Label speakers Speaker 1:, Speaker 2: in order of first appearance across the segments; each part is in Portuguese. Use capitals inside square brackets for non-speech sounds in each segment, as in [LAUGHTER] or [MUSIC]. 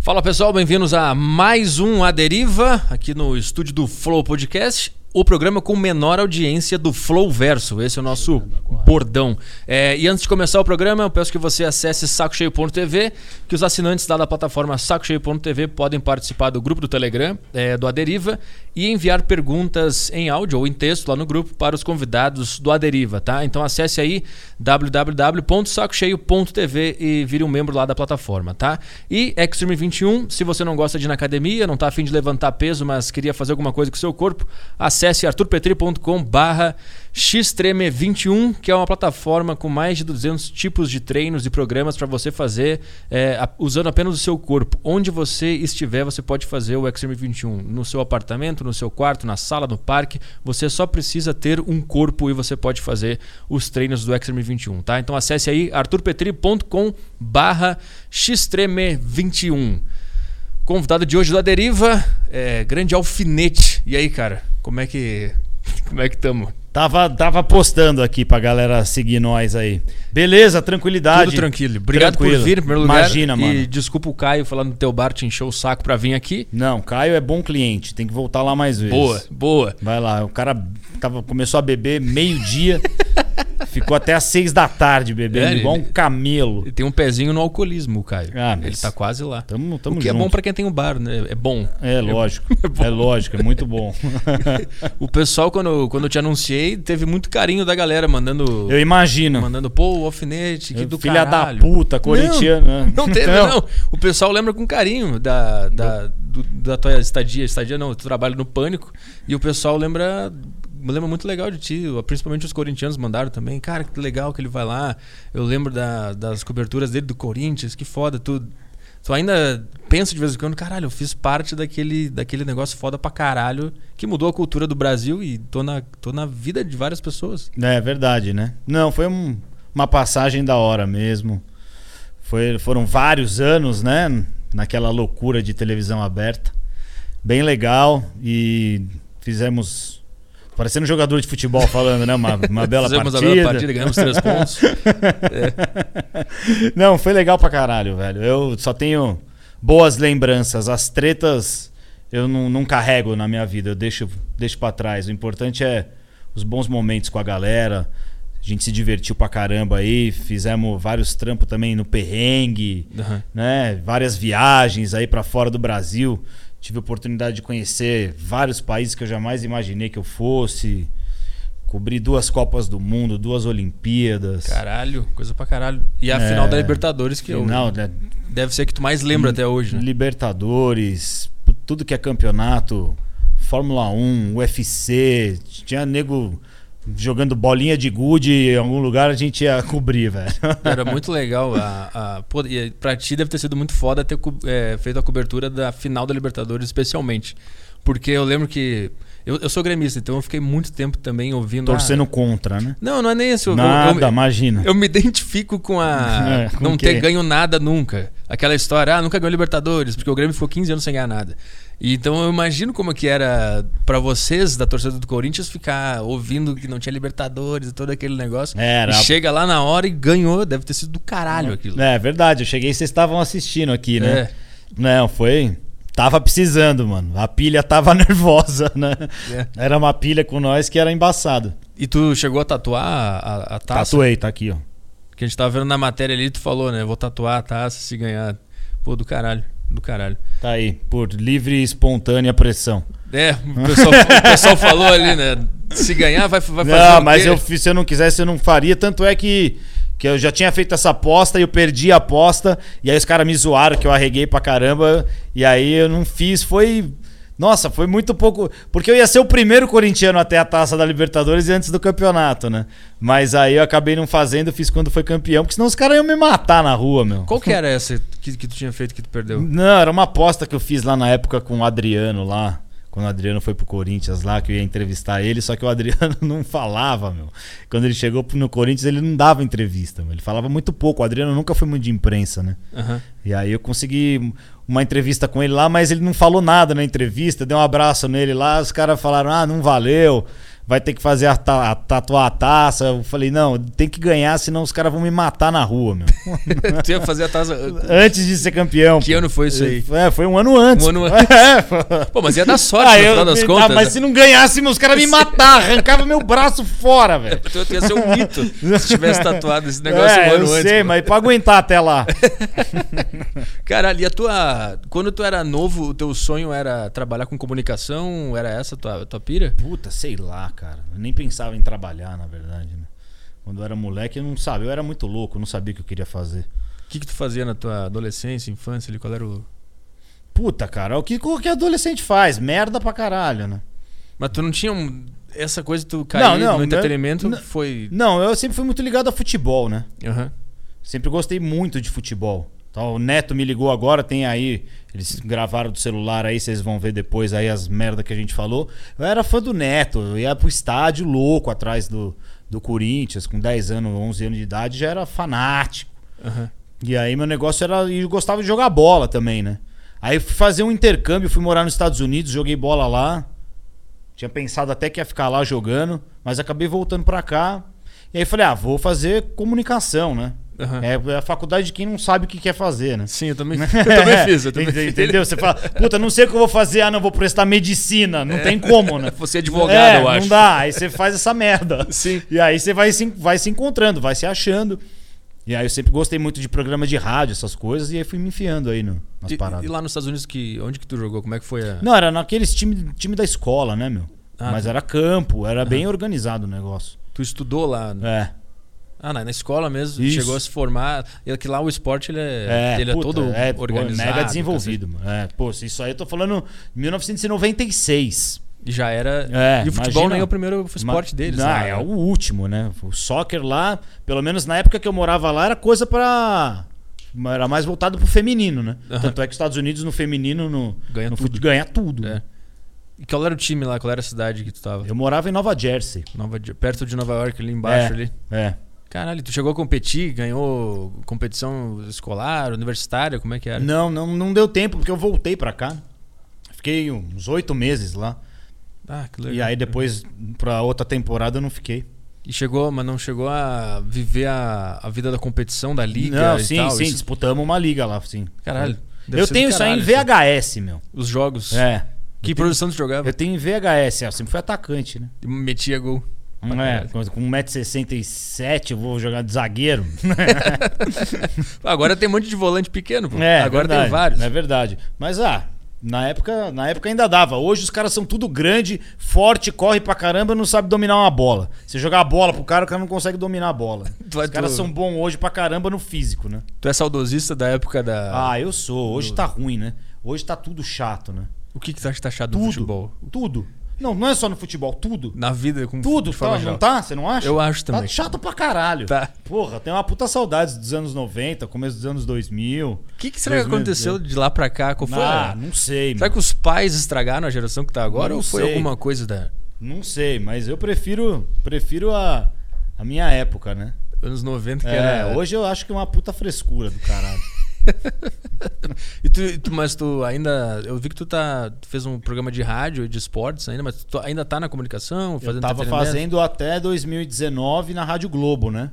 Speaker 1: Fala pessoal, bem-vindos a mais um A Deriva, aqui no estúdio do Flow Podcast, o programa com menor audiência do Flow Verso. Esse é o nosso bordão. É, e antes de começar o programa, eu peço que você acesse sacocheio.tv, que os assinantes lá da plataforma sacocheio.tv podem participar do grupo do Telegram, é, do A Deriva, e enviar perguntas em áudio ou em texto lá no grupo para os convidados do A Deriva, tá? Então acesse aí www.sacocheio.tv e vire um membro lá da plataforma, tá? E Extreme 21, se você não gosta de ir na academia, não tá afim de levantar peso, mas queria fazer alguma coisa com o seu corpo, acesse arturpetri.com barra xtreme21, que é uma plataforma com mais de 200 tipos de treinos e programas para você fazer é, a- usando apenas o seu corpo. Onde você estiver, você pode fazer o Extreme 21. No seu apartamento, no seu quarto, na sala, no parque. Você só precisa ter um corpo e você pode fazer os treinos do Extreme 21, tá? Então acesse aí arturpetri.com barra xtreme21. Convidado de hoje da Deriva, é, grande alfinete. E aí, cara, como é que... [LAUGHS] Como é que tamo?
Speaker 2: Tava, tava postando aqui pra galera seguir nós aí. Beleza, tranquilidade.
Speaker 1: Tudo tranquilo. Obrigado por
Speaker 2: Tranquilo.
Speaker 1: vir em primeiro lugar.
Speaker 2: Imagina,
Speaker 1: e
Speaker 2: mano.
Speaker 1: desculpa o Caio falando que teu bar te encheu o saco pra vir aqui.
Speaker 2: Não, Caio é bom cliente, tem que voltar lá mais vezes.
Speaker 1: Boa, boa.
Speaker 2: Vai lá, o cara tava, começou a beber
Speaker 1: [LAUGHS]
Speaker 2: meio-dia, ficou até às seis da tarde bebendo,
Speaker 1: É, ele-
Speaker 2: igual um camelo.
Speaker 1: Ele tem um pezinho no alcoolismo, o Caio.
Speaker 2: Ah, mas-
Speaker 1: Ele tá quase lá.
Speaker 2: Tamo,
Speaker 1: o
Speaker 2: tamo
Speaker 1: que
Speaker 2: junto.
Speaker 1: é bom pra quem tem um bar, né? É
Speaker 2: [LAUGHS]
Speaker 1: bom.
Speaker 2: É
Speaker 1: [LAUGHS]
Speaker 2: lógico, é lógico, é muito bom.
Speaker 1: O pessoal, quando, quando eu te anunciei, teve muito carinho da galera mandando.
Speaker 2: Eu imagino.
Speaker 1: Mandando, pô, o alfinete, que do
Speaker 2: Filha
Speaker 1: caralho.
Speaker 2: da puta, corintiano.
Speaker 1: [LAUGHS]
Speaker 2: né?
Speaker 1: Não teve,
Speaker 2: Então,
Speaker 1: não. O pessoal lembra com carinho da, da, do- da tua estadia. Estadia não, tu trabalho no Pânico. E o pessoal lembra. Lembra muito legal de ti, principalmente os corintianos mandaram também. Cara, que legal que ele vai lá. Eu lembro da- das coberturas dele do Corinthians, que foda. Tu, tu ainda pensa de vez em quando, caralho, eu fiz parte daquele, daquele negócio foda pra caralho que mudou a cultura do Brasil e tô na, tô na vida de várias pessoas.
Speaker 2: É verdade, né? Não, foi um- uma passagem da hora mesmo. Foi- foram vários anos, né? Naquela loucura de televisão aberta. Bem legal. E fizemos. Parecendo um jogador de futebol falando, né? Uma, uma
Speaker 1: [LAUGHS]
Speaker 2: bela
Speaker 1: Fizemos a
Speaker 2: partida.
Speaker 1: bela partida, ganhamos
Speaker 2: [LAUGHS]
Speaker 1: três pontos.
Speaker 2: Não, foi legal pra caralho, velho. Eu só tenho boas lembranças. As tretas eu não, não carrego na minha vida, eu deixo, deixo pra trás. O importante é os bons momentos com a galera. A gente se divertiu pra caramba aí, fizemos vários trampos também no perrengue,
Speaker 1: Aham.
Speaker 2: né? Várias viagens aí pra fora do Brasil. Tive a oportunidade de conhecer vários países que eu jamais imaginei que eu fosse. Cobri duas Copas do Mundo, duas Olimpíadas.
Speaker 1: Caralho, coisa pra caralho. E a
Speaker 2: É.
Speaker 1: final da Libertadores, que
Speaker 2: Final,
Speaker 1: eu,
Speaker 2: né?
Speaker 1: deve ser a que tu mais lembra até hoje, né?
Speaker 2: Libertadores, pu- tudo que é campeonato, Fórmula 1, UFC, tinha nego jogando bolinha de gude em algum lugar a gente ia
Speaker 1: [LAUGHS]
Speaker 2: cobrir, velho.
Speaker 1: Era muito legal. A, a, pô, e pra ti deve ter sido muito foda ter co- é, feito a cobertura da final da Libertadores, especialmente. Porque eu lembro que. Eu, eu sou gremista, então eu fiquei muito tempo também ouvindo. a-
Speaker 2: Torcendo contra, né?
Speaker 1: Não, não é nem isso. eu- eu-
Speaker 2: Nada,
Speaker 1: eu,
Speaker 2: imagina.
Speaker 1: Eu me identifico com a
Speaker 2: [LAUGHS] É, com
Speaker 1: não
Speaker 2: o
Speaker 1: ter
Speaker 2: quê?
Speaker 1: ganho nada nunca. Aquela história, ah, nunca ganhou Libertadores, porque o Grêmio ficou 15 anos sem ganhar nada. E Então eu imagino como que era pra vocês da torcida do Corinthians ficar ouvindo que não tinha Libertadores e todo aquele negócio.
Speaker 2: Era.
Speaker 1: E chega lá na hora e ganhou, deve ter sido do caralho aquilo.
Speaker 2: É verdade, eu cheguei e vocês estavam assistindo aqui, né?
Speaker 1: É.
Speaker 2: Não, foi. Tava precisando, mano. A pilha tava [LAUGHS] nervosa, né?
Speaker 1: É.
Speaker 2: Era uma pilha com nós que era embaçado.
Speaker 1: E tu chegou a tatuar a, a taça?
Speaker 2: Tatuei, tá aqui, ó.
Speaker 1: Que a gente tava vendo na matéria ali, tu falou, né? Vou tatuar a taça se ganhar. Pô, do caralho, do caralho.
Speaker 2: Tá aí, por livre e espontânea pressão.
Speaker 1: É, o pessoal, o pessoal falou ali, né? Se ganhar, vai, vai fazer.
Speaker 2: Não,
Speaker 1: o
Speaker 2: mas
Speaker 1: quê?
Speaker 2: eu, fiz- se eu não quisesse, eu não faria. Tanto é que, que eu já tinha feito essa aposta e eu perdi a aposta. E aí os caras me zoaram que eu arreguei pra caramba. E aí eu não fiz. Foi. Nossa, foi muito pouco. Porque eu ia ser o primeiro corintiano até a taça da Libertadores e antes do campeonato, né? Mas aí eu acabei não fazendo, fiz quando foi campeão, porque senão os caras iam me matar na rua, meu.
Speaker 1: Qual que era essa que, que tu tinha feito que tu perdeu?
Speaker 2: Não, era uma aposta que eu fiz lá na época com o Adriano lá. Quando o Adriano foi pro Corinthians lá, que eu ia entrevistar ele, só que o [LAUGHS] Adriano não falava, meu. Quando ele chegou no Corinthians, ele não dava entrevista, meu. ele falava muito pouco. O Adriano nunca foi muito de imprensa, né?
Speaker 1: Aham.
Speaker 2: E aí eu consegui uma entrevista com ele lá, mas ele não falou nada na entrevista, deu um abraço nele lá, os caras falaram, ah, não valeu. vai ter que fazer a, ta- a- tatuar a taça. Eu falei, não, tem que ganhar, senão os caras vão me matar na rua, meu.
Speaker 1: [LAUGHS] Tu ia fazer a taça.
Speaker 2: antes de ser campeão.
Speaker 1: Que
Speaker 2: pô.
Speaker 1: ano foi isso aí?
Speaker 2: [LAUGHS] É, Ah, foi um ano antes.
Speaker 1: Um ano
Speaker 2: antes.
Speaker 1: Pô, mas
Speaker 2: [LAUGHS]
Speaker 1: ia dar sorte no final das contas. né?
Speaker 2: mas se não ganhasse, os caras
Speaker 1: [LAUGHS]
Speaker 2: me matar, arrancava meu braço fora, velho.
Speaker 1: Então ia ser um mito se tivesse tatuado
Speaker 2: [LAUGHS]
Speaker 1: esse negócio
Speaker 2: é,
Speaker 1: um ano
Speaker 2: eu
Speaker 1: antes.
Speaker 2: sei,
Speaker 1: pô.
Speaker 2: mas pra aguentar
Speaker 1: [LAUGHS]
Speaker 2: até lá.
Speaker 1: Caralho, e a tua. Quando tu era novo, o teu sonho era trabalhar com comunicação? Era essa a tua, a tua pira?
Speaker 2: Puta, sei lá, cara. Eu nem pensava em trabalhar, na verdade, né? Quando eu era moleque, eu não sabia. Eu era muito louco, eu não sabia o que eu queria fazer.
Speaker 1: O que, que tu fazia na tua adolescência, infância? ali? Qual era o.
Speaker 2: Puta, cara, é o que qualquer adolescente faz. Merda pra caralho, né?
Speaker 1: Mas tu não tinha um. Essa coisa tu cair
Speaker 2: não,
Speaker 1: no
Speaker 2: não,
Speaker 1: entretenimento
Speaker 2: não.
Speaker 1: foi.
Speaker 2: Não, eu sempre fui muito ligado a futebol, né?
Speaker 1: Aham.
Speaker 2: Sempre gostei muito de futebol. Então, o Neto me ligou agora, tem aí. Eles gravaram do celular aí, vocês vão ver depois aí as merda que a gente falou. Eu era fã do Neto, eu ia pro estádio louco atrás do, do Corinthians, com 10 anos, 11 anos de idade, já era fanático.
Speaker 1: aham.
Speaker 2: E aí meu negócio era. E eu gostava de jogar bola também, né? Aí eu fui fazer um intercâmbio, fui morar nos Estados Unidos, joguei bola lá. Tinha pensado até que ia ficar lá jogando, mas acabei voltando pra cá. E aí falei, ah, vou fazer comunicação, né?
Speaker 1: Aham.
Speaker 2: É é a faculdade de quem não sabe o que quer fazer, né?
Speaker 1: Sim, eu
Speaker 2: [LAUGHS]
Speaker 1: também, eu também fiz. Eu também
Speaker 2: Ente-
Speaker 1: fiz.
Speaker 2: Entendeu? Você fala, puta, não sei o que eu vou fazer, ah, não, vou prestar medicina, não tem como, né?
Speaker 1: Você é advogado,
Speaker 2: É,
Speaker 1: eu acho.
Speaker 2: Não dá, aí você faz essa merda.
Speaker 1: Sim.
Speaker 2: E aí você vai se, vai se encontrando, vai se achando. E aí eu sempre gostei muito de programa de rádio, essas coisas, e aí fui me enfiando aí no, nas
Speaker 1: E,
Speaker 2: paradas.
Speaker 1: e lá nos Estados Unidos, que, onde que tu jogou? Como é que foi a.
Speaker 2: Não, era naqueles time, time da escola, né, meu?
Speaker 1: Ah,
Speaker 2: Mas
Speaker 1: tá.
Speaker 2: era campo, era bem organizado o negócio.
Speaker 1: Tu estudou lá? né?
Speaker 2: É.
Speaker 1: Ah, na, na escola mesmo?
Speaker 2: Isso.
Speaker 1: Chegou a se formar? E que lá o esporte ele é,
Speaker 2: É,
Speaker 1: ele
Speaker 2: puta,
Speaker 1: é todo
Speaker 2: é, pô,
Speaker 1: organizado.
Speaker 2: Mega desenvolvido, mano. É, pô, isso aí eu tô falando 1996.
Speaker 1: E já era.
Speaker 2: É,
Speaker 1: e o futebol
Speaker 2: imagina-
Speaker 1: nem é o primeiro esporte
Speaker 2: Ma-
Speaker 1: deles.
Speaker 2: Não,
Speaker 1: né?
Speaker 2: é o último, né? O soccer lá, pelo menos na época que eu morava lá, era coisa pra. Era mais voltado pro feminino, né?
Speaker 1: Aham.
Speaker 2: Tanto é que os Estados Unidos no feminino no,
Speaker 1: Ganha
Speaker 2: no
Speaker 1: tudo.
Speaker 2: fute- ganha tudo.
Speaker 1: É. E qual era o time lá? Qual era a cidade que tu tava?
Speaker 2: Eu morava em Nova Jersey.
Speaker 1: Nova, de- perto de Nova York, ali embaixo.
Speaker 2: É.
Speaker 1: Ali.
Speaker 2: É.
Speaker 1: Caralho, tu chegou a competir, ganhou competição escolar, universitária? Como é que era?
Speaker 2: Não, não, não deu tempo, porque eu voltei pra cá. Fiquei uns oito meses lá.
Speaker 1: Ah, que legal.
Speaker 2: E aí depois, pra outra temporada, eu não fiquei.
Speaker 1: E chegou, mas não chegou a viver a, a vida da competição, da liga
Speaker 2: não,
Speaker 1: e
Speaker 2: sim,
Speaker 1: tal.
Speaker 2: sim,
Speaker 1: isso-
Speaker 2: disputamos uma liga lá, sim. É.
Speaker 1: Caralho. deve
Speaker 2: Eu
Speaker 1: ser do
Speaker 2: tenho isso aí em
Speaker 1: caralho,
Speaker 2: VHS, meu.
Speaker 1: Os jogos.
Speaker 2: É.
Speaker 1: Que produção tu jogava?
Speaker 2: Eu tenho em VHS, eu assim, sempre fui atacante, né?
Speaker 1: E Metia gol.
Speaker 2: Não é, com com 1,67m eu vou jogar de
Speaker 1: [LAUGHS]
Speaker 2: zagueiro.
Speaker 1: Pô, Agora tem um monte de volante pequeno, pô.
Speaker 2: É,
Speaker 1: Agora
Speaker 2: verdade,
Speaker 1: tem vários.
Speaker 2: É verdade. Mas ah, na época, na época ainda dava. Hoje os caras são tudo grande, forte, corre pra caramba, não sabe dominar uma bola. Você jogar a bola pro cara, o cara não consegue dominar a bola.
Speaker 1: [LAUGHS] Tu é
Speaker 2: os caras
Speaker 1: do-
Speaker 2: são bons hoje pra caramba no físico, né?
Speaker 1: Tu é saudosista da época da.
Speaker 2: Ah, eu sou. Hoje tá ruim, né? Hoje tá tudo chato, né?
Speaker 1: O que, que tu acha que tá chato do
Speaker 2: Tudo.
Speaker 1: futebol?
Speaker 2: Tudo. Não, não é só no futebol, tudo.
Speaker 1: Na vida, com
Speaker 2: Tudo,
Speaker 1: de forma
Speaker 2: tá, não
Speaker 1: geral.
Speaker 2: tá? Você não acha?
Speaker 1: Eu acho
Speaker 2: Tá
Speaker 1: também.
Speaker 2: chato pra caralho.
Speaker 1: Tá.
Speaker 2: Porra, tem uma puta saudade dos anos 90, começo dos anos 2000.
Speaker 1: O que, que será que
Speaker 2: 2000,
Speaker 1: aconteceu de lá pra cá? Qual foi?
Speaker 2: né? Ah,
Speaker 1: a-
Speaker 2: não sei,
Speaker 1: Será que os pais estragaram a geração que tá agora?
Speaker 2: Não
Speaker 1: ou foi
Speaker 2: sei.
Speaker 1: alguma coisa da.
Speaker 2: Não sei, mas eu prefiro prefiro a, a minha época, né?
Speaker 1: anos 90 que
Speaker 2: É,
Speaker 1: era.
Speaker 2: hoje eu acho que é uma puta frescura do
Speaker 1: [LAUGHS]
Speaker 2: caralho.
Speaker 1: E tu, e tu- mas tu ainda. Eu vi que tu tá. tu fez um programa de rádio e de esportes ainda, mas tu ainda tá na comunicação, fazendo
Speaker 2: eu tava
Speaker 1: entretenimento?
Speaker 2: fazendo até 2019 na Rádio Globo, né?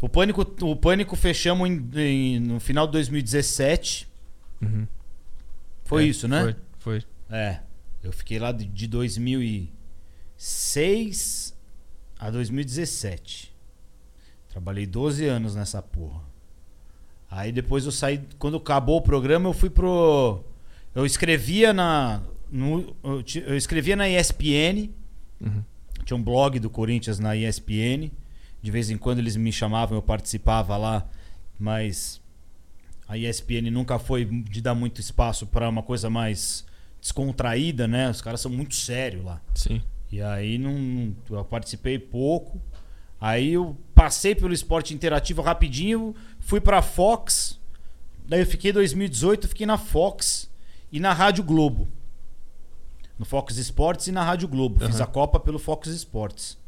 Speaker 2: O Pânico, o Pânico fechamos em- em- no final de 2017.
Speaker 1: Uhum.
Speaker 2: Foi
Speaker 1: É,
Speaker 2: isso, né?
Speaker 1: Foi, foi.
Speaker 2: É. Eu fiquei lá de, de 2006 a 2017. Trabalhei 12 anos nessa porra. Aí depois eu saí. Quando acabou o programa, eu fui pro. Eu escrevia na. no- eu, ti- eu escrevia na ESPN.
Speaker 1: Uhum.
Speaker 2: Tinha um blog do Corinthians na ESPN. De vez em quando eles me chamavam, eu participava lá. Mas a ESPN nunca foi de dar muito espaço pra uma coisa mais descontraída, né? Os caras são muito sérios lá.
Speaker 1: Sim.
Speaker 2: E aí não, não- eu participei pouco. Aí eu passei pelo esporte interativo rapidinho, fui pra Fox. Daí eu fiquei 2018, fiquei na Fox e na Rádio Globo. No Fox Sports e na Rádio Globo. Fiz
Speaker 1: Aham.
Speaker 2: a Copa pelo Fox Sports.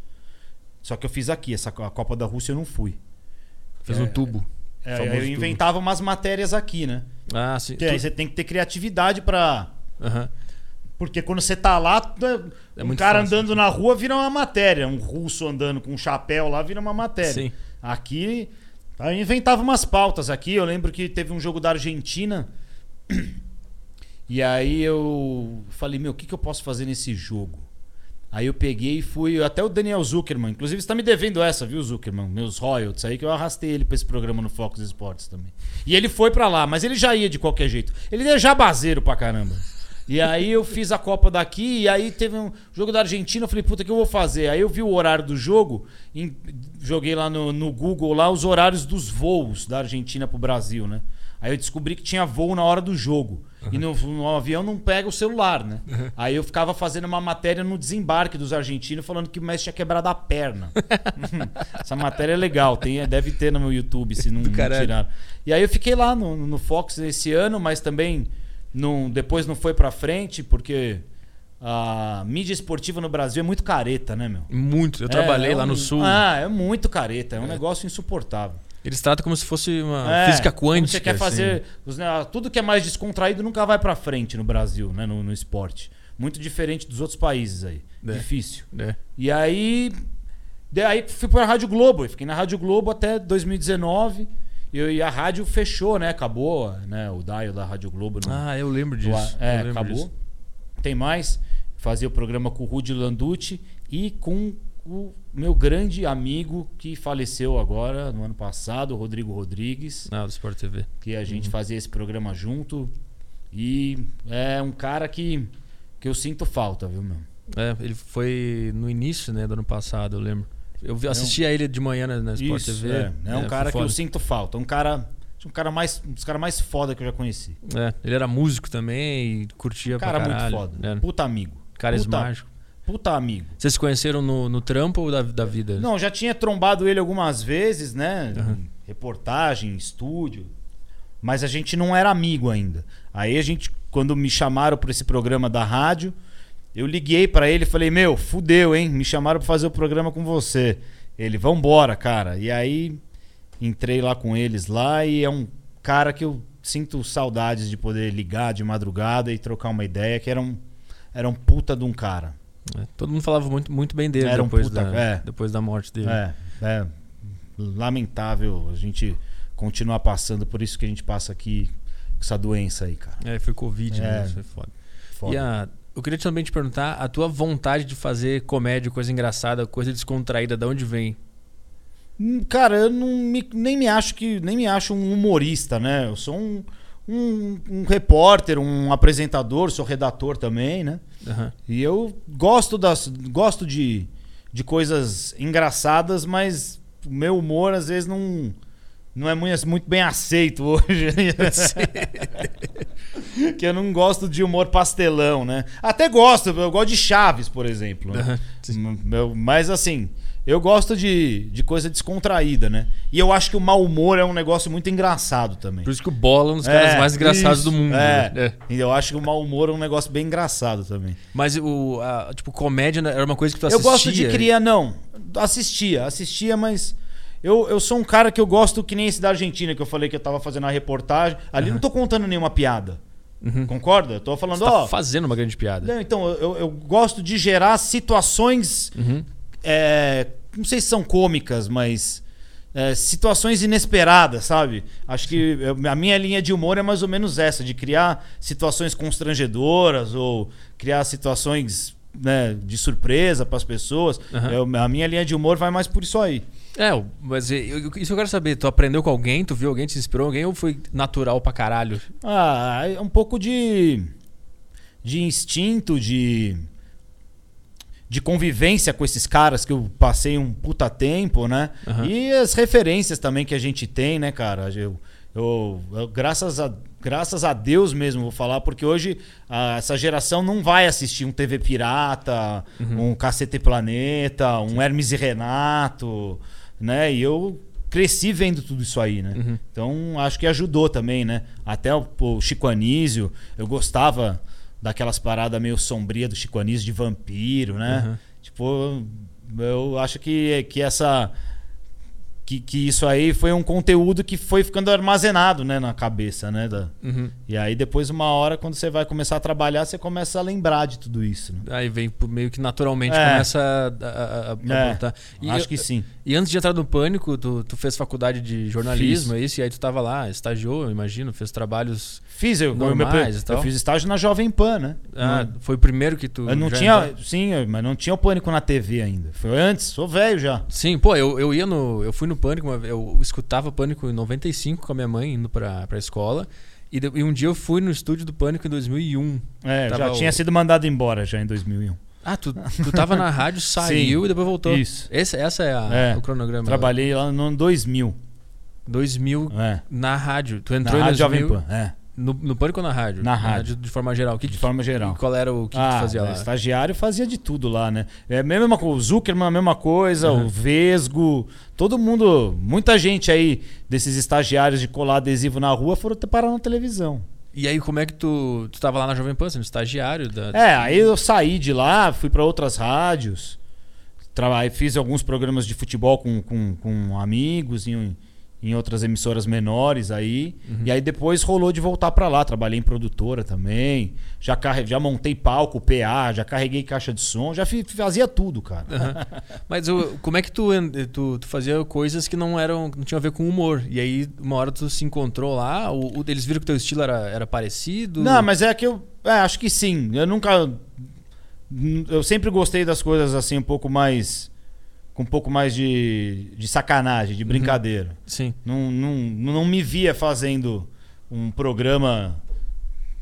Speaker 2: Só que eu fiz aqui, essa co- a Copa da Rússia eu não fui.
Speaker 1: Fez
Speaker 2: É,
Speaker 1: um tubo.
Speaker 2: É,
Speaker 1: Famoso
Speaker 2: eu
Speaker 1: tudo.
Speaker 2: inventava umas matérias aqui, né?
Speaker 1: Ah, sim.
Speaker 2: Que
Speaker 1: Tu-
Speaker 2: aí você tem que ter criatividade pra
Speaker 1: Aham.
Speaker 2: Porque quando você tá lá,
Speaker 1: É
Speaker 2: um
Speaker 1: muito
Speaker 2: cara
Speaker 1: fácil.
Speaker 2: andando na rua vira uma matéria. Um russo andando com um chapéu lá vira uma matéria.
Speaker 1: Sim.
Speaker 2: Aqui, tá, eu inventava umas pautas aqui. Eu lembro que teve um jogo da Argentina. [CLEARS THROAT] E aí eu falei, meu, o que, que eu posso fazer nesse jogo? Aí eu peguei e fui até o Daniel Zuckerman. Inclusive, você tá me devendo essa, viu, Zuckerman? Meus royalties aí, que eu arrastei ele pra esse programa no Focus Esportes também. E ele foi pra lá, mas ele já ia de qualquer jeito. Ele é jabazeiro pra caramba. E aí eu fiz a Copa daqui, e aí teve um jogo da Argentina, eu falei, puta, o que eu vou fazer? Aí eu vi o horário do jogo, em- joguei lá no, no Google lá os horários dos voos da Argentina pro Brasil, né? Aí eu descobri que tinha voo na hora do jogo. E no, no avião não pega o celular, né? Aí eu ficava fazendo uma matéria no desembarque dos argentinos falando que o Messi tinha quebrado
Speaker 1: [LAUGHS]
Speaker 2: a perna. Essa matéria é legal, tem, deve ter no meu YouTube, se não, não
Speaker 1: caralho.
Speaker 2: tiraram. E aí eu fiquei lá no, no Fox esse ano, mas também não, depois não foi pra frente, porque a mídia esportiva no Brasil é muito careta, né, meu?
Speaker 1: Muito. Eu
Speaker 2: É,
Speaker 1: trabalhei
Speaker 2: é
Speaker 1: lá
Speaker 2: um-
Speaker 1: no sul.
Speaker 2: Ah, é muito careta, é um negócio insuportável.
Speaker 1: Eles tratam como se fosse uma
Speaker 2: É,
Speaker 1: Ah, física
Speaker 2: como
Speaker 1: quântica.
Speaker 2: Você quer
Speaker 1: assim.
Speaker 2: fazer. os ne- tudo que é mais descontraído nunca vai pra frente no Brasil, né? No, no esporte. Muito diferente dos outros países aí.
Speaker 1: É.
Speaker 2: Difícil.
Speaker 1: É.
Speaker 2: E aí. Daí fui pra Rádio Globo. Eu fiquei na Rádio Globo até 2019. E, eu- e a rádio fechou, né? Acabou né? o dial da Rádio Globo. não-
Speaker 1: Ah, eu lembro disso.
Speaker 2: do ar. É,
Speaker 1: eu lembro
Speaker 2: acabou.
Speaker 1: disso.
Speaker 2: Tem mais. Fazia o programa com o Rudy Landucci e com o meu grande amigo que faleceu agora no ano passado, o Rodrigo Rodrigues
Speaker 1: Ah, do Sport TV.
Speaker 2: que a
Speaker 1: Uhum.
Speaker 2: gente fazia esse programa junto. E é um cara que, que eu sinto falta, viu, meu?
Speaker 1: É, ele foi no início, né, do ano passado, eu lembro. Eu vi- assisti a ele de manhã na, na Sport
Speaker 2: É um Isso,
Speaker 1: TV.
Speaker 2: É, é um
Speaker 1: foi
Speaker 2: cara que eu
Speaker 1: foda.
Speaker 2: sinto falta. Um cara. Um cara mais, um dos caras mais foda que eu já conheci.
Speaker 1: É, ele era músico também e curtia
Speaker 2: Um cara
Speaker 1: pra
Speaker 2: muito
Speaker 1: caralho.
Speaker 2: foda.
Speaker 1: É,
Speaker 2: Puta amigo.
Speaker 1: carismático.
Speaker 2: Puta, puta amigo.
Speaker 1: Vocês se conheceram no, no trampo ou da, da vida?
Speaker 2: Não, já tinha trombado ele algumas vezes, né? Em Reportagem, em estúdio. Mas a gente não era amigo ainda. Aí a gente, quando me chamaram para esse programa da rádio, eu liguei para ele e falei: Meu, fudeu, hein? Me chamaram para fazer o programa com você. Ele, vambora, cara. E aí entrei lá com eles lá e é um cara que eu sinto saudades de poder ligar de madrugada e trocar uma ideia, que era um, era um puta de um cara.
Speaker 1: É, todo mundo falava muito, muito bem dele
Speaker 2: Era um
Speaker 1: depois,
Speaker 2: puta-
Speaker 1: da,
Speaker 2: é.
Speaker 1: depois da morte dele.
Speaker 2: É, é lamentável a gente continuar passando por isso que a gente passa aqui com essa doença aí, cara.
Speaker 1: É, foi Covid, né?
Speaker 2: É.
Speaker 1: Isso foi foda.
Speaker 2: Foda.
Speaker 1: E a- eu queria também te perguntar a tua vontade de fazer comédia, coisa engraçada, coisa descontraída, de onde vem?
Speaker 2: Hum, Cara, eu não me- nem me acho que nem me acho um humorista, né? Eu sou um, um, um repórter, um apresentador, sou redator também, né?
Speaker 1: Aham.
Speaker 2: E eu gosto das gosto de, de coisas engraçadas, mas o meu humor às vezes não não é muito, muito bem aceito [LAUGHS] hoje. assim.
Speaker 1: [LAUGHS]
Speaker 2: que eu não gosto de humor pastelão, né? Até gosto, eu gosto de Chaves, por exemplo. né?
Speaker 1: Aham.
Speaker 2: M- eu- Mas assim, eu gosto de, de coisa descontraída, né? E eu acho que o mau humor é um negócio muito engraçado também.
Speaker 1: Por isso que o Bola é um dos caras
Speaker 2: É,
Speaker 1: mais engraçados
Speaker 2: isso,
Speaker 1: do mundo.
Speaker 2: É.
Speaker 1: né? É.
Speaker 2: E eu acho que o mau humor é um negócio bem engraçado também.
Speaker 1: Mas o a- tipo comédia né, era uma coisa que tu assistia.
Speaker 2: Eu gosto de criar, não. Assistia, assistia, mas. Eu, eu sou um cara que eu gosto que nem esse da Argentina que eu falei que eu tava fazendo a reportagem. Ali eu não tô contando nenhuma piada. Concorda? Eu tô falando,
Speaker 1: Uhum. Você tá
Speaker 2: ó.
Speaker 1: fazendo uma grande piada.
Speaker 2: Não, então, eu, eu gosto de gerar situações. é, não sei se são cômicas, mas. é, situações inesperadas, sabe? Acho que eu- a minha linha de humor é mais ou menos essa, de criar situações constrangedoras ou criar situações né, de surpresa para as pessoas. Eu- a minha linha de humor vai mais por isso aí.
Speaker 1: É, o- mas eu- eu- isso eu quero saber. Tu aprendeu com alguém? Tu viu alguém? Te inspirou alguém? Ou foi natural pra caralho?
Speaker 2: Ah, é um pouco de de instinto de de convivência com esses caras que eu passei um puta tempo, né?
Speaker 1: Aham.
Speaker 2: E as referências também que a gente tem, né, cara? Eu, eu- eu- graças a graças a Deus mesmo vou falar, porque hoje ah, essa geração não vai assistir um TV pirata, um Cacete Planeta, um Hermes e Renato, né? E eu cresci vendo tudo isso aí, né? Então acho que ajudou também, né? Até o, o Chico Anísio, eu gostava daquelas paradas meio sombria do Chico Anísio de vampiro, né? Tipo, eu acho que, que essa que, que isso aí foi um conteúdo que foi ficando armazenado né, na cabeça, né? da-
Speaker 1: Uhum.
Speaker 2: E aí depois, uma hora, quando você vai começar a trabalhar, você começa a lembrar de tudo isso. Né?
Speaker 1: Aí vem por- meio que naturalmente
Speaker 2: É.
Speaker 1: começa a, a, a- a
Speaker 2: É,
Speaker 1: botar. E
Speaker 2: Acho
Speaker 1: eu-
Speaker 2: que sim.
Speaker 1: E antes de entrar no pânico, tu, tu fez faculdade de jornalismo, é isso? E aí tu tava lá, estagiou, eu imagino, fez trabalhos.
Speaker 2: Fiz, eu, eu,
Speaker 1: Normais
Speaker 2: meu-
Speaker 1: e tal.
Speaker 2: eu fiz estágio na Jovem Pan, né?
Speaker 1: Ah,
Speaker 2: No-
Speaker 1: Foi o primeiro que tu.
Speaker 2: eu não
Speaker 1: já entrou?
Speaker 2: tinha, sim, eu- mas não tinha o pânico na TV ainda. Foi antes, sou velho já.
Speaker 1: Sim, pô, eu, eu ia no. Eu fui no pânico, uma vez, eu escutava pânico em 95 com a minha mãe indo pra, pra escola. E, de- e um dia eu fui no estúdio do pânico em 2001.
Speaker 2: É,
Speaker 1: Tava
Speaker 2: já tinha
Speaker 1: o-
Speaker 2: sido mandado embora já em 2001.
Speaker 1: Ah, tu, tu tava na
Speaker 2: [LAUGHS]
Speaker 1: rádio, saiu e depois voltou.
Speaker 2: Isso.
Speaker 1: Esse, essa é, a-
Speaker 2: É.
Speaker 1: o cronograma.
Speaker 2: Trabalhei lá no ano 2000.
Speaker 1: 2000
Speaker 2: É.
Speaker 1: na rádio. Tu
Speaker 2: Na
Speaker 1: entrou
Speaker 2: Rádio
Speaker 1: em 2000,
Speaker 2: Jovem Pan, é,
Speaker 1: No, no pânico ou na rádio?
Speaker 2: Na rádio.
Speaker 1: De forma geral. O que,
Speaker 2: de
Speaker 1: que-
Speaker 2: forma geral. Ah, é
Speaker 1: E qual era o que, que tu fazia lá?
Speaker 2: Estagiário fazia de tudo lá, né? É a mesma coisa, o Zuckerman, a mesma coisa,
Speaker 1: Uhum.
Speaker 2: o Vesgo, todo mundo, muita gente aí desses estagiários de colar adesivo na rua foram até parar na televisão.
Speaker 1: E aí, como é que tu. Tu tava lá na Jovem Pan, sendo estagiário da.
Speaker 2: É, aí eu saí de lá, fui pra outras rádios, trabalhei, fiz alguns programas de futebol com, com, com amigos em, em outras emissoras menores aí. E aí depois rolou de voltar pra lá, trabalhei em produtora também, já, carre... já montei palco, PA, já carreguei caixa de som, já fi- fazia tudo, cara.
Speaker 1: Mas o- como é que tu, en- tu, tu fazia coisas que não eram. não tinham a ver com humor. E aí, uma hora tu se encontrou lá, o, o- eles viram que teu estilo era, era parecido.
Speaker 2: Não, mas é que eu. É, acho que sim. Eu nunca. Eu sempre gostei das coisas assim, um pouco mais. Com um pouco mais de, de sacanagem, de brincadeira.
Speaker 1: Sim,
Speaker 2: Não, não, não me via fazendo um programa.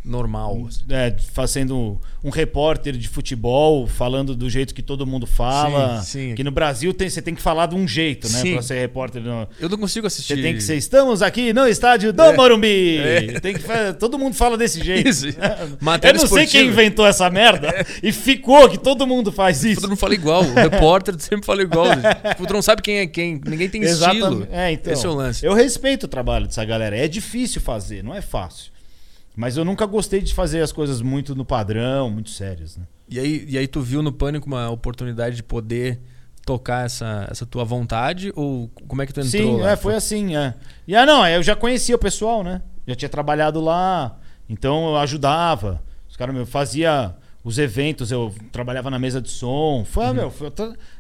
Speaker 1: normal. assim.
Speaker 2: é, fazendo um repórter de futebol, falando do jeito que todo mundo fala.
Speaker 1: Sim, sim.
Speaker 2: Que no Brasil tem, você tem que falar de um jeito, né?
Speaker 1: Sim.
Speaker 2: Pra ser repórter. no-
Speaker 1: Eu não consigo assistir.
Speaker 2: Você tem que
Speaker 1: [LAUGHS]
Speaker 2: ser. Estamos aqui no estádio do Morumbi! Tem que, fa- todo mundo fala desse jeito.
Speaker 1: É. Isso.
Speaker 2: Eu
Speaker 1: Matéria
Speaker 2: não sei quem
Speaker 1: esportiva.
Speaker 2: inventou essa merda
Speaker 1: É.
Speaker 2: e ficou que todo mundo faz isso.
Speaker 1: Todo mundo fala igual. O repórter [LAUGHS] sempre fala igual. tipo, tu não sabe quem é quem. Ninguém tem estilo.
Speaker 2: Exatamente. É, então,
Speaker 1: Esse é o lance.
Speaker 2: Eu respeito o trabalho dessa galera. É difícil fazer, não é fácil. Mas eu nunca gostei de fazer as coisas muito no padrão, muito sérias. Né?
Speaker 1: E aí, e aí tu viu no Pânico uma oportunidade de poder tocar essa, essa tua vontade? Ou como é que tu entrou?
Speaker 2: Sim,
Speaker 1: lá?
Speaker 2: é, foi assim. É. E ah, não, eu já conhecia o pessoal, né? Já tinha trabalhado lá, então eu ajudava. Os caras, meu, fazia os eventos, eu trabalhava na mesa de som. Foi, ah,
Speaker 1: Uhum.
Speaker 2: meu, foi,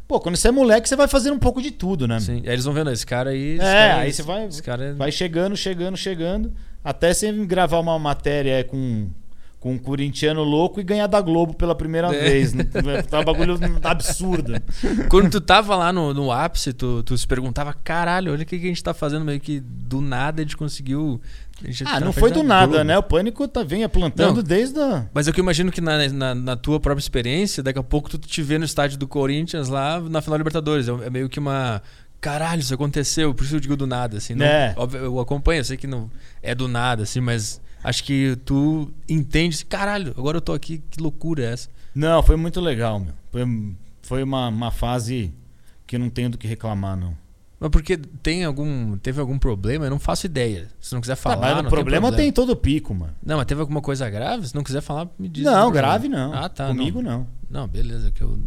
Speaker 2: pô, quando você é moleque, você vai fazendo um pouco de tudo, né?
Speaker 1: Sim, aí eles vão vendo esse cara aí. esse
Speaker 2: É,
Speaker 1: cara-
Speaker 2: aí você vai-
Speaker 1: Esse cara é-
Speaker 2: Vai chegando, chegando, chegando. Até você gravar uma matéria é, com, com um corintiano louco e ganhar da Globo pela primeira
Speaker 1: É.
Speaker 2: vez. né?
Speaker 1: [LAUGHS]
Speaker 2: Tá um bagulho absurdo.
Speaker 1: [LAUGHS] Quando tu tava lá no, no ápice, tu, tu se perguntava, caralho, olha o que, que a gente tá fazendo, meio que do nada a gente conseguiu. a gente tá
Speaker 2: Ah,
Speaker 1: na
Speaker 2: não
Speaker 1: frente
Speaker 2: foi
Speaker 1: da
Speaker 2: do nada,
Speaker 1: Globo.
Speaker 2: né? O pânico tá, vinha plantando
Speaker 1: Não.
Speaker 2: desde a.
Speaker 1: Mas é que eu imagino que na, na, na tua própria experiência, daqui a pouco tu te vê no estádio do Corinthians lá na final da Libertadores. É é meio que uma. Caralho, isso aconteceu, por isso eu digo do nada, assim. Não,
Speaker 2: É.
Speaker 1: óbvio, eu acompanho, eu sei que não é do nada, assim, mas acho que tu entende, assim, caralho, agora eu tô aqui, que loucura é essa?
Speaker 2: Não, foi muito legal, meu. Foi, foi uma, uma fase que eu não tenho do que reclamar, não.
Speaker 1: Mas porque tem algum. Teve algum problema? Eu não faço ideia. Se não quiser falar.
Speaker 2: Tá, mas
Speaker 1: não
Speaker 2: o problema tem,
Speaker 1: tem.
Speaker 2: todo pico, mano.
Speaker 1: Não, mas teve alguma coisa grave? Se não quiser falar, me diz.
Speaker 2: não,
Speaker 1: tem problema.
Speaker 2: grave não.
Speaker 1: Ah, tá.
Speaker 2: Comigo não.
Speaker 1: Não, não beleza. Que
Speaker 2: [LAUGHS]
Speaker 1: eu,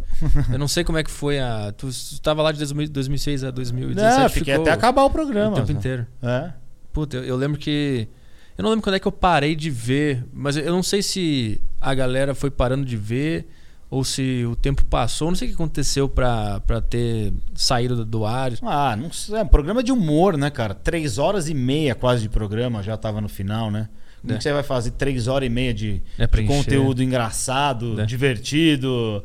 Speaker 1: eu não sei como é que foi a. Tu estava lá de 2000 2006 a 2017.
Speaker 2: Não, fiquei
Speaker 1: ficou
Speaker 2: até acabar o
Speaker 1: O
Speaker 2: programa.
Speaker 1: tempo
Speaker 2: sabe?
Speaker 1: inteiro.
Speaker 2: É.
Speaker 1: Puta, eu, eu lembro que. Eu não lembro quando é que eu parei de ver, mas eu não sei se a galera foi parando de ver ou se o tempo passou. Não sei o que aconteceu pra, pra ter saído do, do ar.
Speaker 2: Ah, não sei. É um programa de humor, né, cara? Três horas e meia quase de programa, já tava no final, né? Como
Speaker 1: É.
Speaker 2: que você vai fazer três horas e meia de,
Speaker 1: É,
Speaker 2: de
Speaker 1: preencher.
Speaker 2: conteúdo engraçado,
Speaker 1: É.
Speaker 2: divertido,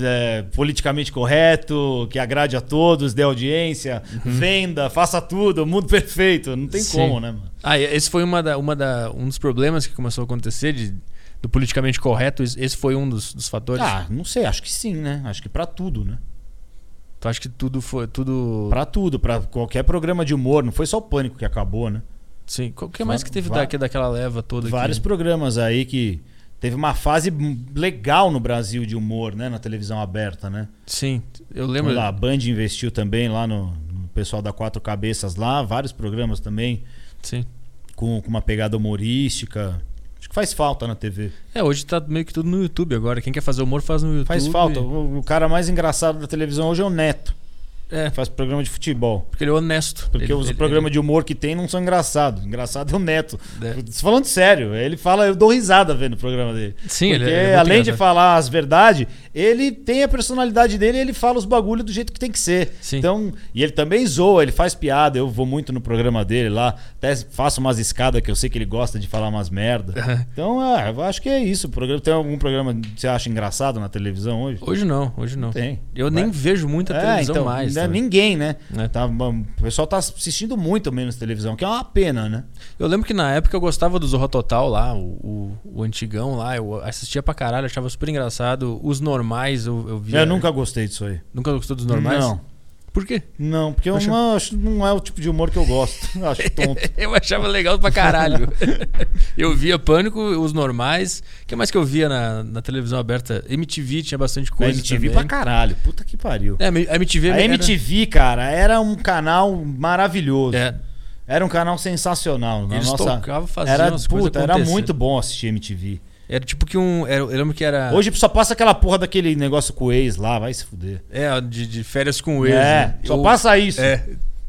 Speaker 2: é, politicamente correto, que agrade a todos, dê audiência, venda, faça tudo, mundo perfeito. Não tem
Speaker 1: Uhum. Sim.
Speaker 2: como, né, mano?
Speaker 1: Ah, e- esse foi uma da, uma da, um dos problemas que começou a acontecer de, do politicamente correto. Es- Esse foi um dos, dos fatores.
Speaker 2: Ah, não sei, acho que sim, né? Acho que pra tudo, né?
Speaker 1: Tu acha que tudo foi. Tudo.
Speaker 2: Pra tudo, pra qualquer programa de humor, não foi só o pânico que acabou, né?
Speaker 1: Sim. Qual que mais que teve
Speaker 2: Va-
Speaker 1: daqui, daquela leva toda
Speaker 2: Vários
Speaker 1: aqui?
Speaker 2: programas aí que teve uma fase legal no Brasil de humor, né? Na televisão aberta, né?
Speaker 1: Sim. Eu lembro.
Speaker 2: Lá, a Band investiu também lá no, no pessoal da Quatro Cabeças lá, vários programas também
Speaker 1: Sim.
Speaker 2: com, com uma pegada humorística. Acho que faz falta na TV.
Speaker 1: É, hoje tá meio que tudo no YouTube agora. Quem quer fazer humor faz no YouTube.
Speaker 2: Faz falta. O, o cara mais engraçado da televisão hoje é o Neto.
Speaker 1: É,
Speaker 2: Faz programa de futebol.
Speaker 1: porque ele é honesto.
Speaker 2: Porque
Speaker 1: ele,
Speaker 2: os
Speaker 1: ele-
Speaker 2: programas de humor que tem não são engraçados. Engraçado é o Neto.
Speaker 1: É.
Speaker 2: Tô Falando sério, ele fala, eu dou risada vendo o programa dele.
Speaker 1: Sim, ele
Speaker 2: Porque
Speaker 1: é- ele é muito
Speaker 2: além de
Speaker 1: engraçado.
Speaker 2: falar as verdades, ele tem a personalidade dele e ele fala os bagulhos do jeito que tem que ser.
Speaker 1: Sim.
Speaker 2: Então, e ele também zoa, ele faz piada. Eu vou muito no programa dele lá, até faço umas escadas que eu sei que ele gosta de falar umas merda. Então, ah, eu acho que é isso. O programa, tem algum programa que você acha engraçado na televisão hoje?
Speaker 1: Hoje não, hoje não.
Speaker 2: Tem.
Speaker 1: Eu nem
Speaker 2: Vai.
Speaker 1: vejo muita televisão
Speaker 2: então,
Speaker 1: mais.
Speaker 2: né,
Speaker 1: também.
Speaker 2: ninguém, né?
Speaker 1: É.
Speaker 2: Tá, bom, o pessoal tá assistindo muito menos televisão, que é uma pena, né?
Speaker 1: Eu lembro que na época eu gostava do Zorro Total lá, o, o, o antigão lá, eu assistia pra caralho, achava super engraçado. Os normais eu, eu via.
Speaker 2: Eu nunca gostei disso aí.
Speaker 1: Nunca gostou dos é. normais?
Speaker 2: Não,
Speaker 1: Por quê? [LAUGHS]
Speaker 2: não porque eu
Speaker 1: Acho-
Speaker 2: não, acho, não é o tipo de humor que eu gosto. [LAUGHS] Eu acho tonto.
Speaker 1: Eu achava legal pra
Speaker 2: [LAUGHS]
Speaker 1: caralho. eu via Pânico, os normais. O que mais que eu via na, na televisão aberta? MTV tinha bastante [LAUGHS]
Speaker 2: A
Speaker 1: coisa.
Speaker 2: MTV pra
Speaker 1: também.
Speaker 2: caralho. Puta que pariu.
Speaker 1: É, a MTV
Speaker 2: A
Speaker 1: era-
Speaker 2: MTV, cara, era um canal maravilhoso.
Speaker 1: É,
Speaker 2: Era um canal sensacional. Na
Speaker 1: eles
Speaker 2: nossa...
Speaker 1: tocavam, faziam
Speaker 2: Era,
Speaker 1: as coisas
Speaker 2: puta, era
Speaker 1: acontecer.
Speaker 2: muito bom assistir MTV.
Speaker 1: Era tipo que um... era- eu lembro que era...
Speaker 2: Hoje só passa aquela porra daquele negócio com o ex lá, vai se fuder.
Speaker 1: É, de, de férias com o ex.
Speaker 2: é,
Speaker 1: né?
Speaker 2: só
Speaker 1: Ou-
Speaker 2: passa isso.
Speaker 1: É.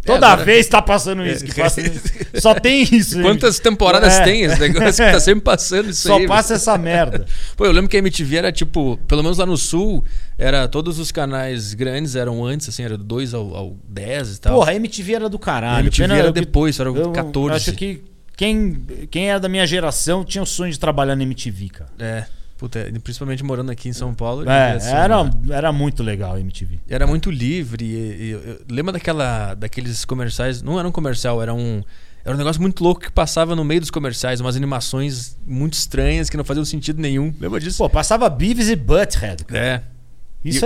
Speaker 2: Toda
Speaker 1: É, agora-
Speaker 2: vez tá passando isso.
Speaker 1: É.
Speaker 2: que passa isso.
Speaker 1: [LAUGHS]
Speaker 2: Só tem isso.
Speaker 1: Quantas temporadas
Speaker 2: É.
Speaker 1: tem esse negócio que tá sempre passando isso
Speaker 2: [LAUGHS] Só
Speaker 1: aí?
Speaker 2: passa essa merda.
Speaker 1: velho? Pô, eu lembro que a MTV era tipo, pelo menos lá no sul, era todos os canais grandes eram antes, assim, era do 2 ao, ao 10 e tal.
Speaker 2: [LAUGHS] Porra, a MTV era do
Speaker 1: a
Speaker 2: caralho.
Speaker 1: MTV
Speaker 2: Pena
Speaker 1: era
Speaker 2: eu que-
Speaker 1: depois, era o
Speaker 2: eu
Speaker 1: 14.
Speaker 2: Acho que quem, quem era da minha geração tinha o sonho de trabalhar na MTV, cara.
Speaker 1: É, puta, principalmente morando aqui em São Paulo.
Speaker 2: É,
Speaker 1: devia ser
Speaker 2: era,
Speaker 1: uma-
Speaker 2: era muito legal a MTV.
Speaker 1: né? era muito livre. e- e- eu- lembra daquela, daqueles comerciais? Não era um comercial, era um. Era um negócio muito louco que passava no meio dos comerciais, umas animações muito estranhas que não faziam sentido nenhum. Lembra disso?
Speaker 2: Pô, passava Beavis e Butthead. cara.
Speaker 1: é,
Speaker 2: Isso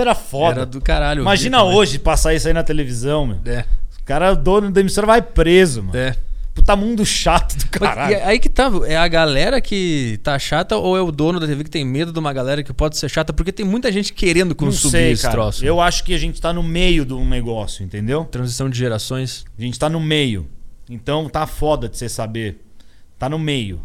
Speaker 1: E-
Speaker 2: era foda.
Speaker 1: era do caralho. eu vi
Speaker 2: Imagina
Speaker 1: também.
Speaker 2: hoje passar isso aí na televisão, meu.
Speaker 1: É,
Speaker 2: O cara, o dono da emissora, vai preso, mano.
Speaker 1: é.
Speaker 2: Puta mundo chato
Speaker 1: Mas,
Speaker 2: do
Speaker 1: e
Speaker 2: caralho.
Speaker 1: aí que tá, é a galera que tá chata ou é o dono da TV que tem medo de uma galera que pode ser chata? Porque tem muita gente querendo
Speaker 2: Não
Speaker 1: consumir
Speaker 2: sei,
Speaker 1: esse
Speaker 2: cara.
Speaker 1: troço.
Speaker 2: Eu acho que a gente tá no meio de um negócio, entendeu?
Speaker 1: Transição de gerações.
Speaker 2: A gente tá no meio. Então tá foda de você saber. Tá no meio.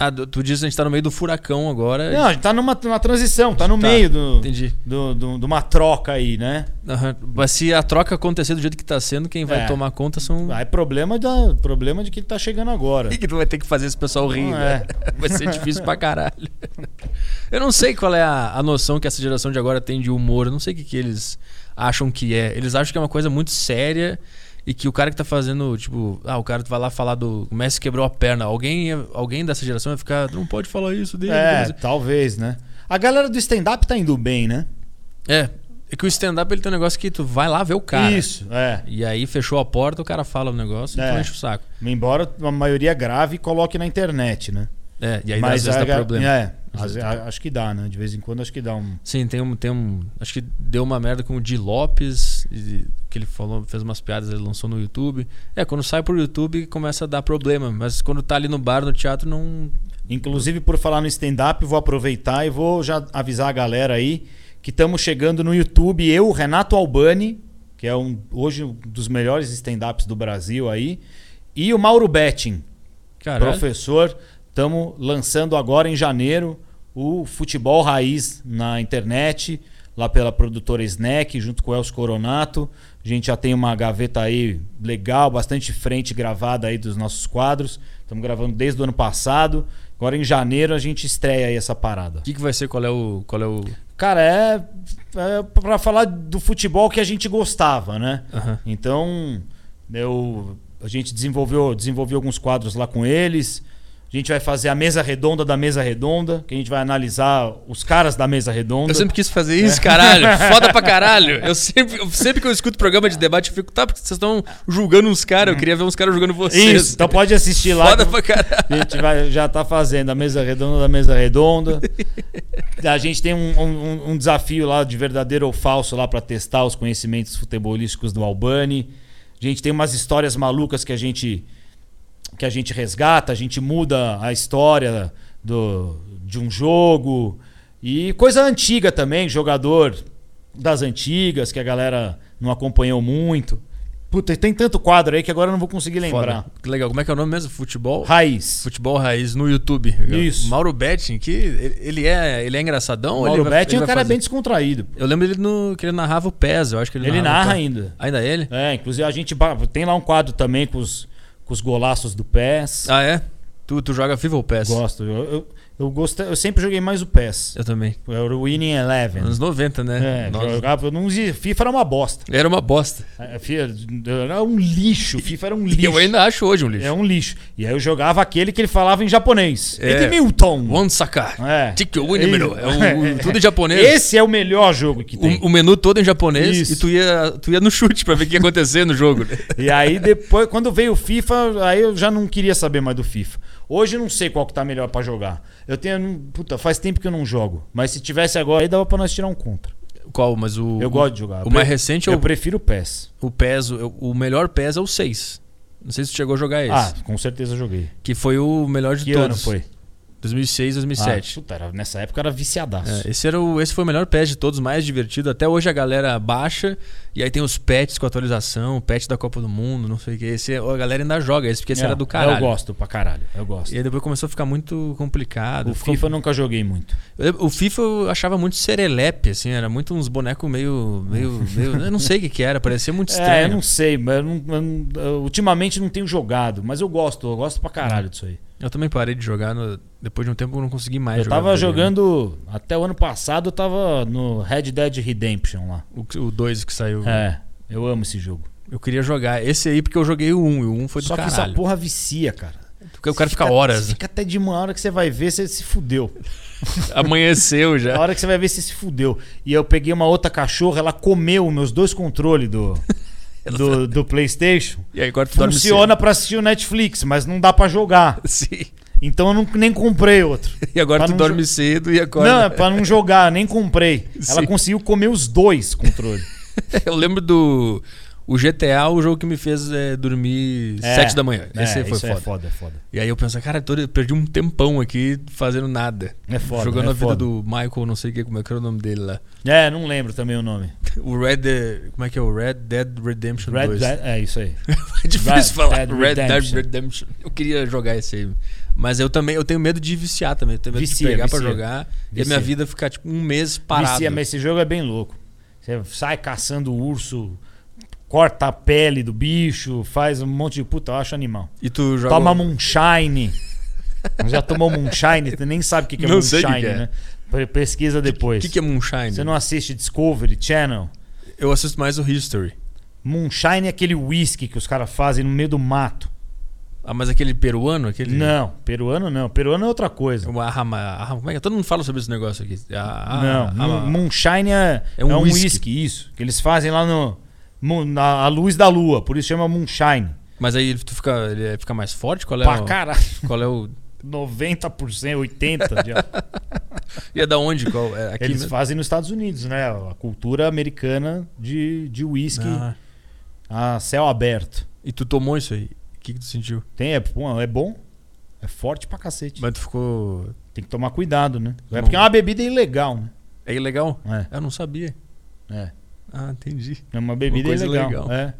Speaker 1: Ah, do- tu diz que a gente tá no meio do furacão agora.
Speaker 2: Não, a gente tá numa, numa transição, tá no
Speaker 1: Tá,
Speaker 2: meio do,
Speaker 1: entendi.
Speaker 2: do, do- de uma troca aí, né?
Speaker 1: Aham. Mas se a troca acontecer do jeito que tá sendo, quem vai
Speaker 2: É.
Speaker 1: tomar conta são.
Speaker 2: Aí problema, da, problema de que tá chegando agora.
Speaker 1: E que tu vai ter que fazer esse pessoal rir,
Speaker 2: Não é.
Speaker 1: né? [LAUGHS] Vai ser difícil pra caralho. Eu não sei qual é a, a noção que essa geração de agora tem de humor. Eu não sei o que, que eles acham que é. Eles acham que é uma coisa muito séria e que o cara que tá fazendo, tipo, ah, o cara vai lá falar do o Messi quebrou a perna. Alguém, ia- alguém dessa geração vai ficar, não pode falar isso dele. não
Speaker 2: É,
Speaker 1: pode
Speaker 2: talvez, né? A galera do stand-up tá indo bem, né?
Speaker 1: fazer-" é. É que o stand-up ele tem um negócio que tu vai lá ver o cara.
Speaker 2: Isso, é.
Speaker 1: E aí fechou a porta, o cara fala o negócio e
Speaker 2: É.
Speaker 1: tu enche o saco.
Speaker 2: Embora a maioria grave e coloque na internet, né?
Speaker 1: É, e aí às vezes
Speaker 2: a
Speaker 1: dá
Speaker 2: ga-
Speaker 1: problema.
Speaker 2: É,
Speaker 1: Às
Speaker 2: às-
Speaker 1: vezes
Speaker 2: a- acho que dá, né? De vez em quando acho que dá um.
Speaker 1: Sim, tem um, tem um. Acho que deu uma merda com o Di Lopes, e- que ele falou, fez umas piadas, ele lançou no YouTube. É, quando sai pro YouTube começa a dar problema, mas quando tá ali no bar, no teatro, não.
Speaker 2: Inclusive, por falar no stand-up, vou aproveitar e vou já avisar a galera aí que estamos chegando no YouTube. Eu, Renato Albani, que é um, hoje um dos melhores stand-ups do Brasil aí, e o Mauro Betting,
Speaker 1: Caralho.
Speaker 2: professor. Estamos lançando agora em janeiro o Futebol Raiz na internet, lá pela produtora Snack, junto com o Elcio Coronato. A gente já tem uma gaveta aí legal, bastante frente gravada aí dos nossos quadros. Estamos gravando desde o ano passado. Agora em janeiro a gente estreia aí essa parada.
Speaker 1: O que, que vai ser? Qual é o. Qual é o.
Speaker 2: Cara, é, é para falar do futebol que a gente gostava, né?
Speaker 1: Aham.
Speaker 2: Então, eu, a gente desenvolveu, desenvolveu alguns quadros lá com eles. A gente vai fazer a mesa redonda da mesa redonda, que a gente vai analisar os caras da mesa redonda.
Speaker 1: Eu sempre quis fazer isso, [LAUGHS] caralho. Foda pra caralho. Eu sempre, eu- sempre que eu escuto programa de debate, eu fico, tá, porque vocês estão julgando uns caras, eu queria ver uns caras julgando vocês.
Speaker 2: Isso, então pode assistir lá.
Speaker 1: Foda
Speaker 2: que-
Speaker 1: pra caralho.
Speaker 2: A gente vai, já tá fazendo a mesa redonda da mesa redonda. A gente tem um, um- um desafio lá de verdadeiro ou falso lá para testar os conhecimentos futebolísticos do Albani. A gente tem umas histórias malucas que a gente que a gente resgata, a gente muda a história do, de um jogo e coisa antiga também, jogador das antigas que a galera não acompanhou muito. Puta, tem tanto quadro aí que agora eu não vou conseguir lembrar.
Speaker 1: Foda. Que legal. Como é que é o nome mesmo? Futebol?
Speaker 2: Raiz.
Speaker 1: Futebol Raiz no YouTube.
Speaker 2: Isso.
Speaker 1: Mauro Betting, que ele ele é, ele é engraçadão.
Speaker 2: Mauro
Speaker 1: ele vai-
Speaker 2: Betting é
Speaker 1: ele vai
Speaker 2: um cara
Speaker 1: fazer-
Speaker 2: bem descontraído. pô.
Speaker 1: Eu lembro dele no, que ele narrava o PES, eu acho que ele
Speaker 2: Ele
Speaker 1: narrava o
Speaker 2: narra
Speaker 1: PES.
Speaker 2: ainda.
Speaker 1: Ainda é ele?
Speaker 2: É, inclusive a gente ba- tem lá um quadro também com os, com os golaços do PES.
Speaker 1: Ah, é? Tu, tu joga FIFA ou PES?
Speaker 2: Gosto. Eu, eu, eu gosto- eu sempre joguei mais o PES.
Speaker 1: Eu também.
Speaker 2: Era o Winning Eleven.
Speaker 1: Anos 90, né?
Speaker 2: É,
Speaker 1: Nossa.
Speaker 2: jogava, eu não usei, FIFA era uma bosta.
Speaker 1: Era uma bosta.
Speaker 2: É, FIFA Era um lixo. FIFA era um [LAUGHS]
Speaker 1: [LAUGHS]
Speaker 2: lixo.
Speaker 1: E eu ainda acho hoje um lixo.
Speaker 2: É um lixo. E aí eu jogava aquele que ele falava em japonês.
Speaker 1: É.
Speaker 2: Edmilton.
Speaker 1: One Saka.
Speaker 2: um É.
Speaker 1: Tiki Winimero. É
Speaker 2: [LAUGHS]
Speaker 1: o- o- tudo em japonês.
Speaker 2: Esse é o melhor jogo que tem.
Speaker 1: O, o menu todo em japonês
Speaker 2: Isso.
Speaker 1: e tu ia, tu ia no chute pra ver o que ia acontecer no
Speaker 2: [LAUGHS]
Speaker 1: jogo. né?
Speaker 2: E aí depois, quando veio o FIFA, aí eu já não queria saber mais do FIFA. Hoje eu não sei qual que tá melhor pra jogar. Eu tenho, puta, faz tempo que eu não jogo, mas se tivesse agora, aí dava pra nós tirar um contra.
Speaker 1: Qual? Mas o.
Speaker 2: Eu gosto de jogar.
Speaker 1: O mais recente é
Speaker 2: eu
Speaker 1: o,
Speaker 2: prefiro o PES.
Speaker 1: o PES. o- O melhor PES é o 6. Não sei se tu chegou a jogar esse.
Speaker 2: Ah, com certeza eu joguei.
Speaker 1: Que foi o melhor de
Speaker 2: Que
Speaker 1: todos.
Speaker 2: ano foi?
Speaker 1: 2006,
Speaker 2: Ah,
Speaker 1: 2007.
Speaker 2: puta, era- nessa época era viciadaço.
Speaker 1: É, esse, era o, esse foi o melhor patch de todos, mais divertido. Até hoje a galera baixa e aí tem os patches com atualização, patch da Copa do Mundo, não sei o que. Esse, a galera ainda joga esse, porque esse
Speaker 2: É,
Speaker 1: era do caralho.
Speaker 2: Eu gosto pra caralho. Eu gosto.
Speaker 1: E aí depois começou a ficar muito complicado.
Speaker 2: O
Speaker 1: ficou-
Speaker 2: FIFA eu nunca joguei muito.
Speaker 1: Eu lembro- O FIFA eu achava muito serelepe, assim, era muito uns bonecos meio.
Speaker 2: [LAUGHS]
Speaker 1: meio, meio eu não sei o que, que era, parecia muito
Speaker 2: É, eu
Speaker 1: estranho.
Speaker 2: não sei, mas eu não- eu não- eu ultimamente não tenho jogado, mas eu gosto, eu gosto pra caralho disso aí.
Speaker 1: Eu também parei de jogar, no- depois de um tempo eu não consegui mais
Speaker 2: Eu
Speaker 1: jogar. tá
Speaker 2: tava
Speaker 1: videogame.
Speaker 2: jogando. Até o ano passado eu tava no Red Dead Redemption lá.
Speaker 1: O 2 que saiu.
Speaker 2: É, eu amo esse jogo.
Speaker 1: Eu queria jogar esse aí porque eu joguei o 1 um, e o 1 um foi do
Speaker 2: Só que essa
Speaker 1: caralho.
Speaker 2: porra vicia, cara.
Speaker 1: Porque o cara fica
Speaker 2: [LAUGHS]
Speaker 1: horas. né?
Speaker 2: Fica até de uma hora que você vai ver, você se fudeu.
Speaker 1: Amanheceu
Speaker 2: A
Speaker 1: já.
Speaker 2: hora que você vai ver, você se fudeu. E eu peguei uma outra cachorra, ela comeu os meus dois controles
Speaker 1: [LAUGHS]
Speaker 2: do, do, do PlayStation.
Speaker 1: E aí agora tu tá- dorme
Speaker 2: Funciona pra assistir o Netflix, mas não dá pra jogar.
Speaker 1: cedo. [LAUGHS] Sim.
Speaker 2: Então eu não- nem comprei outro.
Speaker 1: E agora
Speaker 2: Pra
Speaker 1: tu
Speaker 2: não
Speaker 1: dorme cedo e
Speaker 2: Não, é
Speaker 1: acorda.
Speaker 2: pra não jogar, nem comprei. Ela
Speaker 1: Sim.
Speaker 2: conseguiu comer os dois controles.
Speaker 1: [LAUGHS] Eu lembro do. O GTA, o jogo que me fez é, dormir
Speaker 2: É,
Speaker 1: 7 da manhã.
Speaker 2: É,
Speaker 1: Esse foi
Speaker 2: isso
Speaker 1: foda.
Speaker 2: É foda, é foda.
Speaker 1: E aí eu penso, cara, todo- eu perdi um tempão aqui fazendo nada.
Speaker 2: É foda.
Speaker 1: Jogando
Speaker 2: é
Speaker 1: a vida
Speaker 2: foda.
Speaker 1: do Michael, não sei o que, como é que era o nome dele lá.
Speaker 2: É, não lembro também o nome.
Speaker 1: O Red. Dead- Como é que é o Red Dead Redemption
Speaker 2: Red
Speaker 1: 2?
Speaker 2: Dead, é isso aí.
Speaker 1: [LAUGHS] é difícil
Speaker 2: Red
Speaker 1: falar.
Speaker 2: Dead
Speaker 1: Red Dead
Speaker 2: Redemption.
Speaker 1: Redemption. Eu queria jogar esse aí. Mas eu também eu tenho medo de viciar também. Eu tenho medo
Speaker 2: Vicia,
Speaker 1: de pegar pra
Speaker 2: vicia.
Speaker 1: jogar e a
Speaker 2: Vicia.
Speaker 1: minha vida ficar tipo um mês parado.
Speaker 2: Vicia, mas esse jogo é bem louco. Você sai caçando urso, corta a pele do bicho, faz um monte de puta, eu acho animal.
Speaker 1: E tu joga.
Speaker 2: Toma moonshine. Já tomou moonshine? Tu nem sabe o que, que é
Speaker 1: Não sei o
Speaker 2: moonshine,
Speaker 1: que que é.
Speaker 2: né? Pre- Pesquisa
Speaker 1: O
Speaker 2: depois.
Speaker 1: que, que é Moonshine?
Speaker 2: Você não assiste Discovery Channel?
Speaker 1: Eu assisto mais o History.
Speaker 2: Moonshine é aquele whisky que os caras fazem no meio do mato.
Speaker 1: Ah, mas aquele peruano, aquele.
Speaker 2: Não, peruano não. Peruano é outra coisa.
Speaker 1: O Ahama, Ahama- como é que é? Todo mundo fala sobre esse negócio aqui. Ah,
Speaker 2: Não,
Speaker 1: ah,
Speaker 2: Moon-
Speaker 1: ah,
Speaker 2: Moonshine é,
Speaker 1: É
Speaker 2: é
Speaker 1: um
Speaker 2: um,
Speaker 1: whisky.
Speaker 2: whisky. isso. Que eles fazem lá no, mu- na a luz da lua, por isso chama Moonshine.
Speaker 1: Mas aí tu fica, ele fica mais forte? Qual é,
Speaker 2: pra
Speaker 1: o,
Speaker 2: caralho,
Speaker 1: [LAUGHS]
Speaker 2: [LAUGHS]
Speaker 1: qual é o.
Speaker 2: 90%, 80%.
Speaker 1: [LAUGHS]
Speaker 2: de álcool.
Speaker 1: E é da onde? Qual, é aqui
Speaker 2: eles
Speaker 1: mesmo?
Speaker 2: fazem nos Estados Unidos, né? A cultura americana de, de whisky
Speaker 1: Ah,
Speaker 2: a céu aberto.
Speaker 1: e tu tomou isso aí? O que, que tu sentiu?
Speaker 2: Tem, é, pô, é bom, é forte pra cacete.
Speaker 1: Mas tu ficou.
Speaker 2: Tem que tomar cuidado, né? É
Speaker 1: Não.
Speaker 2: porque é uma bebida ilegal, né?
Speaker 1: É ilegal?
Speaker 2: É,
Speaker 1: Eu não sabia.
Speaker 2: é.
Speaker 1: Ah, entendi.
Speaker 2: É uma bebida
Speaker 1: coisa
Speaker 2: ilegal.
Speaker 1: ilegal.
Speaker 2: É.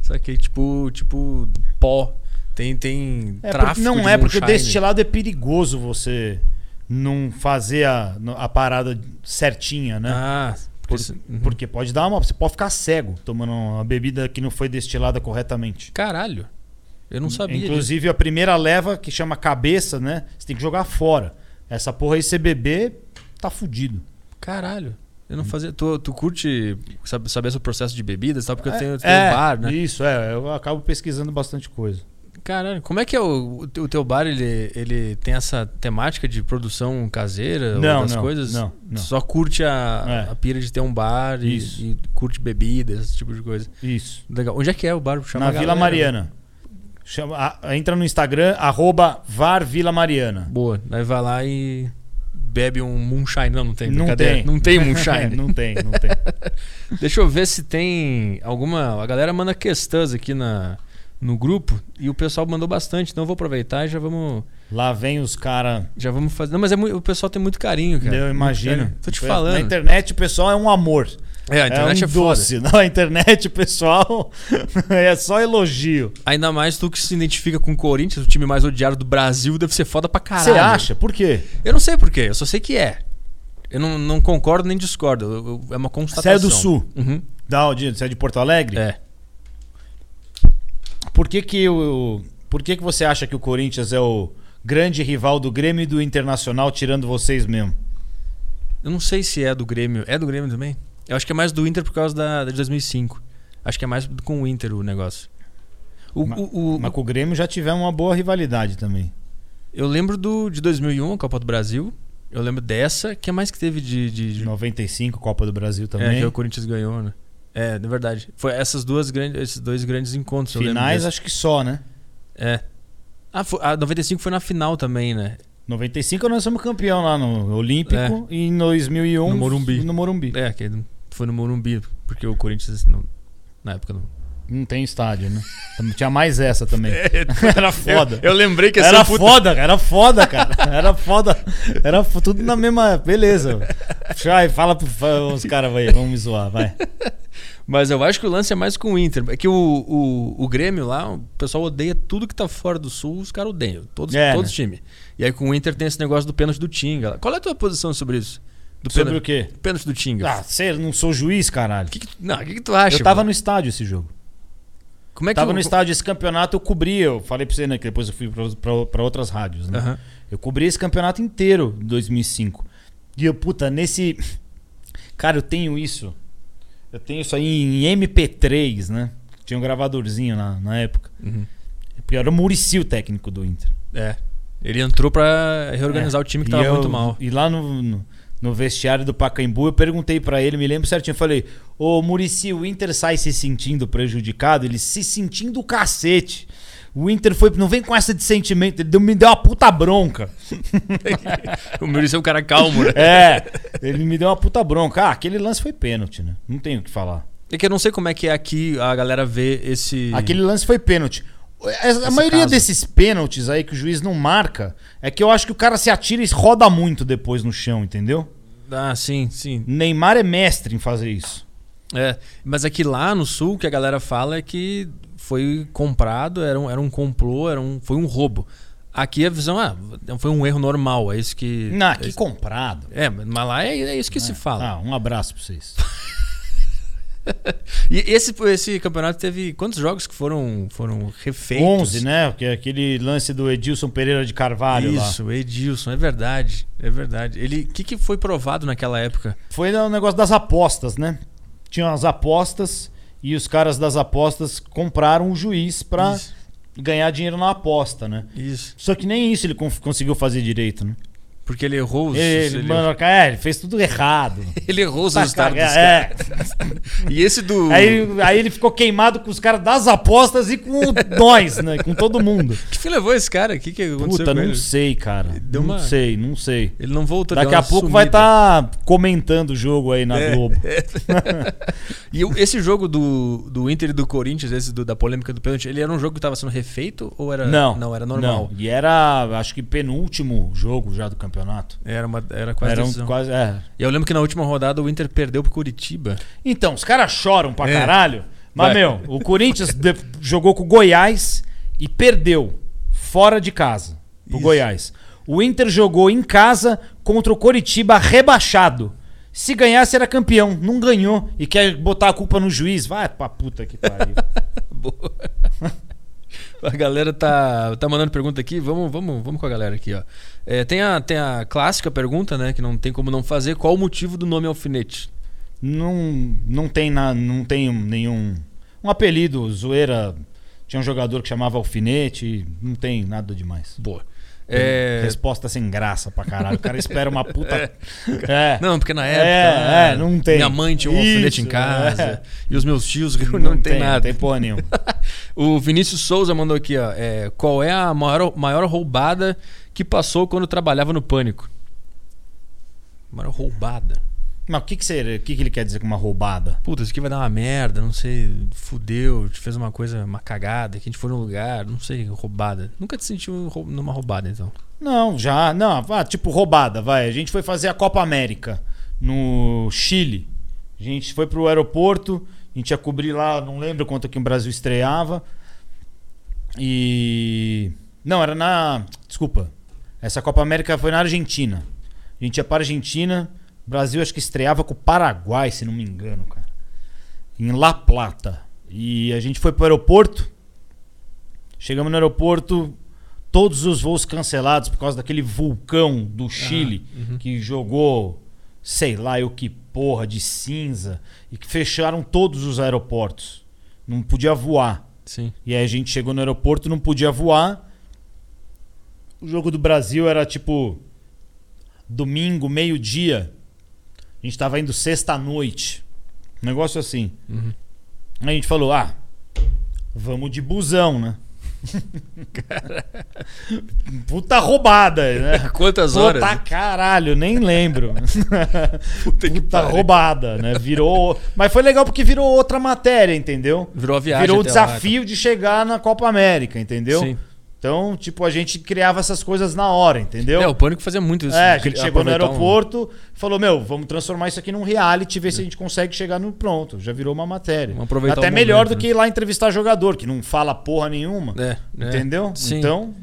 Speaker 1: Saquei, tipo, tipo pó. Tem, tem
Speaker 2: É, porque
Speaker 1: tráfico.
Speaker 2: não
Speaker 1: de
Speaker 2: é, porque o
Speaker 1: moonshine.
Speaker 2: destilado é perigoso você não fazer a, no- a parada certinha, né?
Speaker 1: Ah, porque,
Speaker 2: Por-
Speaker 1: se- uhum.
Speaker 2: Porque pode dar uma. Você pode ficar cego tomando uma bebida que não foi destilada corretamente.
Speaker 1: Caralho. Eu não sabia. disso.
Speaker 2: Inclusive, a primeira leva, que chama cabeça, né? Você tem que jogar fora. Essa porra aí, você beber, tá fudido.
Speaker 1: Caralho. Eu não fazia. Tu, tu curte sab- saber sobre o processo de bebidas, e tal? Porque eu tenho,
Speaker 2: é,
Speaker 1: tenho bar, né?
Speaker 2: Isso, é. Eu acabo pesquisando bastante coisa.
Speaker 1: Caralho, como é que é o, o te- o teu bar? Ele, ele tem essa temática de produção caseira ou
Speaker 2: Não,
Speaker 1: das
Speaker 2: não,
Speaker 1: coisas?
Speaker 2: não, não.
Speaker 1: Só curte a,
Speaker 2: É.
Speaker 1: a pira de ter um bar e,
Speaker 2: Isso.
Speaker 1: e curte bebidas, esse tipo de coisa.
Speaker 2: Isso.
Speaker 1: Legal. Onde é que é o bar? Chama
Speaker 2: Na
Speaker 1: a galera.
Speaker 2: Vila
Speaker 1: né?
Speaker 2: Mariana. Chama- a- entra no Instagram, arroba VarVilaMariana.
Speaker 1: Boa. Daí vai lá e bebe um moonshine. Não, não tem.
Speaker 2: Não
Speaker 1: brincadeira.
Speaker 2: tem.
Speaker 1: Não
Speaker 2: [LAUGHS]
Speaker 1: tem moonshine.
Speaker 2: não tem, não tem.
Speaker 1: Deixa eu ver se tem alguma... A galera manda questões aqui na, no grupo e o pessoal mandou bastante. Então eu vou aproveitar e já vamos...
Speaker 2: Lá vem os caras.
Speaker 1: Já vamos fazer. Não, mas é mui- o pessoal tem muito carinho, cara.
Speaker 2: Eu
Speaker 1: Muito
Speaker 2: imagino.
Speaker 1: carinho. Tô te
Speaker 2: Na
Speaker 1: falando.
Speaker 2: internet o pessoal é um amor.
Speaker 1: É, a internet é,
Speaker 2: um
Speaker 1: foda.
Speaker 2: doce. [LAUGHS] Não, a internet, pessoal, [LAUGHS] é só elogio.
Speaker 1: Ainda mais tu que se identifica com o Corinthians, o time mais odiado do Brasil, deve ser foda pra caralho.
Speaker 2: Você acha? Por quê?
Speaker 1: Eu não sei porquê, eu só sei que é. Eu não, não concordo nem discordo. eu- eu- é uma constatação.
Speaker 2: Você é do Sul.
Speaker 1: Uhum.
Speaker 2: Não, de- você é de Porto Alegre?
Speaker 1: É.
Speaker 2: Por que que o por que que você acha que o Corinthians é o grande rival do Grêmio e do Internacional tirando vocês mesmo?
Speaker 1: Eu não sei se é do Grêmio. É do Grêmio também? Eu acho que é mais do Inter por causa da, da de 2005. Acho que é mais com o Inter o negócio. O,
Speaker 2: Ma-
Speaker 1: o- o-
Speaker 2: Mas com o Grêmio já tivemos uma boa rivalidade também.
Speaker 1: eu lembro do, de 2001, a Copa do Brasil. Eu lembro dessa. que é mais que teve de. de,
Speaker 2: De
Speaker 1: de
Speaker 2: 95, Copa do Brasil
Speaker 1: Hum. é,
Speaker 2: também.
Speaker 1: que o Corinthians ganhou, né? É, de verdade. Foi essas duas grandes, esses dois grandes encontros. eu lembro
Speaker 2: Finais
Speaker 1: desse.
Speaker 2: acho que só, né?
Speaker 1: É. Ah, foi, a 95 foi na final também, né?
Speaker 2: 95 nós somos campeão lá no Olímpico e em 2001
Speaker 1: É. No Morumbi.
Speaker 2: No Morumbi.
Speaker 1: É, que foi no Morumbi, porque o Corinthians não- na época
Speaker 2: [LAUGHS]
Speaker 1: não.
Speaker 2: Não tem estádio, né? Também Tinha mais essa também. [LAUGHS] Era É, foda.
Speaker 1: É. [LAUGHS] Eu, lembrei que
Speaker 2: Era foda, cara. Era foda, cara. Era foda. Era fo- tudo na mesma. Beleza. Vai, fala pro- fala- os caras, vai. Vamos me zoar, vai.
Speaker 1: Mas eu acho que o lance é mais com o Inter. É que o, o, o Grêmio lá, o pessoal odeia tudo que tá fora do Sul, os caras odeiam. Todos,
Speaker 2: É,
Speaker 1: todos
Speaker 2: né?
Speaker 1: os times. E aí com o Inter tem esse negócio do pênalti do Tinga. lá. Qual é a tua posição sobre isso? Do
Speaker 2: Sobre o
Speaker 1: pênalti,
Speaker 2: quê?
Speaker 1: pênalti do Tinga.
Speaker 2: Ah, você não sou juiz, caralho.
Speaker 1: Que que tu- não, o que, que tu acha?
Speaker 2: Eu tava
Speaker 1: mano?
Speaker 2: no estádio esse jogo.
Speaker 1: Como é que
Speaker 2: tava
Speaker 1: o-
Speaker 2: no estádio esse campeonato, eu cobri. Eu falei pra você, né? Que depois eu fui pra- pra pra outras rádios, né?
Speaker 1: Aham.
Speaker 2: Eu cobri esse campeonato inteiro em 2005. E eu, puta, nesse. Cara, eu tenho isso. Eu tenho isso aí em MP3, né? Tinha um gravadorzinho na, na época.
Speaker 1: Uhum.
Speaker 2: Porque era o Murici o técnico do Inter.
Speaker 1: É. Ele entrou pra reorganizar
Speaker 2: É.
Speaker 1: o time que
Speaker 2: E
Speaker 1: tava
Speaker 2: eu-
Speaker 1: muito
Speaker 2: [LAUGHS]
Speaker 1: mal.
Speaker 2: E lá no, no, no vestiário do Pacaembu, eu perguntei pra ele, me lembro certinho, eu falei: Ô Murici, o Inter sai se sentindo prejudicado? Ele se sentindo o cacete. O Inter foi. Não vem com essa de sentimento. Ele deu- me deu uma puta bronca.
Speaker 1: o Muricy é um cara calmo, né?
Speaker 2: É, ele me deu uma puta bronca. Ah, aquele lance foi pênalti, né? Não tenho o que falar.
Speaker 1: É que eu não sei como é que é aqui a galera vê esse.
Speaker 2: Aquele lance foi pênalti. É, A- A, maioria
Speaker 1: caso.
Speaker 2: desses pênaltis aí que o juiz não marca é que eu acho que o cara se atira e roda muito depois no chão, entendeu?
Speaker 1: Ah, sim, sim.
Speaker 2: Neymar é mestre em fazer isso.
Speaker 1: É. Mas aqui lá no sul, o que a galera fala é que foi comprado, era um, era um complô, era um, foi um roubo. Aqui a visão, ah, foi um erro normal, é isso que.
Speaker 2: Ah, que comprado.
Speaker 1: É, mas lá é, é isso que se fala.
Speaker 2: Ah, um abraço pra vocês.
Speaker 1: E esse, esse campeonato teve quantos jogos que foram, foram refeitos?
Speaker 2: 11, né? Porque aquele lance do Edilson Pereira de Carvalho lá.
Speaker 1: Isso, Edilson, é verdade. É verdade. Ele, o que, que foi provado naquela época?
Speaker 2: Foi o negócio das apostas, né? Tinham as apostas e os caras das apostas compraram o juiz pra
Speaker 1: Isso.
Speaker 2: ganhar dinheiro na aposta, né?
Speaker 1: Isso.
Speaker 2: Só que nem isso ele con- conseguiu fazer direito, né?
Speaker 1: Porque ele errou os.
Speaker 2: Ele, mano, é, ele fez tudo errado.
Speaker 1: [LAUGHS] ele errou [LAUGHS] os
Speaker 2: Tá
Speaker 1: resultados. dos
Speaker 2: cagado,
Speaker 1: caras.
Speaker 2: é.
Speaker 1: E esse do.
Speaker 2: Aí, aí ele ficou queimado com os caras das apostas e com
Speaker 1: [LAUGHS]
Speaker 2: nós, né? Com todo mundo.
Speaker 1: Que que levou esse cara? O que, que aconteceu
Speaker 2: Puta,
Speaker 1: com
Speaker 2: não
Speaker 1: ele?
Speaker 2: sei, cara.
Speaker 1: Deu
Speaker 2: não
Speaker 1: uma-
Speaker 2: sei, não sei.
Speaker 1: Ele não voltou. deu
Speaker 2: Daqui
Speaker 1: uma
Speaker 2: a pouco
Speaker 1: sumida.
Speaker 2: vai tá- estar comentando o jogo aí na
Speaker 1: É.
Speaker 2: Globo.
Speaker 1: E o- esse jogo do, do Inter e do Corinthians, esse do- da polêmica do pênalti, ele era um jogo que estava sendo refeito ou era.
Speaker 2: Não.
Speaker 1: É, Não, era normal.
Speaker 2: não. E era, acho que, penúltimo jogo já do campeonato.
Speaker 1: Era, uma, era quase
Speaker 2: era um
Speaker 1: decisão.
Speaker 2: quase. é.
Speaker 1: E eu lembro que na última rodada o Inter perdeu pro
Speaker 2: [LAUGHS]
Speaker 1: Curitiba.
Speaker 2: Então, os caras choram pra
Speaker 1: É.
Speaker 2: caralho. Mas,
Speaker 1: Vai.
Speaker 2: meu, o Corinthians de- jogou com o Goiás e perdeu. Fora de casa. Pro
Speaker 1: Isso.
Speaker 2: Goiás. O Inter jogou em casa contra o Coritiba rebaixado. Se ganhasse, era campeão. Não ganhou. E quer botar a culpa no juiz. Vai pra puta que pariu.
Speaker 1: Boa. [LAUGHS] A galera tá, tá mandando pergunta aqui. Vamos, vamos, vamos com a galera aqui, ó. É, tem, a, tem a clássica pergunta, né? Que não tem como não fazer. Qual o motivo do nome alfinete?
Speaker 2: não, não tem na, não tem nenhum um apelido zoeira tinha um jogador que chamava alfinete não tem nada demais
Speaker 1: Boa. É,
Speaker 2: resposta sem graça pra caralho o cara espera
Speaker 1: [LAUGHS]
Speaker 2: uma puta é.
Speaker 1: Não, porque na época.
Speaker 2: É,
Speaker 1: né,
Speaker 2: é, não tem.
Speaker 1: Minha mãe tinha um
Speaker 2: Isso,
Speaker 1: alfinete em casa.
Speaker 2: é.
Speaker 1: E os meus tios não, não tem, nada.
Speaker 2: [LAUGHS] não tem porra nenhuma
Speaker 1: O Vinícius Souza mandou aqui, ó. é, qual é a maior, maior roubada que passou quando trabalhava no pânico? Maior roubada.
Speaker 2: mas o que que, você, o que que ele quer dizer com uma roubada
Speaker 1: Puta, isso aqui vai dar uma merda, não sei, fudeu, te fez uma coisa, uma cagada, que a gente foi num lugar, não sei, roubada. Nunca te sentiu rou- numa roubada, então.
Speaker 2: não já não ah, tipo roubada vai a gente foi fazer a Copa América no Chile A gente foi pro aeroporto, a gente ia cobrir lá, não lembro quanto que o Brasil estreava. E. Não, era na. Desculpa. Essa Copa América foi na Argentina. A gente ia pra Argentina. O Brasil acho que estreava com o Paraguai, se não me engano, cara. Em La Plata. E a gente foi pro aeroporto. Chegamos no aeroporto, todos os voos cancelados por causa daquele vulcão do Chile que jogou, sei lá, eu que porra de cinza e que fecharam todos os aeroportos. Não podia voar.
Speaker 1: Sim.
Speaker 2: E aí a gente chegou no aeroporto, não podia voar. O jogo do Brasil era tipo domingo, meio-dia. A gente tava indo sexta à noite. Um negócio assim.
Speaker 1: Uhum.
Speaker 2: Aí a gente falou: "Ah, vamos de
Speaker 1: [LAUGHS]
Speaker 2: busão, né?" Puta roubada, né?
Speaker 1: [LAUGHS] Quantas horas?
Speaker 2: Puta caralho,
Speaker 1: [LAUGHS]
Speaker 2: nem lembro.
Speaker 1: Puta que
Speaker 2: Puta
Speaker 1: pariu.
Speaker 2: roubada, né? Virou. Mas foi legal porque virou outra matéria, entendeu?
Speaker 1: Virou a viagem.
Speaker 2: Virou o
Speaker 1: até lá, tá.
Speaker 2: desafio de chegar na Copa América, entendeu?
Speaker 1: é Sim.
Speaker 2: Então, tipo, a gente criava essas coisas na hora, entendeu?
Speaker 1: É, o Pânico fazia muito isso.
Speaker 2: É, a
Speaker 1: de
Speaker 2: gente chegou no
Speaker 1: aproveitar um-
Speaker 2: aeroporto e falou, meu, vamos transformar isso aqui num reality, ver se a gente consegue chegar no pronto. Já virou uma matéria.
Speaker 1: Vamos aproveitar
Speaker 2: Até
Speaker 1: o
Speaker 2: melhor
Speaker 1: momento,
Speaker 2: do
Speaker 1: né?
Speaker 2: que ir lá entrevistar jogador, que não fala porra nenhuma.
Speaker 1: É, é.
Speaker 2: Entendeu?
Speaker 1: Sim.
Speaker 2: Então,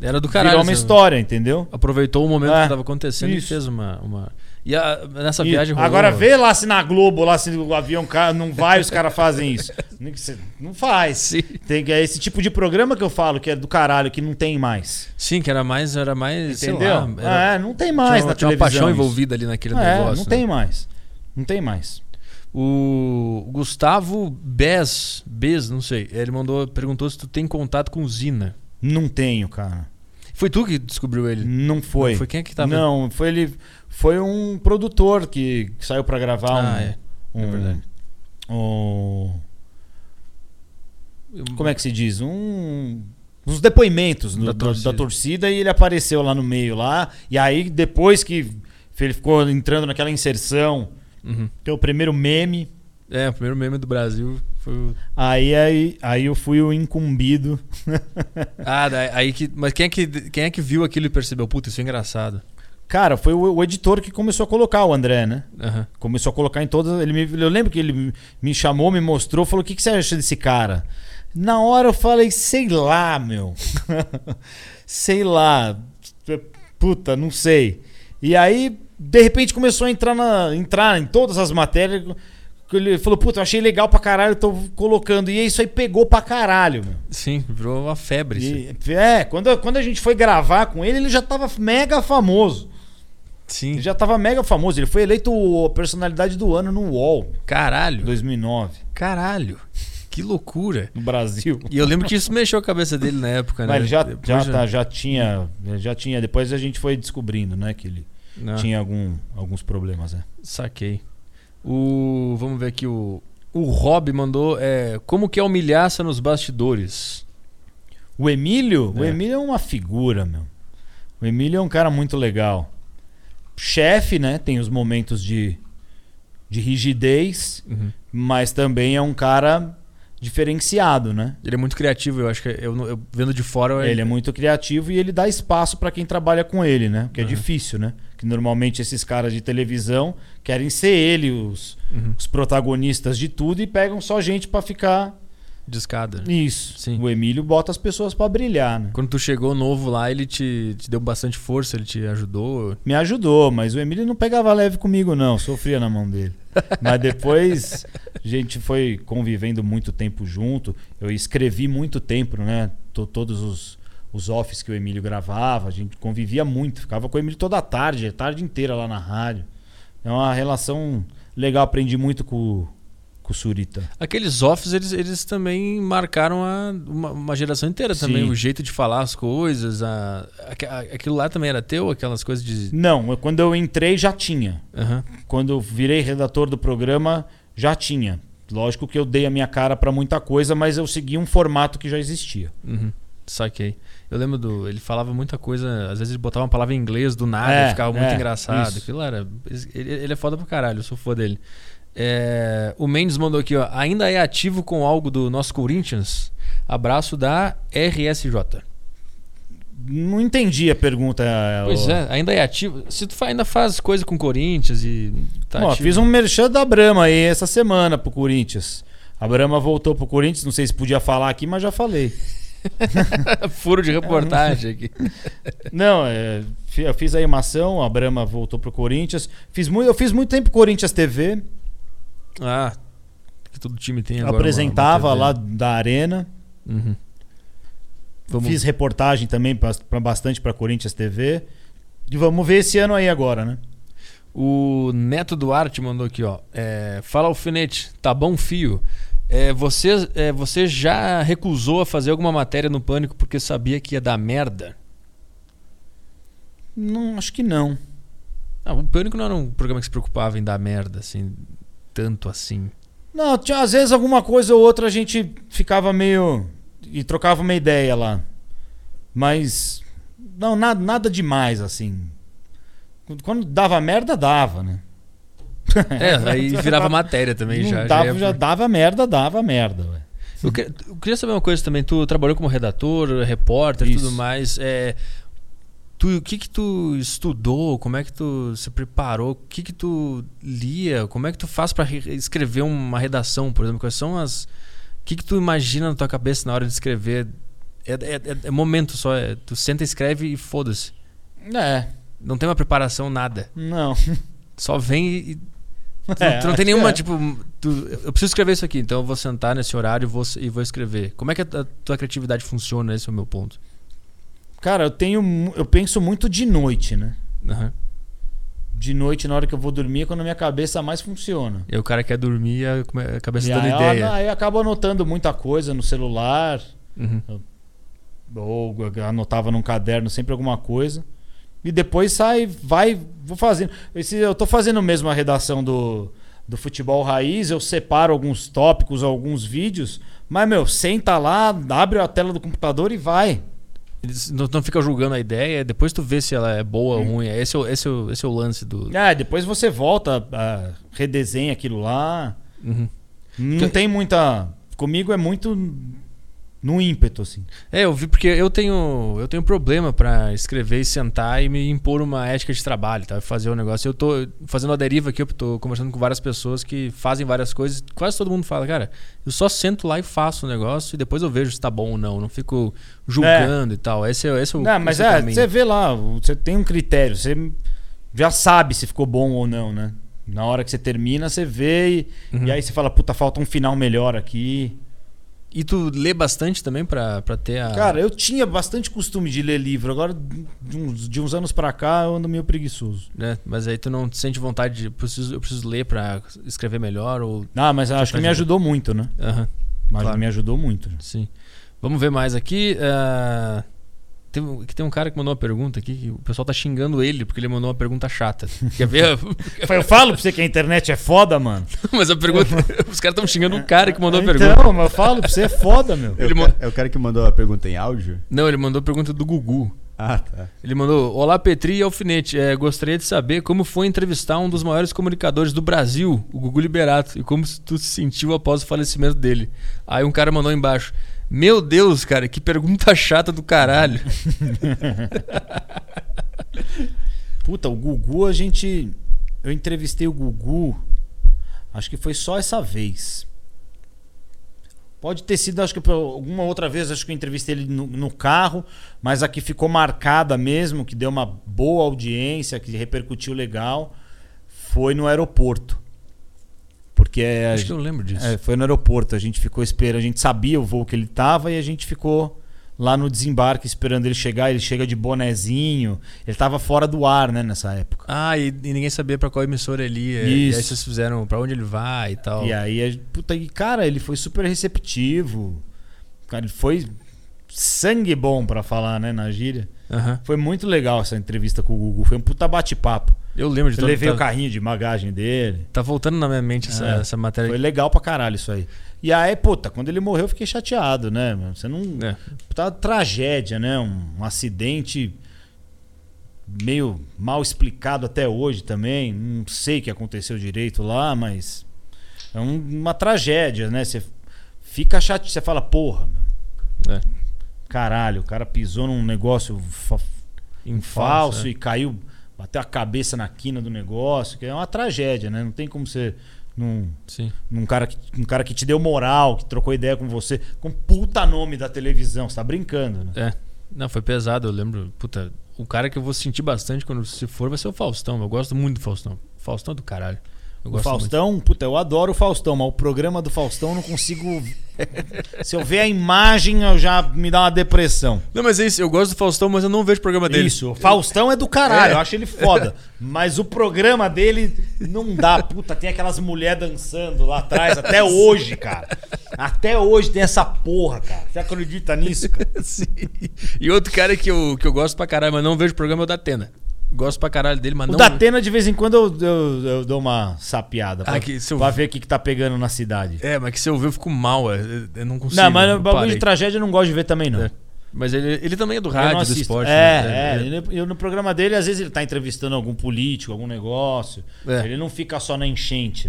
Speaker 1: Era do caralho.
Speaker 2: virou uma
Speaker 1: essa-
Speaker 2: história, entendeu?
Speaker 1: Aproveitou o momento
Speaker 2: É,
Speaker 1: que tava acontecendo
Speaker 2: isso.
Speaker 1: e fez uma. uma... E a- nessa
Speaker 2: E
Speaker 1: viagem rolou.
Speaker 2: agora vê lá se na Globo, lá se o avião ca- não vai, os caras
Speaker 1: [LAUGHS]
Speaker 2: fazem isso. Não- cê- Não faz.
Speaker 1: Sim.
Speaker 2: Tem, é esse tipo de programa que eu falo, que é do caralho, que não tem mais.
Speaker 1: Sim, que era mais. Era mais sei
Speaker 2: Entendeu?
Speaker 1: lá, era-
Speaker 2: É, não tem
Speaker 1: tinha,
Speaker 2: mais
Speaker 1: uma-
Speaker 2: na
Speaker 1: tinha uma
Speaker 2: televisão.
Speaker 1: paixão
Speaker 2: isso.
Speaker 1: envolvida ali naquele
Speaker 2: É,
Speaker 1: negócio.
Speaker 2: não
Speaker 1: né?
Speaker 2: tem mais. Não tem mais.
Speaker 1: O Gustavo Bez, Bez, não sei, É, ele mandou, perguntou se tu tem contato com o Zina.
Speaker 2: Não tenho, cara.
Speaker 1: Foi tu que descobriu ele?
Speaker 2: Não foi.
Speaker 1: Não foi quem é que tava?
Speaker 2: Não, foi ele. Foi um produtor que, que saiu pra gravar um.
Speaker 1: Ah, é.
Speaker 2: um,
Speaker 1: É verdade.
Speaker 2: um- como é que se diz? Um. Uns depoimentos do-
Speaker 1: Da
Speaker 2: do-
Speaker 1: torcida.
Speaker 2: da torcida e ele apareceu lá no meio lá. E aí, depois que ele ficou entrando naquela inserção,
Speaker 1: Uhum.
Speaker 2: que é o primeiro meme.
Speaker 1: É, o primeiro meme do Brasil foi o...
Speaker 2: Aí, aí, aí eu fui o incumbido.
Speaker 1: Ah, daí, aí que... Mas quem é que, quem é que viu aquilo e percebeu? Puta, isso é engraçado.
Speaker 2: Cara, foi o, o editor que começou a colocar o André, né?
Speaker 1: Aham.
Speaker 2: Começou a colocar em todas. Ele me, eu lembro que ele me- me chamou, me mostrou, falou: o que, que você acha desse cara? Na hora eu falei, sei lá, meu. [LAUGHS] sei lá. Puta, não sei. E aí, de repente, começou a entrar, na, entrar em todas as matérias. que Ele falou, puta, eu achei legal pra caralho, tô colocando. E isso aí pegou pra caralho, meu.
Speaker 1: Sim, virou uma febre. assim.
Speaker 2: E- é, quando, quando a gente foi gravar com ele, ele já tava mega famoso.
Speaker 1: Sim,
Speaker 2: Ele já tava mega famoso. Ele foi eleito a personalidade do ano no UOL, em
Speaker 1: caralho,
Speaker 2: 2009,
Speaker 1: caralho, que loucura.
Speaker 2: no Brasil.
Speaker 1: E eu lembro que isso mexeu a cabeça dele na época, né?
Speaker 2: Mas ele já,
Speaker 1: Depois
Speaker 2: já, tá- já tinha, ele já tinha. Depois a gente foi descobrindo, né, que ele
Speaker 1: Não.
Speaker 2: tinha algum, alguns problemas, né?
Speaker 1: Saquei. O. Vamos ver aqui o. O Rob mandou. É, como que é humilhaça nos bastidores?
Speaker 2: O Emílio, o
Speaker 1: É.
Speaker 2: Emílio é uma figura, meu. O Emílio é um cara muito legal. Chefe, né? Tem os momentos de, de rigidez, mas também é um cara diferenciado, né?
Speaker 1: Ele é muito criativo, eu acho que. Eu, não- eu vendo de fora. eu-
Speaker 2: Ele é muito criativo e ele dá espaço pra quem trabalha com ele, né? Que é
Speaker 1: Uhum.
Speaker 2: difícil, né? Que normalmente esses caras de televisão querem ser ele os,
Speaker 1: Uhum.
Speaker 2: os protagonistas de tudo e pegam só gente pra ficar
Speaker 1: De escada.
Speaker 2: nisso.
Speaker 1: Sim.
Speaker 2: O Emílio bota as pessoas pra brilhar, né?
Speaker 1: Quando tu chegou novo lá, ele te, te deu bastante força, ele te ajudou.
Speaker 2: Me ajudou, mas o Emílio não pegava leve comigo não, sofria na mão dele. Mas depois a gente foi convivendo muito tempo junto. Eu escrevi muito tempo, né? To- todos os, os offs que o Emílio gravava, a gente convivia muito. Ficava com o Emílio toda a tarde, a tarde inteira lá na rádio. É uma relação legal, aprendi muito com, com o Surita.
Speaker 1: Aqueles offs, eles, eles também marcaram a- uma, uma geração inteira também.
Speaker 2: Sim.
Speaker 1: O jeito de falar as coisas. A, aque- a- aquilo lá também era teu, aquelas coisas de.
Speaker 2: Não, eu- quando eu entrei já tinha.
Speaker 1: Aham.
Speaker 2: quando eu virei redator do programa, já tinha. Lógico que eu dei a minha cara pra muita coisa, mas eu segui um formato que já existia.
Speaker 1: Uhum. Saquei. Eu lembro do. Ele falava muita coisa, às vezes ele botava uma palavra em inglês do nada,
Speaker 2: É,
Speaker 1: ficava muito
Speaker 2: é,
Speaker 1: engraçado.
Speaker 2: isso.
Speaker 1: Aquilo era. Ele, ele é foda pra caralho, eu sou fã dele. É, o Mendes mandou aqui, ó. Ainda é ativo com algo do nosso Corinthians? Abraço da RSJ.
Speaker 2: Não entendi a pergunta. eh,
Speaker 1: Pois
Speaker 2: ô-
Speaker 1: é, ainda é ativo. Se tu fa- ainda faz coisa com Corinthians e. Tá
Speaker 2: Bom,
Speaker 1: ativo. [LAUGHS]
Speaker 2: fiz um merchan da Brahma aí essa semana pro Corinthians. A Brahma voltou pro Corinthians, não sei se podia falar aqui, mas já falei.
Speaker 1: é furo de reportagem aqui.
Speaker 2: Não, é, fi- eu fiz aí uma ação, a Brahma voltou pro Corinthians. Fiz muito, eu fiz muito tempo Corinthians TV,
Speaker 1: [LAUGHS] Ah, que todo time tem agora. uma- uma
Speaker 2: apresentava
Speaker 1: TV.
Speaker 2: lá da Arena.
Speaker 1: Uhum. Vamos-
Speaker 2: Fiz reportagem também pra, pra bastante pra Corinthians TV. E vamos ver esse ano aí agora, né?
Speaker 1: O Neto Duarte mandou aqui, ó. É, fala alfinete, tá bom fio. É, você, é, você já recusou a fazer alguma matéria no Pânico porque sabia que ia dar merda?
Speaker 2: Não, acho que não.
Speaker 1: Ah, o Pânico não era um programa que se preocupava em dar merda, assim, tanto assim.
Speaker 2: Não, tinha, às vezes alguma coisa ou outra a gente ficava meio. e trocava uma ideia lá. Mas. Não, nada, nada demais, assim. Quando- Quando dava merda, dava, né?
Speaker 1: É, aí virava matéria também
Speaker 2: Não
Speaker 1: já. já
Speaker 2: dava,
Speaker 1: ia
Speaker 2: já
Speaker 1: pro-
Speaker 2: dava merda, dava merda. ué.
Speaker 1: Eu, que- eu queria saber uma coisa também. Tu trabalhou como redator, repórter e
Speaker 2: Isso.
Speaker 1: tudo mais. É, tu, o que que tu estudou? Como é que tu se preparou? O que que tu lia? Como é que tu faz para escrever uma redação, por exemplo? Quais são as... O que que tu imagina na tua cabeça na hora de escrever? É, é- é- é momento só. é- tu senta, escreve e foda-se.
Speaker 2: É,
Speaker 1: Não tem uma preparação, nada.
Speaker 2: [LAUGHS] não.
Speaker 1: Só vem e... Tu,
Speaker 2: É,
Speaker 1: tu não tem
Speaker 2: acho que
Speaker 1: nenhuma,
Speaker 2: é.
Speaker 1: tipo... tu- eu preciso escrever isso aqui, então eu vou sentar nesse horário e vou, e vou escrever. Como é que a, a tua criatividade funciona? Esse é o meu ponto.
Speaker 2: Cara, eu tenho. mu- Eu penso muito de noite, né?
Speaker 1: Aham.
Speaker 2: De noite, na hora que eu vou dormir, é quando a minha cabeça mais funciona.
Speaker 1: E aí o cara quer dormir a, come- a cabeça
Speaker 2: E
Speaker 1: dando
Speaker 2: aí, eu-
Speaker 1: ideia.
Speaker 2: aí eu acabo anotando muita coisa no celular.
Speaker 1: Uhum.
Speaker 2: ou anotava num caderno sempre alguma coisa. E depois sai, vai, vou fazendo. Esse, eu tô fazendo mesmo a redação do, do futebol raiz, eu separo alguns tópicos, alguns vídeos, mas, meu, senta lá, abre a tela do computador e vai.
Speaker 1: Eles Não, não fica julgando a ideia, depois tu vê se ela é boa ou ruim. Esse é, o, esse, é o, esse é o lance do.
Speaker 2: É, depois você volta, ah, redesenha aquilo lá.
Speaker 1: Uhum.
Speaker 2: Não tem muita. Comigo é muito no ímpeto, assim.
Speaker 1: É, eu vi porque eu tenho eu tenho problema pra escrever e sentar e me impor uma ética de trabalho, tá? Fazer o negócio. Eu tô fazendo a deriva aqui, eu tô conversando com várias pessoas que fazem várias coisas. Quase todo mundo fala, cara, eu só sento lá e faço o negócio e depois eu vejo se tá bom ou não. Não fico julgando e tal. Esse é, esse é o
Speaker 2: Não, mas
Speaker 1: esse o
Speaker 2: é,
Speaker 1: caminho.
Speaker 2: você vê lá, você tem um critério, você já sabe se ficou bom ou não, né? Na hora que você termina, você vê e,
Speaker 1: Uhum.
Speaker 2: e aí você fala, puta, falta um final melhor aqui.
Speaker 1: E tu lê bastante também pra, pra ter a.
Speaker 2: Cara, eu tinha bastante costume de ler livro, agora de uns, de uns anos pra cá eu ando meio preguiçoso.
Speaker 1: né? Mas aí tu não te sente vontade de. Preciso, eu preciso ler pra escrever melhor ou.
Speaker 2: Ah, mas acho que
Speaker 1: tá
Speaker 2: me
Speaker 1: de-
Speaker 2: ajudou muito, né?
Speaker 1: Aham.
Speaker 2: Mas
Speaker 1: Claro.
Speaker 2: me
Speaker 1: [LAUGHS]
Speaker 2: ajudou muito.
Speaker 1: Sim. Vamos ver mais aqui. ah, Tem, um- que tem um cara que mandou uma pergunta aqui, que o pessoal tá xingando ele, porque ele mandou uma pergunta
Speaker 3: [LAUGHS]
Speaker 1: chata. Quer ver? [LAUGHS]
Speaker 2: Eu falo pra você que a internet é foda, mano.
Speaker 1: Mas a
Speaker 3: [LAUGHS]
Speaker 1: pergunta. Os caras estão xingando o cara que mandou a
Speaker 2: então,
Speaker 1: pergunta.
Speaker 2: mas eu falo pra você, é foda, meu.
Speaker 1: Ele
Speaker 3: É o
Speaker 1: mo-
Speaker 3: ca- É o cara que mandou a pergunta em áudio?
Speaker 1: Não, ele mandou a pergunta do Gugu.
Speaker 3: Ah, tá.
Speaker 1: Ele mandou: Olá, Petri e Alfinete. É, gostaria de saber como foi entrevistar um dos maiores comunicadores do Brasil, o Gugu Liberato, e como tu se sentiu após o falecimento dele. Aí um cara mandou embaixo: Meu Deus, cara, que pergunta [LAUGHS] chata do caralho.
Speaker 2: Puta, o Gugu, a gente. Eu entrevistei o Gugu. Acho que foi só essa vez. Pode ter sido, acho que pra- alguma outra vez, acho que eu entrevistei ele no, no carro, mas a que ficou marcada mesmo, que deu uma boa audiência, que repercutiu legal, foi no aeroporto. Porque é,
Speaker 1: Acho que eu lembro disso.
Speaker 2: é, foi no aeroporto, a gente ficou esperando, a gente sabia o voo que ele tava e a gente ficou lá no desembarque esperando ele chegar, ele chega de bonezinho, ele tava fora do ar, né, nessa época.
Speaker 1: Ah, e, e ninguém sabia pra qual emissora ele ia. E
Speaker 2: Isso.
Speaker 1: aí vocês fizeram pra onde ele vai e tal.
Speaker 2: E aí, a- puta, e cara, ele foi super receptivo. Cara, ele foi sangue bom pra falar, né, na gíria.
Speaker 1: Aham.
Speaker 2: Foi muito legal essa entrevista com o Gugu, foi um puta bate-papo.
Speaker 1: Eu lembro de
Speaker 2: Eu
Speaker 1: tudo.
Speaker 2: levei
Speaker 1: tá,
Speaker 2: o carrinho de bagagem dele.
Speaker 1: Tá voltando na minha mente essa,
Speaker 2: É,
Speaker 1: essa matéria.
Speaker 2: Foi legal pra caralho isso aí. E aí, puta, quando ele morreu eu fiquei chateado, né? mano? Você não,
Speaker 1: É.
Speaker 2: puta tragédia, né? Um, um acidente meio mal explicado até hoje também. Não sei o que aconteceu direito lá, mas é um- uma tragédia, né? Você fica chateado, você fala, porra, meu,
Speaker 1: É.
Speaker 2: caralho, o cara pisou num negócio fa-
Speaker 1: Em
Speaker 2: falso
Speaker 1: é.
Speaker 2: e caiu bateu a cabeça na quina do negócio, que é uma tragédia, né? Não tem como você. Num,
Speaker 1: é. Sim.
Speaker 2: num, cara que, um cara que te deu moral, que trocou ideia com você, com puta nome da televisão, você tá brincando, né?
Speaker 1: É. Não, foi pesado, eu lembro. Puta, o cara que eu vou sentir bastante quando se for vai ser o Faustão. Eu gosto muito do Faustão. Faustão é do caralho. Eu
Speaker 2: O
Speaker 1: gosto
Speaker 2: Faustão, puta, eu adoro o Faustão, mas o programa do Faustão eu não consigo. [LAUGHS] Se eu ver a imagem, eu já me dá uma depressão.
Speaker 1: Muito. Não, mas é isso, eu gosto do Faustão, mas eu não vejo o programa dele.
Speaker 2: Isso, o Faustão é do caralho, eu acho ele foda. Mas o programa dele não dá, puta, tem aquelas mulheres dançando lá atrás,
Speaker 1: [LAUGHS]
Speaker 2: até hoje, cara. Até hoje tem essa porra, cara. Você acredita nisso, cara?
Speaker 1: [LAUGHS] Sim. E outro cara que eu, que eu gosto pra caralho, mas não vejo o programa é o da Atena. Gosto pra caralho dele, mas
Speaker 2: O
Speaker 1: não. né?
Speaker 2: da Atena, de vez em quando, eu, eu- eu dou uma sapiada pra,
Speaker 1: Ah, que seu-
Speaker 2: pra ver o que, que tá pegando na cidade.
Speaker 1: É, mas que se eu ver eu fico mal. é, Eu, eu não consigo.
Speaker 2: não, mas
Speaker 1: eu
Speaker 2: o bagulho
Speaker 1: parei.
Speaker 2: de tragédia eu não gosto de ver também, não.
Speaker 1: É. Mas ele, ele também é do
Speaker 2: Eu não
Speaker 1: rádio, do
Speaker 2: assisto.
Speaker 1: esporte.
Speaker 2: É,
Speaker 1: né?
Speaker 2: é. Ele- Eu, no programa dele, às vezes ele tá entrevistando algum político, algum negócio.
Speaker 1: É.
Speaker 2: Ele não fica só na enchente,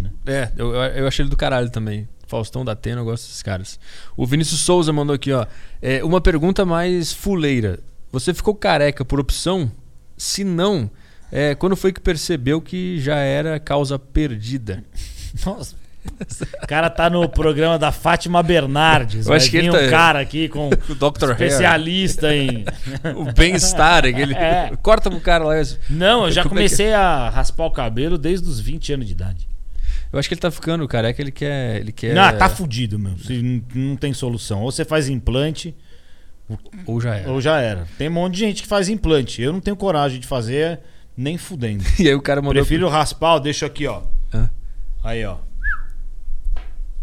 Speaker 1: [LAUGHS]
Speaker 2: né?
Speaker 1: É, eu, eu- eu achei ele do caralho também. Faustão da Atena, eu gosto desses caras. O Vinícius Souza mandou aqui, ó. É, uma pergunta mais fuleira. Você ficou careca por opção? Se não, é, quando foi que percebeu que já era causa perdida?
Speaker 2: Nossa. O cara tá no programa da Fátima Bernardes.
Speaker 1: Eu
Speaker 2: vai
Speaker 1: acho que
Speaker 2: vir
Speaker 1: ele
Speaker 2: um
Speaker 1: tá-
Speaker 2: cara
Speaker 1: [LAUGHS]
Speaker 2: aqui com
Speaker 1: O Dr. Hair,
Speaker 2: especialista
Speaker 1: [LAUGHS]
Speaker 2: em.
Speaker 1: [LAUGHS] o bem-estar, aquele...
Speaker 2: [LAUGHS] É.
Speaker 1: Corta pro cara lá. esse.
Speaker 2: Não, eu já
Speaker 1: Como é que é?
Speaker 2: comecei a raspar o cabelo desde os 20 anos de idade.
Speaker 1: Eu acho que ele tá ficando careca, ele quer... Ele quer
Speaker 2: Não, tá fudido, meu. Se Não, não tem solução. Ou você faz implante,
Speaker 1: Ou já era.
Speaker 2: ou já era. Tem um monte de gente que faz implante. Eu não tenho coragem de fazer
Speaker 1: [LAUGHS]
Speaker 2: nem fudendo.
Speaker 1: E aí o cara mandou...
Speaker 2: Prefiro raspar, eu deixo aqui, ó.
Speaker 1: Hã?
Speaker 2: Aí, ó.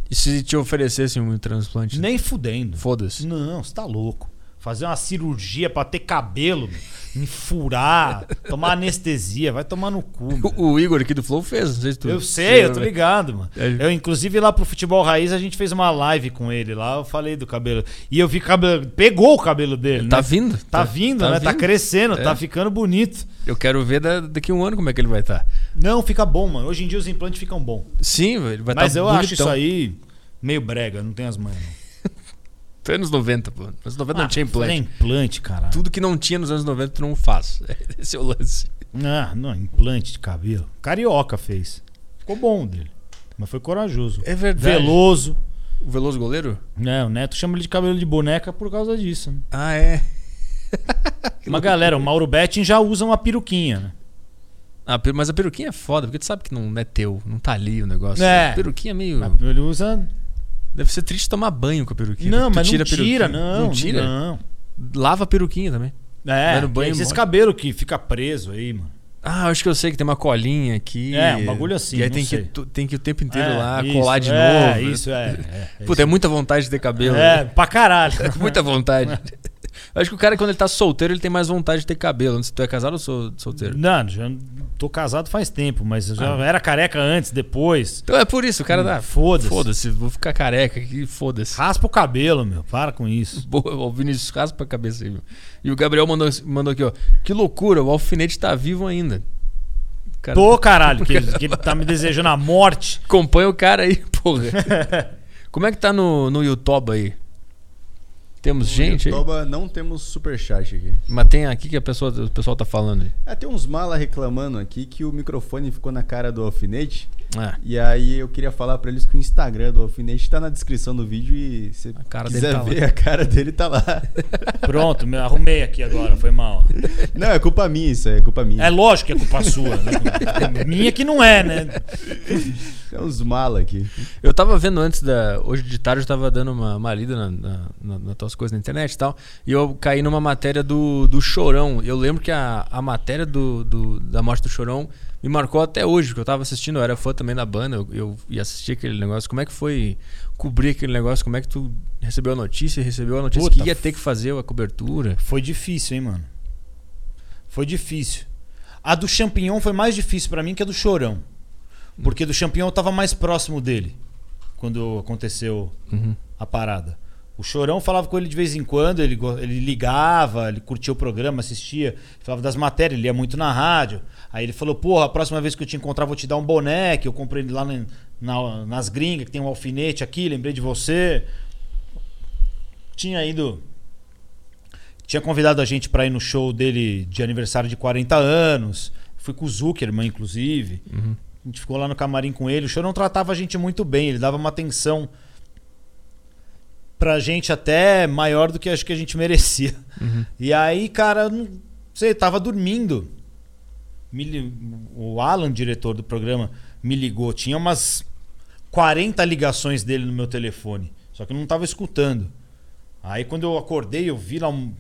Speaker 1: E se te oferecessem um transplante?
Speaker 2: Nem fudendo.
Speaker 1: Foda-se.
Speaker 2: Não, você tá louco. Fazer uma cirurgia pra ter cabelo, meu.
Speaker 1: [LAUGHS]
Speaker 2: enfurar, tomar anestesia, vai tomar no cu. meu.
Speaker 1: O, o Igor aqui do Flow fez, não sei se tu...
Speaker 2: Eu sei, eu tô
Speaker 1: ligado.
Speaker 2: ligado, mano.
Speaker 1: É.
Speaker 2: Eu, inclusive, lá pro Futebol Raiz, a gente fez uma live com ele lá, eu falei do cabelo. E eu vi que o cabelo. Pegou o cabelo dele,
Speaker 1: Tá
Speaker 2: né?
Speaker 1: vindo?
Speaker 2: Tá vindo, né? Tá crescendo,
Speaker 1: É.
Speaker 2: tá ficando bonito.
Speaker 1: Eu quero ver da- daqui a um ano como é que ele vai estar.
Speaker 2: Não, fica bom, mano. Hoje em dia os implantes ficam bons.
Speaker 1: Sim, ele vai tá estar.
Speaker 2: Mas eu acho isso aí meio brega, não tem as manhas. não.
Speaker 1: Foi é anos 90, pô. Anos 90 não
Speaker 2: Ah,
Speaker 1: tinha implante.
Speaker 2: É implante, caralho.
Speaker 1: Tudo que não tinha nos anos 90 tu não faz. [LAUGHS] Esse é o lance.
Speaker 2: Ah, não, implante de cabelo. Carioca fez. Ficou bom dele. Mas foi corajoso.
Speaker 1: É verdade.
Speaker 2: Veloso.
Speaker 1: O Veloso goleiro?
Speaker 2: Né, o Neto chama ele de cabelo de boneca por causa disso. Né?
Speaker 1: Ah, é.
Speaker 2: Mas galera, o Mauro Betting já usa uma peruquinha, né?
Speaker 1: Ah, peru- mas a peruquinha é foda, porque tu sabe que não é teu, não tá ali o negócio.
Speaker 2: É.
Speaker 1: A peruquinha é meio.
Speaker 2: Mas Ele usa.
Speaker 1: Deve ser triste tomar banho com a peruquinha. né?
Speaker 2: Não,
Speaker 1: Tu
Speaker 2: mas
Speaker 1: tira
Speaker 2: não
Speaker 1: a peruquinha.
Speaker 2: tira, não.
Speaker 1: Não tira?
Speaker 2: Não.
Speaker 1: Lava a peruquinha também.
Speaker 2: É,
Speaker 1: Vai no banho
Speaker 2: tem esse
Speaker 1: e
Speaker 2: cabelo que fica preso aí, mano.
Speaker 1: Ah, acho que eu sei que tem uma colinha aqui.
Speaker 2: É, um bagulho assim,
Speaker 1: E aí
Speaker 2: não
Speaker 1: tem,
Speaker 2: sei.
Speaker 1: Que, tu- tem que o tempo inteiro
Speaker 2: É,
Speaker 1: lá
Speaker 2: isso,
Speaker 1: colar de
Speaker 2: é,
Speaker 1: novo. né?
Speaker 2: Isso, é. é, é
Speaker 1: Puta, é muita vontade de ter cabelo. né?
Speaker 2: É, pra caralho.
Speaker 1: [LAUGHS]
Speaker 2: [LAUGHS]
Speaker 1: Muita vontade. Eu acho que o cara, quando ele tá solteiro, ele tem mais vontade de ter cabelo. Não sei Se tu é casado ou sou solteiro?
Speaker 2: Não, já tô casado faz tempo, mas eu já era careca antes, depois.
Speaker 1: Então é por isso, o Ah. cara dá.
Speaker 2: Hum, Foda-se.
Speaker 1: Foda-se, vou ficar careca aqui, foda-se.
Speaker 2: Raspa o cabelo, meu. Para com isso.
Speaker 1: Boa, o Vinícius raspa pra cabeça aí. meu. E o Gabriel mandou, mandou aqui, ó. Que loucura, o alfinete tá vivo ainda. O [LAUGHS] Cara,
Speaker 2: Tô, caralho, que, ele- que ele tá me desejando a morte.
Speaker 1: Acompanha o cara aí, [LAUGHS] porra. Como é que tá no, no YouTube aí? Temos gente aí?
Speaker 3: Toba, não temos superchat aqui.
Speaker 1: Mas tem aqui que a pessoa, o pessoal tá falando aí.
Speaker 3: É, tem uns mala reclamando aqui que o microfone ficou na cara do alfinete.
Speaker 1: Ah,
Speaker 3: E aí eu queria falar pra eles que o Instagram do alfinete tá na descrição do vídeo e se
Speaker 1: A cara dele
Speaker 3: quiser
Speaker 1: tá lá.
Speaker 3: ver, a cara dele tá
Speaker 1: [LAUGHS]
Speaker 3: lá.
Speaker 2: Pronto, me arrumei aqui agora, foi mal.
Speaker 3: não, é culpa minha isso aí, é culpa minha.
Speaker 2: É lógico que é culpa
Speaker 1: [LAUGHS]
Speaker 2: sua, né? Minha que não é, né?
Speaker 1: É.
Speaker 3: Tem É uns mala aqui.
Speaker 1: Eu tava vendo antes da. Hoje de tarde eu tava dando uma, uma lida na- na- na- nas tuas coisas na internet e tal. E eu caí numa matéria do, do Chorão. Eu lembro que a, a matéria do, do- da morte do Chorão me marcou até hoje, porque eu tava assistindo, eu era fã também da banda, eu, eu ia assistir aquele negócio. Como é que foi cobrir aquele negócio? Como é que tu recebeu a notícia? Recebeu a notícia
Speaker 2: Puta,
Speaker 1: que ia ter que fazer a cobertura?
Speaker 2: Foi difícil, hein, mano? Foi difícil. A do Champignon foi mais difícil pra mim que a do Chorão. Porque do Champignon eu tava mais próximo dele quando aconteceu
Speaker 1: Uhum.
Speaker 2: a parada. O Chorão falava com ele de vez em quando, ele, go- ele ligava, ele curtia o programa, assistia, falava das matérias, ele lia muito na rádio. Aí ele falou, porra, a próxima vez que eu te encontrar vou te dar um boné, que eu comprei lá na- na- nas gringas, que tem um alfinete aqui, lembrei de você. Tinha ido... Tinha convidado a gente pra ir no show dele de aniversário de 40 anos. Fui com o Zuckerman, inclusive. A gente ficou lá no camarim com ele. O Chorão tratava a gente muito bem, ele dava uma atenção pra gente até maior do que acho que a gente [LAUGHS] merecia. E aí, cara, não sei, tava dormindo. Me li- O Alan, diretor do programa, me ligou. Tinha umas 40 ligações dele no meu telefone. Só que eu não tava escutando. Aí quando eu acordei, eu vi lá um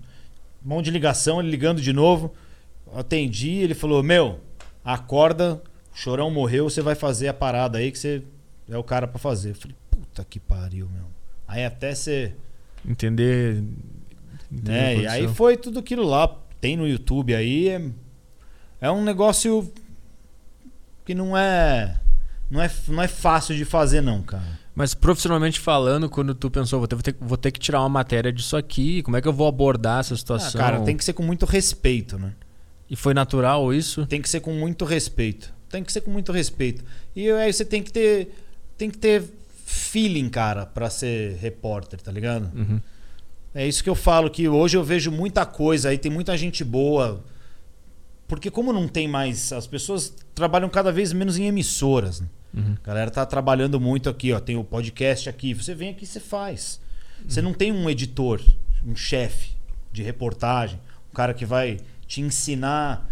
Speaker 2: monte de ligação, ele ligando de novo. Atendi, ele falou: Meu, acorda, o chorão morreu, você vai fazer a parada aí que você é o cara pra fazer. Eu falei: Puta que pariu, meu. Aí até você.
Speaker 1: Entender.
Speaker 2: Né? E aí foi tudo aquilo lá. Tem no YouTube aí. É, é um negócio que não é. Não é, não é fácil de fazer, não, cara.
Speaker 1: Mas profissionalmente falando, quando tu pensou, vou ter, vou ter- vou ter que tirar uma matéria disso aqui, como é que eu vou abordar essa
Speaker 2: Ah,
Speaker 1: situação?
Speaker 2: cara, tem que ser com muito respeito, né?
Speaker 1: E foi natural isso?
Speaker 2: Tem que ser com muito respeito. Tem que ser com muito respeito. E aí você tem que ter. Tem que ter feeling, cara, pra ser repórter, tá ligado?
Speaker 1: Uhum.
Speaker 2: É isso que eu falo, que hoje eu vejo muita coisa aí, tem muita gente boa. Porque como não tem mais. As pessoas trabalham cada vez menos em emissoras. Né?
Speaker 1: Uhum.
Speaker 2: A galera tá trabalhando muito aqui, ó. Tem o podcast aqui. Você vem aqui e você faz.
Speaker 1: Uhum.
Speaker 2: Você não tem um editor, um chefe de reportagem, um cara que vai te ensinar.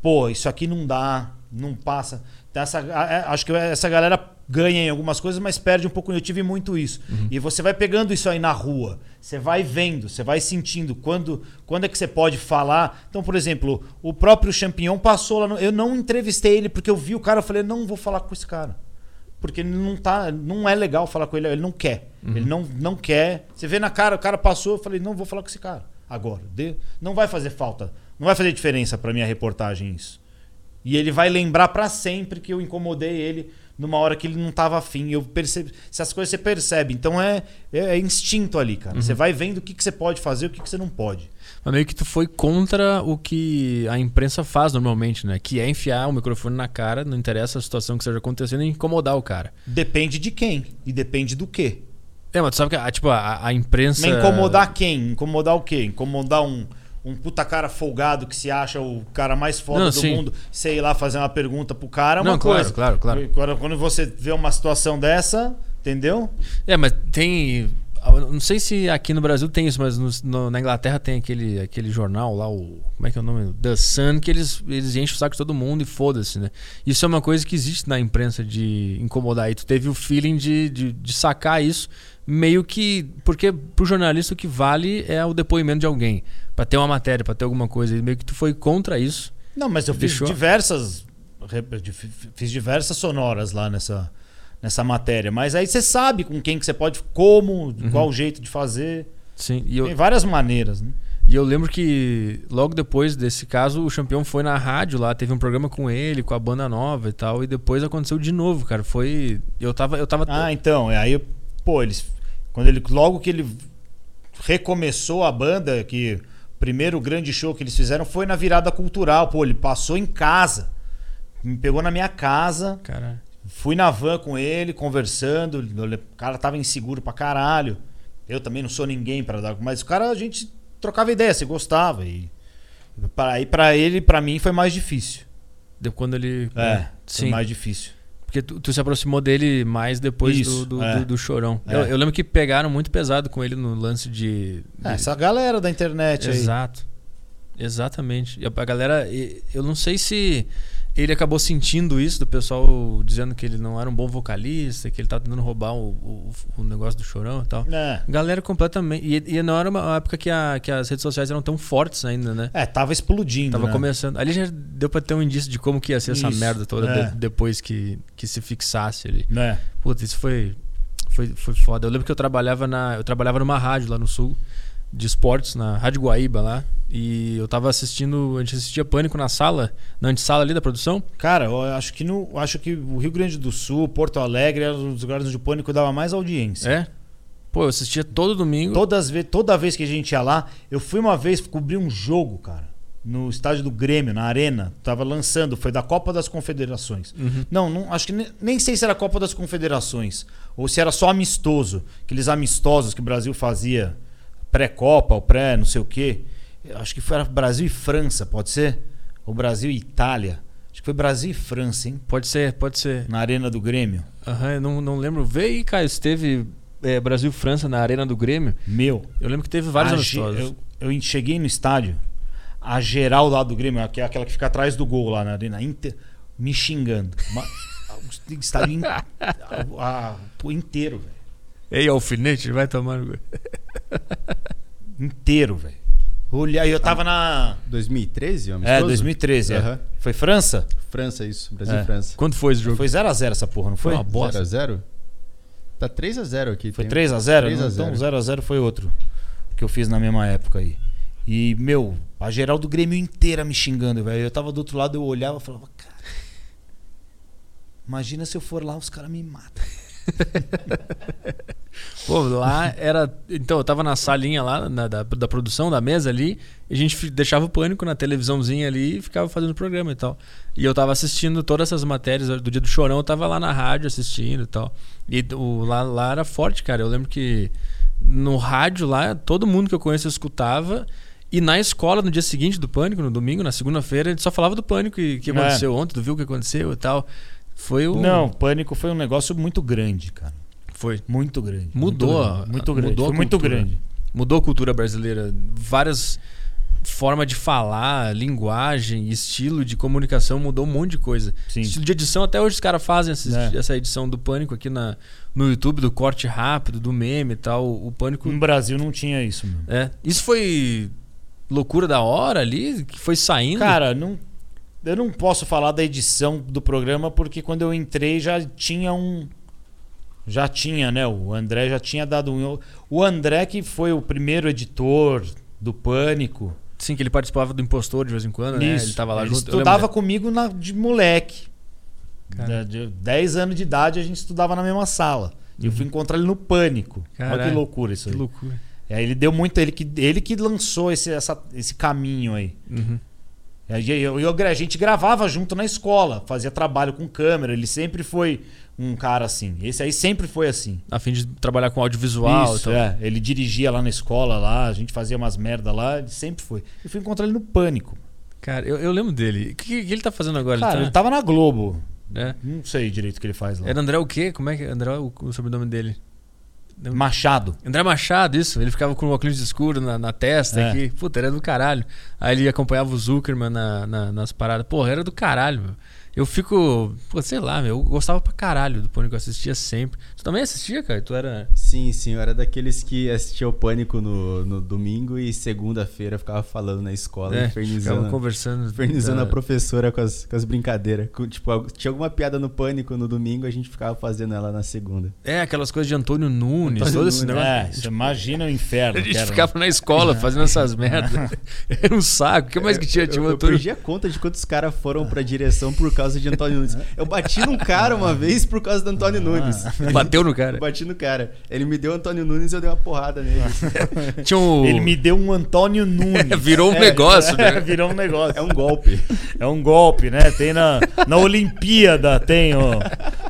Speaker 2: Pô, isso aqui não dá, não passa. Então, essa, a- a- acho que essa galera ganha em algumas coisas, mas perde um pouco. Eu tive muito isso. E você vai pegando isso aí na rua. Você vai vendo, você vai sentindo quando, quando é que você pode falar. Então, por exemplo, o próprio Champignon passou lá. no- eu não entrevistei ele porque eu vi o cara. Eu falei, não vou falar com esse cara. Porque ele não tá. Não é legal falar com ele, ele não quer. Ele não, não quer. Você vê na cara, o cara passou, eu falei, não vou falar com esse cara agora. De- não vai fazer falta. Não vai fazer diferença pra minha reportagem isso. E ele vai lembrar pra sempre que eu incomodei ele numa hora que ele não tava afim. Eu percebi. Essas coisas você percebe. Então é, é, é instinto ali, cara. Você vai vendo o que, que você pode fazer e o que, que você não pode.
Speaker 1: Mas meio que tu foi contra o que a imprensa faz normalmente, né? Que é enfiar o microfone na cara, não interessa a situação que esteja acontecendo, e incomodar o cara.
Speaker 2: Depende de quem e depende do quê.
Speaker 1: É, mas tu sabe que a, tipo, a, a imprensa.
Speaker 2: Mas incomodar quem? Incomodar o quê? Incomodar um, um puta cara folgado que se acha o cara mais foda
Speaker 1: Não,
Speaker 2: do
Speaker 1: sim.
Speaker 2: mundo, sei lá, fazer uma pergunta pro cara é uma
Speaker 1: Não, claro,
Speaker 2: coisa.
Speaker 1: claro, claro.
Speaker 2: Agora, quando você vê uma situação dessa, entendeu?
Speaker 1: É, mas tem. eu Não sei se aqui no Brasil tem isso, mas no- no- na Inglaterra tem aquele, aquele jornal lá, o. Como é que é o nome? The Sun, que eles, eles enchem o saco de todo mundo e foda-se, né? Isso é uma coisa que existe na imprensa de incomodar. E tu teve o feeling de, de, de sacar isso, meio que. Porque pro jornalista o que vale é o depoimento de alguém. Pra ter uma matéria, pra ter alguma coisa. E meio que tu foi contra isso.
Speaker 2: Não, mas eu fiz
Speaker 1: Deixou-
Speaker 2: diversas. rep- de- Fiz diversas sonoras lá nessa, nessa matéria. Mas aí você sabe com quem que você pode, como, qual o jeito de fazer.
Speaker 1: Sim. E Uhum. eu,
Speaker 2: Tem várias maneiras, né?
Speaker 1: E eu lembro que logo depois desse caso, o campeão foi na rádio lá, teve um programa com ele, com a banda nova e tal, e depois aconteceu de novo, cara. Foi. Eu tava. Eu tava.
Speaker 2: Ah, então, é aí, pô, eles quando ele logo que ele recomeçou a banda, que o primeiro grande show que eles fizeram foi na virada cultural, pô, ele passou em casa. Me pegou na minha casa,
Speaker 1: Cara.
Speaker 2: fui na van com ele, conversando, o cara tava inseguro pra caralho. Eu também não sou ninguém pra dar, mas o cara a gente trocava ideia, se gostava e para aí para ele, pra mim foi mais difícil.
Speaker 1: De quando ele. né,
Speaker 2: É, foi
Speaker 1: Sim.
Speaker 2: mais difícil.
Speaker 1: Porque tu, tu se aproximou dele mais depois do-
Speaker 2: Isso,
Speaker 1: do,
Speaker 2: é.
Speaker 1: do- do chorão.
Speaker 2: É.
Speaker 1: Eu, eu lembro que pegaram muito pesado com ele no lance de.
Speaker 2: É,
Speaker 1: de-
Speaker 2: essa galera da internet aí.
Speaker 1: Exato. Exatamente. E a a galera, e- eu não sei se ele acabou sentindo isso do pessoal dizendo que ele não era um bom vocalista, que ele tava tentando roubar o, o- o negócio do chorão e tal.
Speaker 2: É.
Speaker 1: Galera completamente. E, e não era uma época que, a- que as redes sociais eram tão fortes ainda, né?
Speaker 2: É, tava explodindo.
Speaker 1: Tava
Speaker 2: né?
Speaker 1: começando. Ali já deu pra ter um indício de como que ia ser essa
Speaker 2: Isso,
Speaker 1: merda toda
Speaker 2: é.
Speaker 1: de- depois que, que se fixasse ali.
Speaker 2: Né?
Speaker 1: Puta, isso foi, foi, foi foda. Eu lembro que eu trabalhava na. Eu trabalhava numa rádio lá no sul, de esportes, na Rádio Guaíba lá. E eu tava assistindo. A gente assistia pânico na sala, na antessala ali da produção.
Speaker 2: Cara, eu acho que, no, eu acho que o Rio Grande do Sul, Porto Alegre, era um dos lugares onde o pânico dava mais audiência.
Speaker 1: É? Pô, eu assistia todo domingo.
Speaker 2: Todas ve toda vez que a gente ia lá, eu fui uma vez cobrir um jogo, cara, no estádio do Grêmio, na Arena. Tava lançando, foi da Copa das Confederações. Não, não, acho que ne- nem sei se era Copa das Confederações ou se era só amistoso, aqueles amistosos que o Brasil fazia pré-copa, ou pré, não sei o quê. Eu Acho que foi era Brasil e França, pode ser? Ou Brasil e Itália. Acho que foi Brasil e França, hein?
Speaker 1: Pode ser, pode ser.
Speaker 2: Na Arena do Grêmio.
Speaker 1: Aham, eu não, não lembro. Vê aí, Caio, se teve é, Brasil-França na Arena do Grêmio.
Speaker 2: Meu.
Speaker 1: Eu lembro que teve vários
Speaker 2: a ge-
Speaker 1: amistosos.
Speaker 2: eu, eu cheguei no estádio, a geral lá do Grêmio, que é aquela que fica atrás do gol lá né, na Arena Inter, me xingando. Uma, [LAUGHS] o estádio in- a- a- pô, inteiro, velho.
Speaker 1: Ei, alfinete, vai tomar. no cu.
Speaker 2: Inteiro, velho. Olha,
Speaker 1: tá-
Speaker 2: eu tava na.
Speaker 3: 2013, amistoso?
Speaker 2: É, 2013. é.
Speaker 3: Aham.
Speaker 2: Foi França?
Speaker 3: França, isso. Brasil
Speaker 2: É.
Speaker 3: e França.
Speaker 1: Quanto foi esse jogo?
Speaker 2: Foi 0x0 essa porra, não foi?
Speaker 1: Uma bosta.
Speaker 3: 0x0? Tá 3x0 aqui.
Speaker 2: Foi
Speaker 3: tem-
Speaker 2: 3x0?
Speaker 3: 3 a 0.
Speaker 2: Então 0x0 foi outro que eu fiz na mesma época aí. E, meu, a geral do Grêmio inteira me xingando, velho. Eu tava do outro lado, eu olhava e falava, cara. Imagina se eu for lá, os caras me matam.
Speaker 1: Pô, lá era. Então, eu tava na salinha lá, na- da, da produção, da mesa ali, e a gente fi- deixava o pânico na televisãozinha ali e ficava fazendo programa e tal. E eu tava assistindo todas essas matérias do dia do chorão, eu tava lá na rádio assistindo e tal. E o, lá, lá era forte, cara. Eu lembro que no rádio lá, todo mundo que eu conheço escutava. E na escola, no dia seguinte do pânico, no domingo, na segunda-feira, a gente só falava do pânico e o que
Speaker 2: É.
Speaker 1: aconteceu ontem, tu viu o que aconteceu e tal. Foi o.
Speaker 2: Não, o pânico foi um negócio muito grande, cara.
Speaker 1: Foi.
Speaker 2: Muito grande.
Speaker 1: Mudou
Speaker 2: Muito
Speaker 1: a-
Speaker 2: grande. Muito grande.
Speaker 1: mudou a
Speaker 2: foi muito
Speaker 1: cultura.
Speaker 2: grande.
Speaker 1: mudou a cultura brasileira. Várias formas de falar, linguagem, estilo de comunicação mudou um monte de coisa.
Speaker 2: Sim.
Speaker 1: Estilo de edição, até hoje os caras fazem esses-
Speaker 2: É.
Speaker 1: essa edição do Pânico aqui na, no YouTube, do corte rápido, do meme e tal. O Pânico.
Speaker 2: No Brasil não tinha isso, meu.
Speaker 1: É. Isso foi loucura da hora ali, que foi saindo.
Speaker 2: Cara, não, eu não posso falar da edição do programa porque quando eu entrei já tinha um. Já tinha, né? O André já tinha dado um. O André, que foi o primeiro editor do Pânico.
Speaker 1: Sim, que ele participava do impostor de vez em quando, né?
Speaker 2: Isso.
Speaker 1: Ele tava lá
Speaker 2: Ele
Speaker 1: junto. Eu lembro
Speaker 2: estudava comigo na, de moleque.
Speaker 1: Cara.
Speaker 2: Da- De 10 anos de idade a gente estudava na mesma sala. E eu fui encontrar ele no Pânico. Olha
Speaker 1: Caralho.
Speaker 2: que loucura isso
Speaker 1: dele.
Speaker 2: aí.
Speaker 1: Uhum. Que loucura.
Speaker 2: E aí ele deu muito. Ele que, ele que lançou esse, essa- esse caminho aí.
Speaker 1: Uhum.
Speaker 2: E aí eu- eu- a gente gravava junto na escola, fazia trabalho com câmera. Ele sempre foi um cara assim. Esse aí sempre foi assim.
Speaker 1: A fim de trabalhar com audiovisual e
Speaker 2: Isso,
Speaker 1: tal.
Speaker 2: é. Ele dirigia lá na escola, lá, a gente fazia umas merda lá, ele sempre foi. Eu fui encontrar ele no pânico.
Speaker 1: Cara, eu, eu lembro dele. O que, que ele tá fazendo agora?
Speaker 2: Cara, ele
Speaker 1: tá...
Speaker 2: tá tava na Globo.
Speaker 1: É.
Speaker 2: Não sei direito o que ele faz lá.
Speaker 1: Era André o quê? Como é que é? André o, o sobrenome dele?
Speaker 2: Machado.
Speaker 1: André Machado, isso. Ele ficava com o óculos escuro na, na testa
Speaker 2: É.
Speaker 1: aqui. Puta, era do caralho. Aí ele acompanhava o Zuckerman na- na- nas paradas. Porra, era do caralho, meu. Eu fico... Pô, sei lá, meu. Eu gostava pra caralho do Pânico. Eu assistia sempre. Tu também assistia, cara? Tu era...
Speaker 3: Sim, sim, eu era daqueles que assistia o Pânico no, no domingo e segunda-feira ficava falando na escola,
Speaker 1: É, ficava
Speaker 3: infernizando,
Speaker 1: conversando. É.
Speaker 3: infernizando
Speaker 1: da-
Speaker 3: a professora com as, com as brincadeiras. Com, tipo, al- tinha alguma piada no Pânico no domingo, a gente ficava fazendo ela na segunda.
Speaker 1: É, aquelas coisas de Antônio Nunes.
Speaker 3: Antônio
Speaker 1: todo esse
Speaker 3: Nunes,
Speaker 1: negócio.
Speaker 2: É,
Speaker 1: [LAUGHS]
Speaker 2: você imagina o inferno.
Speaker 1: A
Speaker 2: que
Speaker 1: gente
Speaker 2: era, né?
Speaker 1: ficava na
Speaker 3: [LAUGHS]
Speaker 1: escola fazendo essas merdas. Era um saco. O que mais que tinha? Tinha
Speaker 3: É, Eu,
Speaker 1: o
Speaker 3: eu
Speaker 1: Antônio
Speaker 3: perdi a conta de quantos caras foram pra direção por causa de Antônio Nunes. Eu bati num cara uma vez por causa do
Speaker 1: Ah. [LAUGHS]
Speaker 3: Antônio Nunes.
Speaker 1: Bateu no cara.
Speaker 3: Eu bati no cara. Ele me deu o Antônio Nunes e eu dei uma
Speaker 1: [LAUGHS]
Speaker 3: porrada nele.
Speaker 1: Tinha um...
Speaker 2: Ele me deu um
Speaker 1: [LAUGHS]
Speaker 2: Antônio Nunes.
Speaker 1: Virou um negócio,
Speaker 2: [LAUGHS]
Speaker 1: né?
Speaker 2: Virou um negócio.
Speaker 3: É um golpe.
Speaker 2: É um golpe, né? Tem na, na Olimpíada, tem ó,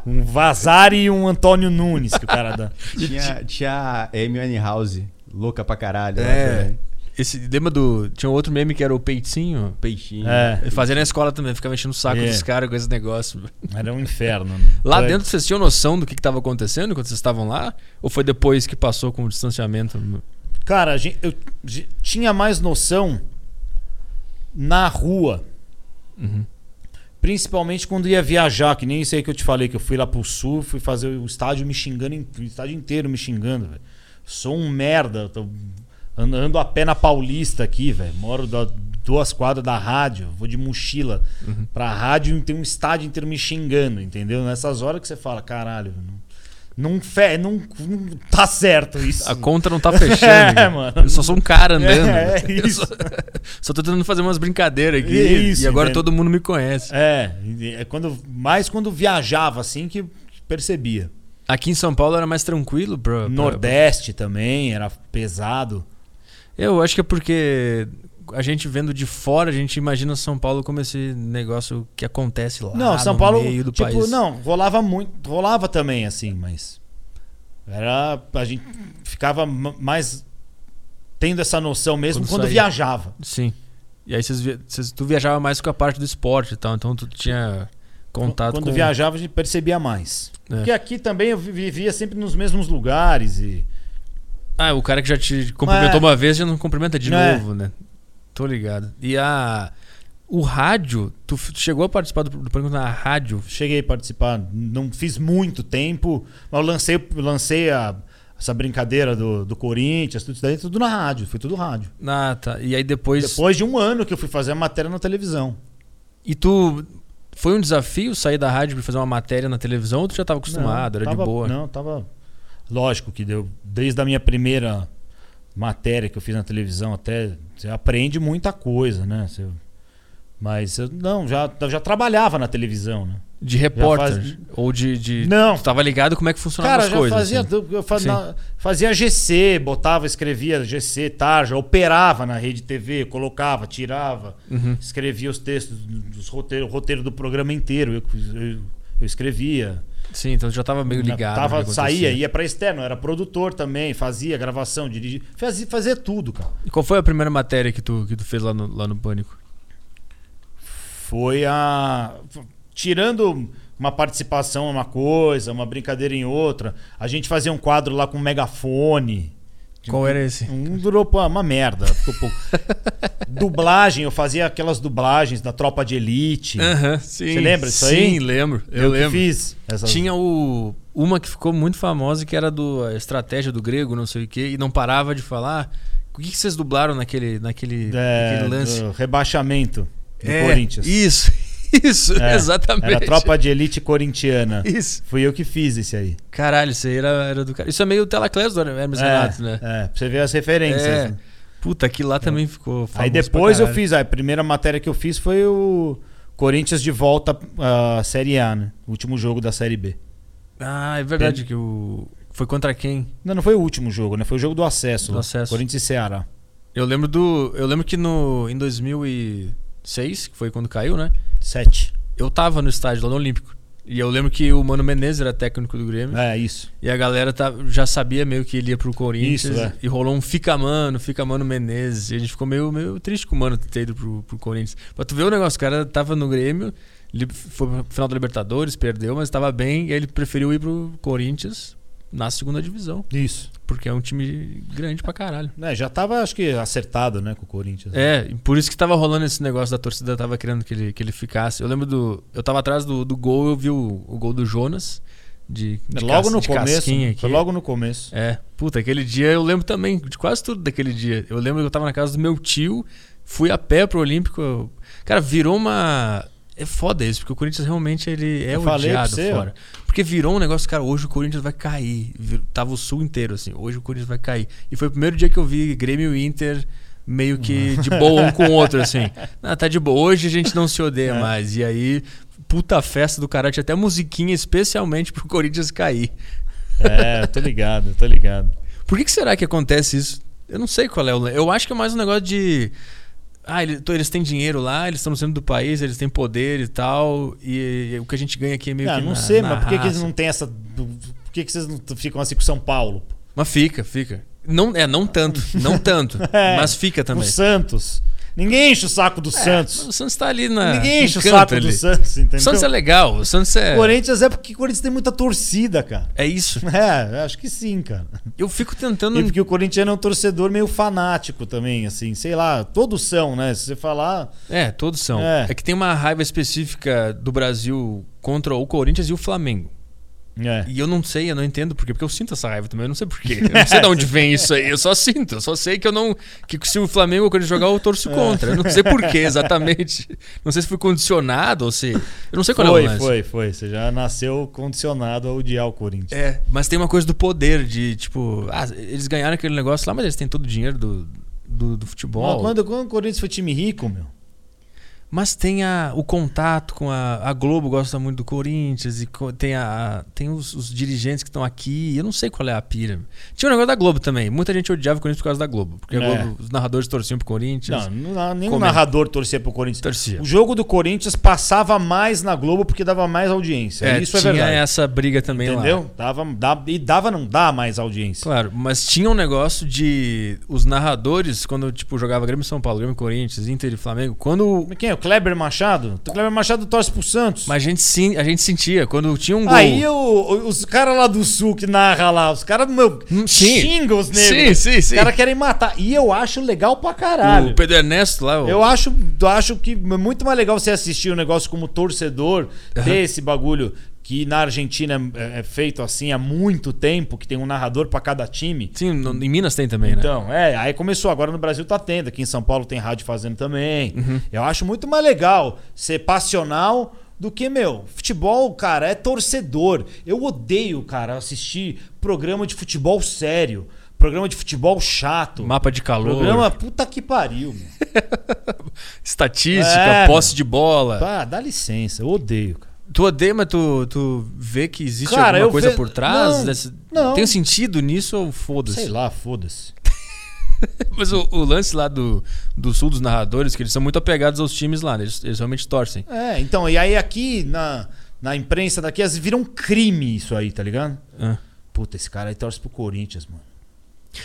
Speaker 2: um Vazari e um Antônio Nunes que o cara dá. [LAUGHS]
Speaker 3: Tinha, tinha a Amy House, louca pra caralho. lá
Speaker 1: É.
Speaker 3: também.
Speaker 1: Esse, lembra do. Tinha um outro meme que era o peitinho?
Speaker 3: Peixinho.
Speaker 2: É,
Speaker 1: Eu fazia na escola também, ficava enchendo o saco
Speaker 2: É.
Speaker 1: dos caras com esse negócio.
Speaker 2: era um inferno. Né?
Speaker 1: Lá
Speaker 2: Foi-
Speaker 1: dentro vocês tinham noção do que, que tava acontecendo quando vocês estavam lá? Ou foi depois que passou com o distanciamento?
Speaker 2: Cara, a gen- eu ge- tinha mais noção na rua.
Speaker 1: Uhum.
Speaker 2: Principalmente quando ia viajar, que nem isso aí que eu te falei, que eu fui lá pro sul, fui fazer o estádio me xingando, in- o estádio inteiro me xingando, velho. Sou um merda, tô andando a pé na Paulista aqui, velho. Moro da- duas quadras da rádio, vou de mochila pra rádio e tem um estádio inteiro me xingando, entendeu? Nessas horas que você fala, caralho, não, não, fe, não, não tá certo
Speaker 1: [LAUGHS]
Speaker 2: isso.
Speaker 1: A conta não tá
Speaker 2: [LAUGHS]
Speaker 1: fechando.
Speaker 2: É,
Speaker 1: né?
Speaker 2: mano.
Speaker 1: Eu só sou um cara andando.
Speaker 2: É, é
Speaker 1: [LAUGHS] Eu
Speaker 2: isso.
Speaker 1: Só, só tô tentando fazer umas brincadeiras aqui.
Speaker 2: É isso,
Speaker 1: e agora
Speaker 2: entende?
Speaker 1: todo mundo me conhece.
Speaker 2: É, e- é quando, mais quando viajava assim que percebia.
Speaker 1: Aqui em São Paulo era mais tranquilo, bro. pra-
Speaker 2: Nordeste também era pesado.
Speaker 1: Eu acho que é porque a gente vendo de fora, a gente imagina São Paulo como esse negócio que acontece lá
Speaker 2: não,
Speaker 1: Ah,
Speaker 2: São
Speaker 1: no
Speaker 2: Paulo,
Speaker 1: meio do
Speaker 2: tipo,
Speaker 1: país.
Speaker 2: não, rolava muito, rolava também assim, mas era a gente ficava ma- mais tendo essa noção mesmo
Speaker 1: Quando
Speaker 2: quando,
Speaker 1: saía.
Speaker 2: viajava.
Speaker 1: Sim. E aí vocês, via- vocês- tu viajava mais com a parte do esporte e tal, então tu tinha contato
Speaker 2: Quando
Speaker 1: com...
Speaker 2: viajava, a gente percebia mais.
Speaker 1: É.
Speaker 2: Porque aqui também eu vi- vivia sempre nos mesmos lugares e.
Speaker 1: Ah, o cara que já te cumprimentou
Speaker 2: É.
Speaker 1: uma vez já não cumprimenta de
Speaker 2: Não é.
Speaker 1: novo, né? Tô ligado. E a... O rádio, tu f- chegou a participar do, do programa na rádio?
Speaker 2: Cheguei a participar, não fiz muito tempo, mas eu lancei, lancei a- essa brincadeira do, do Corinthians, tudo isso daí, tudo na rádio, foi tudo rádio.
Speaker 1: Ah, tá. E aí depois...
Speaker 2: Depois de um ano que eu fui fazer a matéria na televisão.
Speaker 1: E tu... Foi um desafio sair da rádio pra fazer uma matéria na televisão ou tu já tava acostumado?
Speaker 2: Não,
Speaker 1: era
Speaker 2: tava-
Speaker 1: de boa?
Speaker 2: Não, tava. Lógico que deu. Desde a minha primeira matéria que eu fiz na televisão até. Você aprende muita coisa, né? Você- mas eu não, já, eu já trabalhava na televisão, né?
Speaker 1: De repórter?
Speaker 2: faz-
Speaker 1: Ou de, de-
Speaker 2: Não.
Speaker 1: Tu tava ligado como é que funcionava
Speaker 2: Cara,
Speaker 1: as
Speaker 2: já
Speaker 1: coisas?
Speaker 2: fazia,
Speaker 1: assim?
Speaker 2: eu fa-
Speaker 1: Sim.
Speaker 2: na- fazia GC, botava, escrevia GC, tarja, operava na rede TV, colocava, tirava,
Speaker 1: Uhum.
Speaker 2: escrevia os textos, dos roteiros, o roteiro do programa inteiro, eu, eu- eu escrevia.
Speaker 1: Sim, então tu já tava meio
Speaker 2: Na-
Speaker 1: ligado. no
Speaker 2: Tava,
Speaker 1: que
Speaker 2: saía,
Speaker 1: acontecia.
Speaker 2: ia pra externo, era produtor também, fazia gravação, dirigia, fazia, fazia tudo, cara.
Speaker 1: E qual foi a primeira matéria que tu, que tu fez lá no, lá no Pânico?
Speaker 2: Foi a. f- Tirando uma participação em uma coisa, uma brincadeira em outra, a gente fazia um quadro lá com megafone.
Speaker 1: Qual era esse?
Speaker 2: Um durou pô, uma merda.
Speaker 1: [LAUGHS]
Speaker 2: Ficou pouco. Dublagem, eu fazia aquelas dublagens da Tropa de Elite.
Speaker 1: Aham, sim.
Speaker 2: Você lembra disso aí?
Speaker 1: Sim, lembro. Eu,
Speaker 2: que
Speaker 1: lembro.
Speaker 2: fiz. essas-
Speaker 1: Tinha o, uma que ficou muito famosa que era do a estratégia do grego, não sei o quê, e não parava de falar. O que, que vocês dublaram naquele, naquele,
Speaker 2: é,
Speaker 1: naquele um lance?
Speaker 2: do rebaixamento do
Speaker 1: É,
Speaker 2: Corinthians.
Speaker 1: Isso, [LAUGHS] isso,
Speaker 2: É,
Speaker 1: exatamente.
Speaker 2: Era Tropa de Elite Corintiana.
Speaker 1: Isso.
Speaker 2: Fui eu que fiz esse aí.
Speaker 1: Caralho, isso aí era, era do cara. Isso é meio Telaclés do Hermes Renato, né?
Speaker 2: É, pra você ver as referências.
Speaker 1: É.
Speaker 2: né?
Speaker 1: Puta, aquilo lá também ficou famoso
Speaker 2: É. Aí depois eu fiz, a primeira matéria que eu fiz foi o Corinthians de volta à Série A, né? O último jogo da Série B.
Speaker 1: Ah, é verdade que o... Foi contra quem?
Speaker 2: Não, não foi o último jogo, né? Foi o jogo do acesso.
Speaker 1: Do
Speaker 2: lá.
Speaker 1: acesso.
Speaker 2: Corinthians e Ceará.
Speaker 1: Eu lembro do... Eu lembro que no... em 2006, que foi quando caiu, né?
Speaker 2: Sete.
Speaker 1: Eu tava no estádio lá no Olímpico. E eu lembro que o Mano Menezes era técnico do Grêmio.
Speaker 2: É, isso.
Speaker 1: E a galera tá- já sabia meio que ele ia pro Corinthians.
Speaker 2: Isso, é.
Speaker 1: E rolou um fica mano, fica mano Menezes. E a gente ficou meio, meio triste com o mano ter ido pro, pro Corinthians. Pra tu ver o negócio, o cara tava no Grêmio, ele foi pro final da Libertadores, perdeu, mas tava bem. E aí ele preferiu ir pro Corinthians na segunda divisão.
Speaker 2: Isso.
Speaker 1: Porque é um time grande pra caralho.
Speaker 2: Né, já tava, acho que, acertado, né, com o Corinthians.
Speaker 1: É, e por isso que tava rolando esse negócio da torcida, tava querendo que ele, que ele ficasse. Eu lembro do. Eu tava atrás do, do gol, eu vi o, o gol do Jonas. De, de
Speaker 2: logo
Speaker 1: cas-
Speaker 2: no
Speaker 1: de
Speaker 2: começo.
Speaker 1: casquinha
Speaker 2: né?
Speaker 1: aqui.
Speaker 2: Foi logo no começo.
Speaker 1: É, puta, aquele dia eu lembro também de quase tudo daquele dia. Eu lembro que eu tava na casa do meu tio, fui a pé pro Olímpico. eu- Cara, virou uma. É foda isso, porque o Corinthians realmente ele é
Speaker 2: Eu falei pra
Speaker 1: odiado
Speaker 2: você, ó.
Speaker 1: fora. Porque virou um negócio, cara, hoje o Corinthians vai cair. Vir- Tava o sul inteiro, assim, hoje o Corinthians vai cair. E foi o primeiro dia que eu vi Grêmio e Inter meio que
Speaker 2: [LAUGHS]
Speaker 1: de boa um com o outro, assim. Ah, tá de boa, hoje a gente não se odeia
Speaker 2: É.
Speaker 1: mais. E aí, puta festa do caralho, tinha até musiquinha especialmente pro Corinthians cair.
Speaker 2: É, eu tô ligado, eu
Speaker 1: [LAUGHS]
Speaker 2: tô ligado.
Speaker 1: Por que, que será que acontece isso? Eu não sei qual é o. le- Eu acho que é mais um negócio de. Ah, ele- tô- eles têm dinheiro lá, eles estão no centro do país, eles têm poder e tal, e, e o que a gente ganha aqui é meio
Speaker 2: Não,
Speaker 1: que.
Speaker 2: Ah, não
Speaker 1: na-
Speaker 2: sei,
Speaker 1: na
Speaker 2: mas por que, que eles
Speaker 1: raça.
Speaker 2: não têm essa. Por que, que vocês não ficam assim com São Paulo? pô?
Speaker 1: Mas fica, fica. Não, é, não tanto,
Speaker 2: [LAUGHS]
Speaker 1: não tanto,
Speaker 2: É,
Speaker 1: mas fica
Speaker 2: O
Speaker 1: também. É,
Speaker 2: Santos. Ninguém enche o saco do
Speaker 1: Mas
Speaker 2: Santos.
Speaker 1: O Santos tá ali na.
Speaker 2: Ninguém
Speaker 1: no
Speaker 2: enche o
Speaker 1: canto
Speaker 2: saco
Speaker 1: ali.
Speaker 2: do Santos, entendeu?
Speaker 1: O Santos é legal, o Santos é.
Speaker 2: O Corinthians é porque o Corinthians tem muita torcida, cara. [LAUGHS]
Speaker 1: É isso.
Speaker 2: É, acho que sim, cara.
Speaker 1: Eu fico
Speaker 2: E
Speaker 1: tentando.
Speaker 2: porque o Corinthians é um torcedor meio fanático também, assim, sei lá, todos são, né? Se você falar.
Speaker 1: É, todos são.
Speaker 2: É.
Speaker 1: é que tem uma raiva específica do Brasil contra o Corinthians e o Flamengo.
Speaker 2: É.
Speaker 1: E eu não sei, eu não entendo por quê, porque eu sinto essa raiva também, eu não sei por quê. Eu não sei de onde vem isso aí, eu só sinto, eu só sei que eu não. Que se o Flamengo ou quando jogar, eu torço contra. Eu não sei por quê exatamente. Não sei se fui condicionado ou se. Eu não sei qual é o
Speaker 2: Foi,
Speaker 1: lance.
Speaker 2: foi, foi. Você já nasceu condicionado a odiar o Corinthians.
Speaker 1: É, mas tem uma coisa do poder, de tipo, ah, eles ganharam aquele negócio lá, mas eles têm todo o dinheiro do, do, do futebol.
Speaker 2: Quando, quando o Corinthians foi time rico, meu.
Speaker 1: Mas tem a, o contato com a, a Globo, gosta muito do Corinthians, e co- tem, a, tem os, os dirigentes que estão aqui. Eu não sei qual é a pira. Tinha um negócio da Globo também. Muita gente odiava o Corinthians por causa da Globo. Porque a
Speaker 2: É.
Speaker 1: Globo, os narradores torciam pro Corinthians.
Speaker 2: Não, não, nenhum
Speaker 1: Comenta.
Speaker 2: narrador torcia pro Corinthians.
Speaker 1: Torcia.
Speaker 2: O jogo do Corinthians passava mais na Globo porque dava mais audiência. Isso é
Speaker 1: tinha
Speaker 2: verdade.
Speaker 1: essa briga também lá.
Speaker 2: Entendeu? Dava, dá- e dava não dá mais audiência.
Speaker 1: Claro, mas tinha um negócio de os narradores, quando tipo, jogava Grêmio e São Paulo, Grêmio e Corinthians, Inter e Flamengo, quando
Speaker 2: Como é que é? O Kleber Machado? O Kleber Machado torce pro Santos.
Speaker 1: Mas a gente, sim, a gente sentia, quando tinha um gol.
Speaker 2: Aí o- o- os caras lá do sul que narra lá, os caras meu,
Speaker 1: Hum, sim.
Speaker 2: xingam os negros.
Speaker 1: Sim, sim, sim.
Speaker 2: Os caras querem matar. E eu acho legal pra caralho.
Speaker 1: o Pedro Ernesto lá, o-
Speaker 2: Eu acho, eu acho que é muito mais legal você assistir um negócio como torcedor, ter esse bagulho que na Argentina é, é feito assim há muito tempo, que tem um narrador pra cada time.
Speaker 1: Sim, no- em Minas tem também, né?
Speaker 2: Então, é, aí começou. Agora no Brasil tá tendo, aqui em São Paulo tem rádio fazendo também.
Speaker 1: Uhum.
Speaker 2: Eu acho muito mais legal ser passional do que, meu, futebol, cara, é torcedor. Eu odeio, cara, assistir programa de futebol sério, programa de futebol chato.
Speaker 1: Mapa de calor,
Speaker 2: Programa puta que pariu, meu.
Speaker 1: estatística,
Speaker 2: É,
Speaker 1: posse de bola.
Speaker 2: Ah, dá licença, eu odeio, cara.
Speaker 1: Tu odeia, mas tu, tu vê que existe
Speaker 2: Cara,
Speaker 1: alguma
Speaker 2: eu
Speaker 1: coisa
Speaker 2: ve-
Speaker 1: por trás?
Speaker 2: Não,
Speaker 1: desse-
Speaker 2: não.
Speaker 1: Tem um sentido nisso ou
Speaker 2: Sei
Speaker 1: foda-se?
Speaker 2: lá, foda-se.
Speaker 1: Mas o, o lance lá do, do sul dos narradores, que eles são muito apegados aos times lá, né? eles, eles realmente torcem.
Speaker 2: É, então, e aí aqui na, na imprensa daqui, as viram um crime isso aí, tá ligado?
Speaker 1: Ah.
Speaker 2: Puta, esse cara aí torce pro Corinthians, mano.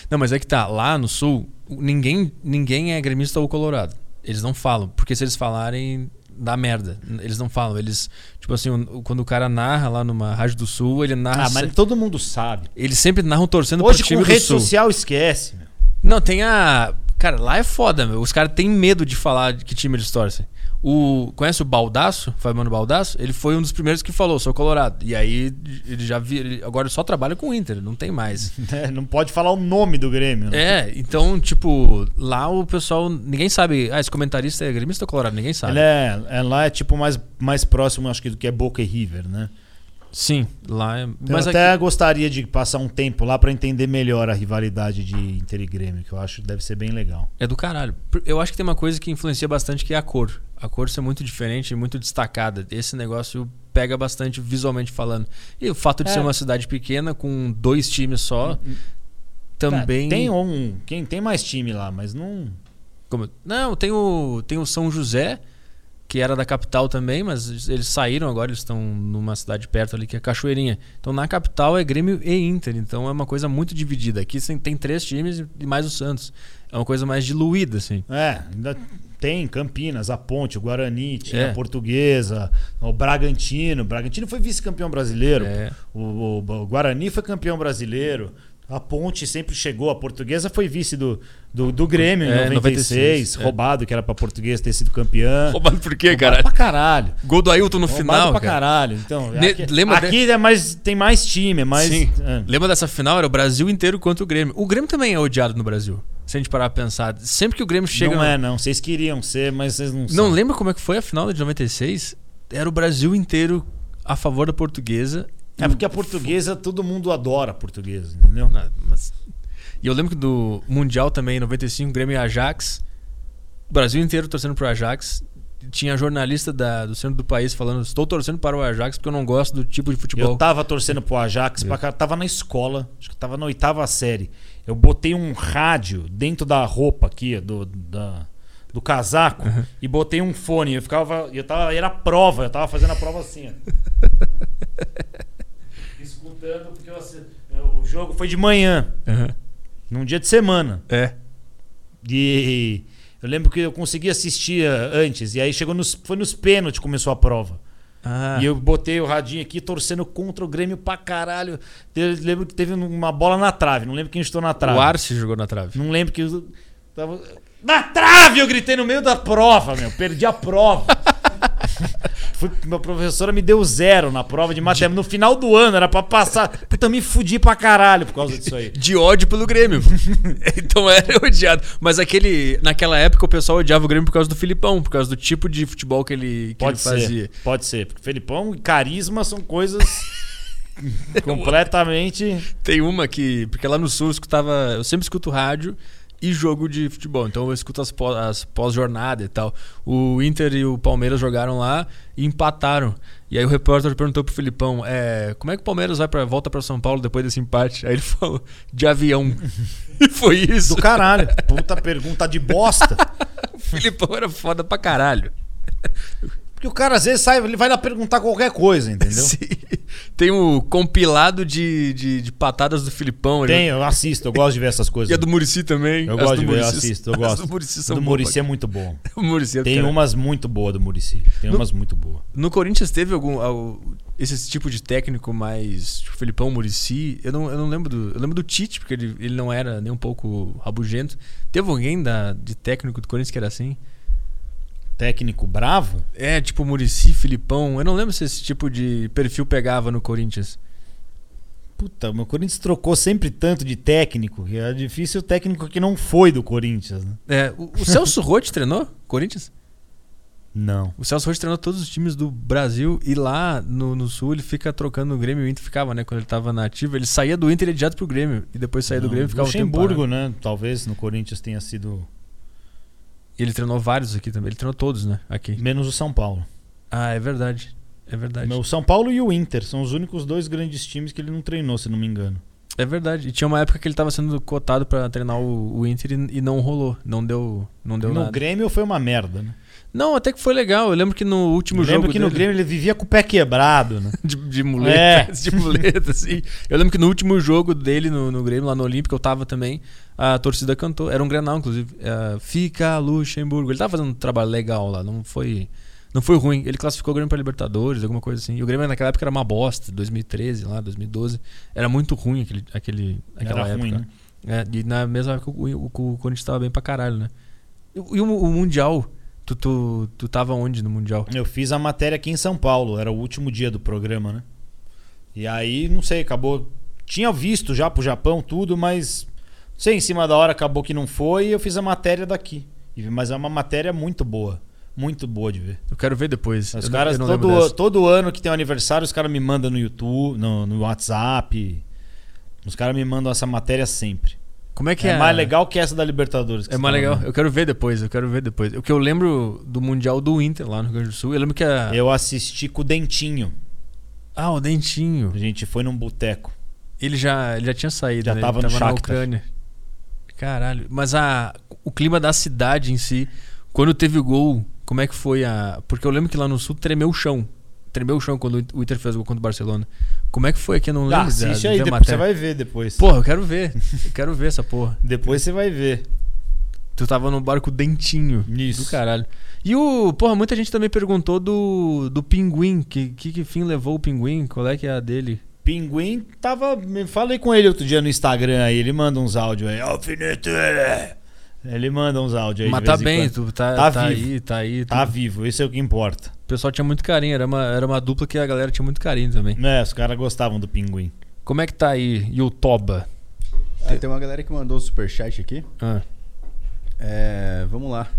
Speaker 1: Não, mas é que tá, lá no sul, ninguém, ninguém é gremista ou colorado. Eles não falam, porque se eles falarem, dá merda. Eles não falam. Eles, tipo assim, o- quando o cara narra lá numa Rádio do Sul, ele narra.
Speaker 2: Ah, mas todo mundo sabe.
Speaker 1: Eles sempre narram torcendo
Speaker 2: Hoje
Speaker 1: pro
Speaker 2: com
Speaker 1: time do
Speaker 2: rede
Speaker 1: Sul.
Speaker 2: social esquece, meu. [LAUGHS]
Speaker 1: Não, tem a. Cara, lá é foda, meu. Os caras têm medo de falar de que time eles torcem. O... Conhece o Baldaço? Fabiano Baldaço? Ele foi um dos primeiros que falou, sou colorado. E aí ele já vi... ele- Agora ele só trabalha com o Inter, não tem mais.
Speaker 2: É, Não pode falar o nome do Grêmio. né?
Speaker 1: É, então, tipo, lá o pessoal. Ninguém sabe. Ah, esse comentarista é gremista ou colorado? Ninguém sabe.
Speaker 2: Ele é, é lá é tipo mais, mais próximo, acho que do que é Boca e River, né?
Speaker 1: Sim, lá é.
Speaker 2: Eu
Speaker 1: Mas
Speaker 2: até
Speaker 1: aqui-
Speaker 2: gostaria de passar um tempo lá pra entender melhor a rivalidade de Inter e Grêmio, que eu acho que deve ser bem legal.
Speaker 1: é do caralho. Eu acho que tem uma coisa que influencia bastante que é a cor. A cor ser muito diferente e muito destacada. Esse negócio pega bastante visualmente falando. E o fato de
Speaker 2: É. Hum,
Speaker 1: ser uma cidade pequena, com dois times só, também.
Speaker 2: Tá, tem um, quem tem mais time lá, mas não
Speaker 1: Como- Não, tem o, tem o São José, que era da capital também, mas eles saíram agora, eles estão numa cidade perto ali que é Cachoeirinha. Então na capital é Grêmio e Inter, então é uma coisa muito dividida. Aqui sim, tem três times e mais o Santos. É uma coisa mais diluída, assim.
Speaker 2: É, ainda tem Campinas, a Ponte, o Guarani, tinha
Speaker 1: É.
Speaker 2: a Portuguesa, o Bragantino. O Bragantino foi vice-campeão brasileiro.
Speaker 1: É.
Speaker 2: O, o- o Guarani foi campeão brasileiro. A Ponte sempre chegou, a Portuguesa foi vice do, do, do Grêmio
Speaker 1: É,
Speaker 2: em 96,
Speaker 1: 96, é.
Speaker 2: roubado, que era pra Portuguesa ter sido campeã.
Speaker 1: Roubado por quê,
Speaker 2: Roubado pra caralho.
Speaker 1: Gol do Ailton no
Speaker 2: Roubado
Speaker 1: final,
Speaker 2: pra
Speaker 1: cara.
Speaker 2: caralho. Então,
Speaker 1: Ne-
Speaker 2: aqui,
Speaker 1: lembra de-
Speaker 2: aqui é mais, tem mais time, é mais.
Speaker 1: Sim.
Speaker 2: é.
Speaker 1: Lembra dessa final? Era o Brasil inteiro contra o Grêmio. O Grêmio também é odiado no Brasil. Se a gente parar pra pensar. Sempre que o Grêmio chega.
Speaker 2: Não
Speaker 1: no-
Speaker 2: é, não. Vocês queriam ser, mas vocês não
Speaker 1: Não
Speaker 2: são.
Speaker 1: lembra como é que foi a final de 96? Era o Brasil inteiro a favor da portuguesa.
Speaker 2: É porque a portuguesa, todo mundo adora a portuguesa, entendeu?
Speaker 1: Não, mas- E eu lembro que do Mundial também, em 95, Grêmio e Ajax. O Brasil inteiro torcendo pro Ajax. Tinha jornalista da- do centro do país falando: Estou torcendo para o Ajax porque eu não gosto do tipo de futebol.
Speaker 2: Eu tava torcendo pro Ajax, pra cá, tava na escola, acho que tava na oitava série. Eu botei um rádio dentro da roupa aqui, do, da- do casaco, e botei um fone. Eu ficava. Eu tava, era prova, eu tava fazendo a prova assim, ó. Escutando, porque eu assi- eu- o jogo foi de manhã,
Speaker 1: Aham.
Speaker 2: num dia de semana.
Speaker 1: É.
Speaker 2: E eu lembro que eu consegui assistir ah, antes, e aí chegou nos, foi nos pênaltis que começou a prova.
Speaker 1: Ah,
Speaker 2: E eu botei o radinho aqui torcendo contra o Grêmio pra caralho. Eu lembro que teve uma bola na trave, não lembro quem chutou na trave.
Speaker 1: o Arce jogou na trave.
Speaker 2: Não lembro que. eu- Tava... Na trave! Eu gritei no meio da prova, meu. Perdi
Speaker 1: [LAUGHS]
Speaker 2: a prova. Fui, minha professora me deu zero na prova de matemática. No final do ano era pra passar. Puta, me fudi pra caralho
Speaker 1: [LAUGHS]
Speaker 2: por causa disso aí.
Speaker 1: De ódio pelo
Speaker 2: [LAUGHS]
Speaker 1: Grêmio. então era odiado. Mas aquele, naquela época o pessoal odiava o Grêmio por causa do Filipão, por causa do tipo de futebol que ele, que
Speaker 2: Pode
Speaker 1: ele fazia.
Speaker 2: ser. Pode ser. Porque Felipão e carisma são
Speaker 1: [LAUGHS]
Speaker 2: coisas completamente.
Speaker 1: Tem uma que. Porque lá no sul eu escutava. Eu sempre escuto rádio. e jogo de futebol. Então eu escuto as pós- as pós-jornada e tal. O Inter e o Palmeiras jogaram lá e empataram. E aí o repórter perguntou pro Filipão, é, como é que o Palmeiras vai para volta para São Paulo depois desse empate? Aí ele [LAUGHS] falou, de
Speaker 2: [LAUGHS]
Speaker 1: avião. e foi isso.
Speaker 2: Do caralho. Puta pergunta de bosta.
Speaker 1: O [LAUGHS] Filipão era foda pra caralho.
Speaker 2: Porque o cara às vezes sai, ele vai lá perguntar qualquer coisa, entendeu?
Speaker 1: Sim. Tem o compilado de, de, de patadas do Filipão. ele-
Speaker 2: Tem, eu assisto, eu gosto de ver essas coisas.
Speaker 1: E a do Murici também.
Speaker 2: Eu
Speaker 1: As
Speaker 2: gosto
Speaker 1: do
Speaker 2: de ver, eu
Speaker 1: Muricy-
Speaker 2: assisto, eu
Speaker 1: as
Speaker 2: gosto.
Speaker 1: do Murici são
Speaker 2: do
Speaker 1: boas
Speaker 2: Murici
Speaker 1: pra
Speaker 2: é muito bom.
Speaker 1: caralho. [LAUGHS] O Muricy é do
Speaker 2: Tem
Speaker 1: caralho.
Speaker 2: umas muito boas do Murici. Tem
Speaker 1: No-
Speaker 2: umas muito boas.
Speaker 1: No Corinthians teve algum, al- esse tipo de técnico mais tipo, Felipão Murici? Eu não, eu não lembro do. Eu lembro do Tite, porque ele, ele não era nem um pouco rabugento. Teve alguém da, de técnico do Corinthians que era assim?
Speaker 2: Técnico bravo?
Speaker 1: É, tipo Murici, Filipão. Eu não lembro se esse tipo de perfil pegava no Corinthians.
Speaker 2: Puta, o Corinthians trocou sempre tanto de técnico que é difícil o técnico que não foi do Corinthians, né?
Speaker 1: É, o,
Speaker 2: [LAUGHS]
Speaker 1: o Celso Roth treinou Corinthians?
Speaker 2: Não.
Speaker 1: O Celso Roth treinou todos os times do Brasil e lá no, no Sul ele fica trocando o Grêmio e o Inter ficava, né? Quando ele tava na ativa, ele saía do Inter e ia direto pro Grêmio. E depois saía do
Speaker 2: Não,
Speaker 1: Grêmio e ficava um tempo parado.
Speaker 2: Luxemburgo, né? Talvez no Corinthians tenha sido né?
Speaker 1: Ele treinou vários aqui também. Ele treinou todos, né? Aqui.
Speaker 2: menos o São Paulo.
Speaker 1: Ah, é verdade. É verdade.
Speaker 2: O São Paulo e o Inter são os únicos dois grandes times que ele não treinou, se não me engano.
Speaker 1: É verdade. E tinha uma época que ele tava sendo cotado pra treinar o, o Inter e, e não rolou. Não deu, não deu
Speaker 2: no
Speaker 1: nada.
Speaker 2: Grêmio foi uma merda, né?
Speaker 1: Não, até que foi legal. Eu lembro que no último
Speaker 2: Eu
Speaker 1: jogo
Speaker 2: lembro que no
Speaker 1: dele-
Speaker 2: Grêmio ele vivia com o pé quebrado, né?
Speaker 1: de, de
Speaker 2: É.
Speaker 1: muletas, [LAUGHS] de muletas, assim. Eu lembro que no último jogo dele no, no Grêmio, lá no Olímpico, eu tava também, a torcida cantou. Era um Grenal, inclusive. É, Fica Luxemburgo. Ele tava fazendo um trabalho legal lá, não foi... Não foi ruim. Ele classificou o Grêmio pra Libertadores, alguma coisa assim. E o Grêmio naquela época era uma bosta, 2013 lá, 2012. Era muito ruim aquele, aquele, aquela
Speaker 2: Era
Speaker 1: época.
Speaker 2: ruim, né?
Speaker 1: É, e na mesma época o, o, o Corinthians tava bem pra caralho, né? E, o- e o, o Mundial? Tu, tu, tu tava onde no Mundial?
Speaker 2: Eu fiz a matéria aqui em São Paulo, era o último dia do programa, né? E aí, não sei, acabou. Tinha visto já pro Japão tudo, mas. Não sei, em cima da hora acabou que não foi e eu fiz a matéria daqui. E- Mas é uma matéria muito boa. Muito boa de ver.
Speaker 1: Eu quero ver depois.
Speaker 2: Os
Speaker 1: Eu não-
Speaker 2: caras,
Speaker 1: eu não lembro
Speaker 2: todo,
Speaker 1: dessa.
Speaker 2: todo ano que tem um aniversário, os caras me mandam no YouTube, no, no WhatsApp. Os caras me mandam essa matéria sempre.
Speaker 1: Como é que
Speaker 2: é,
Speaker 1: é?
Speaker 2: mais legal que essa da Libertadores. que
Speaker 1: É
Speaker 2: você
Speaker 1: mais
Speaker 2: tá
Speaker 1: legal.
Speaker 2: falando.
Speaker 1: Eu quero ver depois, eu quero ver depois. O que eu lembro do Mundial do Inter lá no Rio Grande do Sul, eu lembro que a.
Speaker 2: Eu assisti com o Dentinho.
Speaker 1: Ah, o Dentinho.
Speaker 2: A gente foi num boteco.
Speaker 1: Ele já, ele já tinha saído,
Speaker 2: Já
Speaker 1: né?
Speaker 2: tava
Speaker 1: ele
Speaker 2: no
Speaker 1: tava na
Speaker 2: Shakhtar.
Speaker 1: Ucrânia. Caralho. Mas a, o clima da cidade em si, quando teve o gol, como é que foi a. Porque eu lembro que lá no sul tremeu o chão. Tremeu o chão quando o Inter fez o gol contra o Barcelona. Como é que foi aqui? Eu não
Speaker 2: Ah,
Speaker 1: lembro. da-
Speaker 2: assiste
Speaker 1: da
Speaker 2: aí, depois
Speaker 1: matéria.
Speaker 2: você vai ver depois.
Speaker 1: Porra, eu quero ver. Eu quero ver essa
Speaker 2: [LAUGHS]
Speaker 1: porra.
Speaker 2: Depois você vai ver.
Speaker 1: Tu tava no barco Dentinho.
Speaker 2: Isso.
Speaker 1: Do caralho. E o. Porra, muita gente também perguntou do. Do pinguim. Que, que, que fim levou o pinguim? Qual é que é a dele?
Speaker 2: Pinguim tava. me- Falei com ele outro dia no Instagram aí, ele manda uns áudios aí. Alfinete! Ele manda uns áudios aí.
Speaker 1: Mas
Speaker 2: de
Speaker 1: tá
Speaker 2: vez em
Speaker 1: bem,
Speaker 2: quando.
Speaker 1: tu tá,
Speaker 2: Tá
Speaker 1: tá
Speaker 2: vivo.
Speaker 1: aí, tá aí.
Speaker 2: Tá
Speaker 1: tu-
Speaker 2: vivo, isso é o que importa.
Speaker 1: O pessoal tinha muito carinho, era uma, era uma dupla que a galera tinha muito carinho também.
Speaker 2: É, os caras gostavam do pinguim.
Speaker 1: Como é que tá aí? E o Toba?
Speaker 3: Ah, tem uma galera que mandou o superchat aqui.
Speaker 1: Ah,
Speaker 3: É, vamos lá.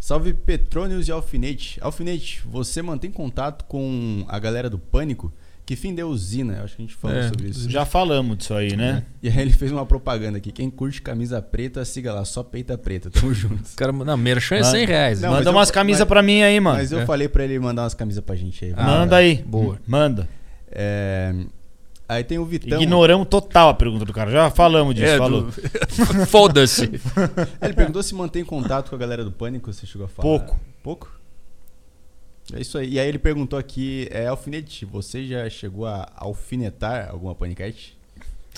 Speaker 3: Salve Petrônios e Alfinete. Alfinete, você mantém contato com a galera do Pânico? Que fim deu usina? Eu acho que a gente falou
Speaker 1: É,
Speaker 3: sobre isso.
Speaker 2: Já falamos disso aí, né?
Speaker 3: E aí ele fez uma propaganda aqui. Quem curte camisa preta, siga lá, só peita preta. Tamo [LAUGHS] junto.
Speaker 1: os caras. Não, merchan é
Speaker 2: Ah.
Speaker 1: 100 reais.
Speaker 3: Não,
Speaker 1: né?
Speaker 3: mas
Speaker 2: Manda
Speaker 3: eu-
Speaker 2: umas camisas
Speaker 3: mas-
Speaker 2: pra mim aí, mano.
Speaker 3: Mas eu
Speaker 1: é.
Speaker 3: falei pra ele mandar umas camisas pra gente aí. Vamos
Speaker 2: Manda
Speaker 3: lá.
Speaker 2: aí.
Speaker 1: Ah, boa.
Speaker 2: Manda.
Speaker 3: É, Aí tem o Vitão.
Speaker 2: Ignoramos total a pergunta do cara. Já falamos disso,
Speaker 1: É,
Speaker 2: falou.
Speaker 1: do- [LAUGHS]
Speaker 2: [LAUGHS]
Speaker 1: Foda-se.
Speaker 3: Ele perguntou se mantém contato com a galera do Pânico, você chegou a falar.
Speaker 2: Pouco.
Speaker 3: Pouco? É isso aí. E aí ele perguntou aqui, é, Alfinete, você já chegou a alfinetar alguma panicete?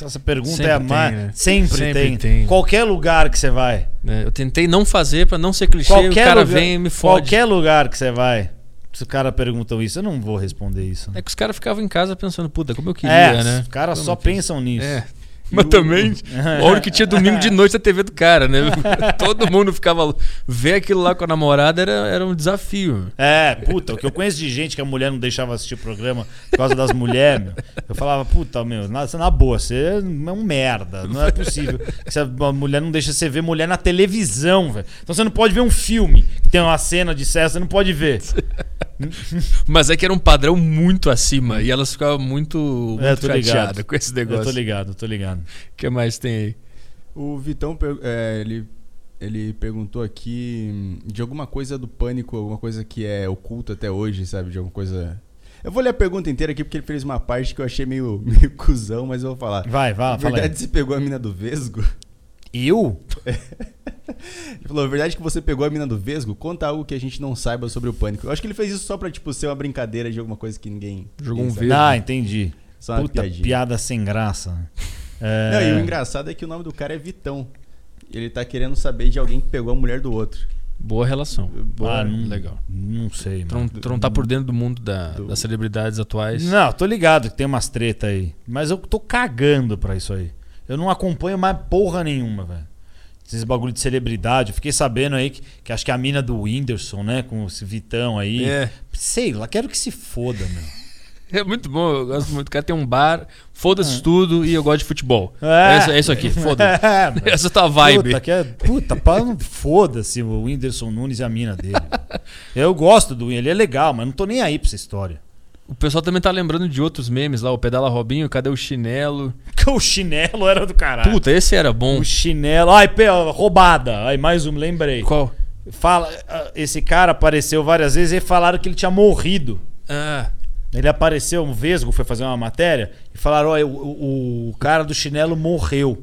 Speaker 2: Essa pergunta
Speaker 1: Sempre
Speaker 2: é a
Speaker 1: tem,
Speaker 2: mais.
Speaker 1: né?
Speaker 2: Sempre,
Speaker 1: Sempre
Speaker 2: tem.
Speaker 1: tem.
Speaker 2: Qualquer lugar que você vai.
Speaker 1: É, eu tentei não fazer pra não ser clichê,
Speaker 2: Qualquer
Speaker 1: o cara
Speaker 2: lugar-
Speaker 1: vem e me fode.
Speaker 2: Qualquer lugar que você vai, se os caras perguntam isso, eu não vou responder isso. né?
Speaker 1: É que os caras ficavam em casa pensando, puta, como eu queria,
Speaker 2: é,
Speaker 1: né?
Speaker 2: os caras
Speaker 1: Como
Speaker 2: só
Speaker 1: eu quis.
Speaker 2: pensam nisso.
Speaker 1: É. Mas
Speaker 2: [LAUGHS]
Speaker 1: também, a hora que tinha domingo de noite a TV do cara, né? Todo mundo ficava. Ver aquilo lá com a namorada era, era um desafio.
Speaker 2: É, puta, o que eu conheço de gente que a mulher não deixava assistir o programa por causa das mulheres, meu. Eu falava, puta, meu, na, você na boa, você é um merda, não é possível. Se a a mulher não deixa você ver mulher na televisão, velho. Então você não pode ver um filme que tem uma cena de sexo, você não pode ver.
Speaker 1: Mas é que era um padrão muito acima e elas ficavam muito, muito
Speaker 2: É, tô ligado.
Speaker 1: chateadas com esse
Speaker 2: Eu tô
Speaker 1: negócio.
Speaker 2: ligado, eu tô ligado.
Speaker 1: O que mais tem aí?
Speaker 3: O Vitão, per- é, ele ele perguntou aqui hum, de alguma coisa do pânico, alguma coisa que é oculta até hoje, sabe? De alguma coisa. Eu vou ler a pergunta inteira aqui porque ele fez uma parte que eu achei meio, [LAUGHS] meio cuzão, mas eu vou falar.
Speaker 2: Vai,
Speaker 3: Na
Speaker 2: vai, fala aí.
Speaker 3: verdade, você pegou a mina do Vesgo?
Speaker 2: Eu?
Speaker 3: Ele falou, verdade é que você pegou a mina do Vesgo? Conta algo que a gente não saiba sobre o pânico. Eu acho que ele fez isso só pra, tipo, ser uma brincadeira de alguma coisa que ninguém.
Speaker 1: Jogou um
Speaker 3: ninguém sabe.
Speaker 1: Vesgo.
Speaker 2: Ah, entendi.
Speaker 3: Só uma
Speaker 2: Puta
Speaker 3: piadinha.
Speaker 2: piada sem graça. É,
Speaker 3: Não, e o engraçado é que o nome do cara é Vitão. Ele tá querendo saber de alguém que pegou a mulher do outro.
Speaker 1: Boa relação.
Speaker 2: ah, não,
Speaker 1: legal.
Speaker 2: Não sei,
Speaker 1: Tu não-
Speaker 2: mano.
Speaker 1: tu não tá por dentro do mundo da-
Speaker 3: Do-
Speaker 1: das celebridades atuais.
Speaker 2: Não, tô ligado que tem umas treta aí. Mas eu tô cagando pra isso aí. Eu não acompanho mais porra nenhuma, velho. Esses bagulho de celebridade. Eu fiquei sabendo aí que, que acho que a mina do Whindersson, né? Com esse Vitão aí.
Speaker 1: É.
Speaker 2: Sei lá, quero que se foda, meu.
Speaker 1: É muito bom, eu gosto muito. O cara tem um bar, foda-se tudo e eu gosto de futebol.
Speaker 2: Ah. É.
Speaker 1: É, isso- é isso aqui, foda-se.
Speaker 2: [LAUGHS] É, mano.
Speaker 1: Essa é a tua vibe.
Speaker 2: Puta, que é- puta pá, não- foda-se o Whindersson Nunes e a mina dele. Eu gosto do Whindersson, ele é legal, mas não tô nem aí pra essa história.
Speaker 1: O pessoal também tá lembrando de outros memes lá, o Pedala Robinho, cadê o chinelo?
Speaker 2: Que o chinelo era do caralho.
Speaker 1: Puta, esse era bom.
Speaker 2: Ah. O chinelo. Ai, pe- roubada. Ai, mais um, lembrei.
Speaker 1: Qual?
Speaker 2: Fala, ah, esse cara apareceu várias vezes e falaram que ele tinha morrido.
Speaker 1: Ah,
Speaker 2: Ele apareceu, um Vesgo foi fazer uma matéria e falaram: olha, o, o- o cara do chinelo morreu.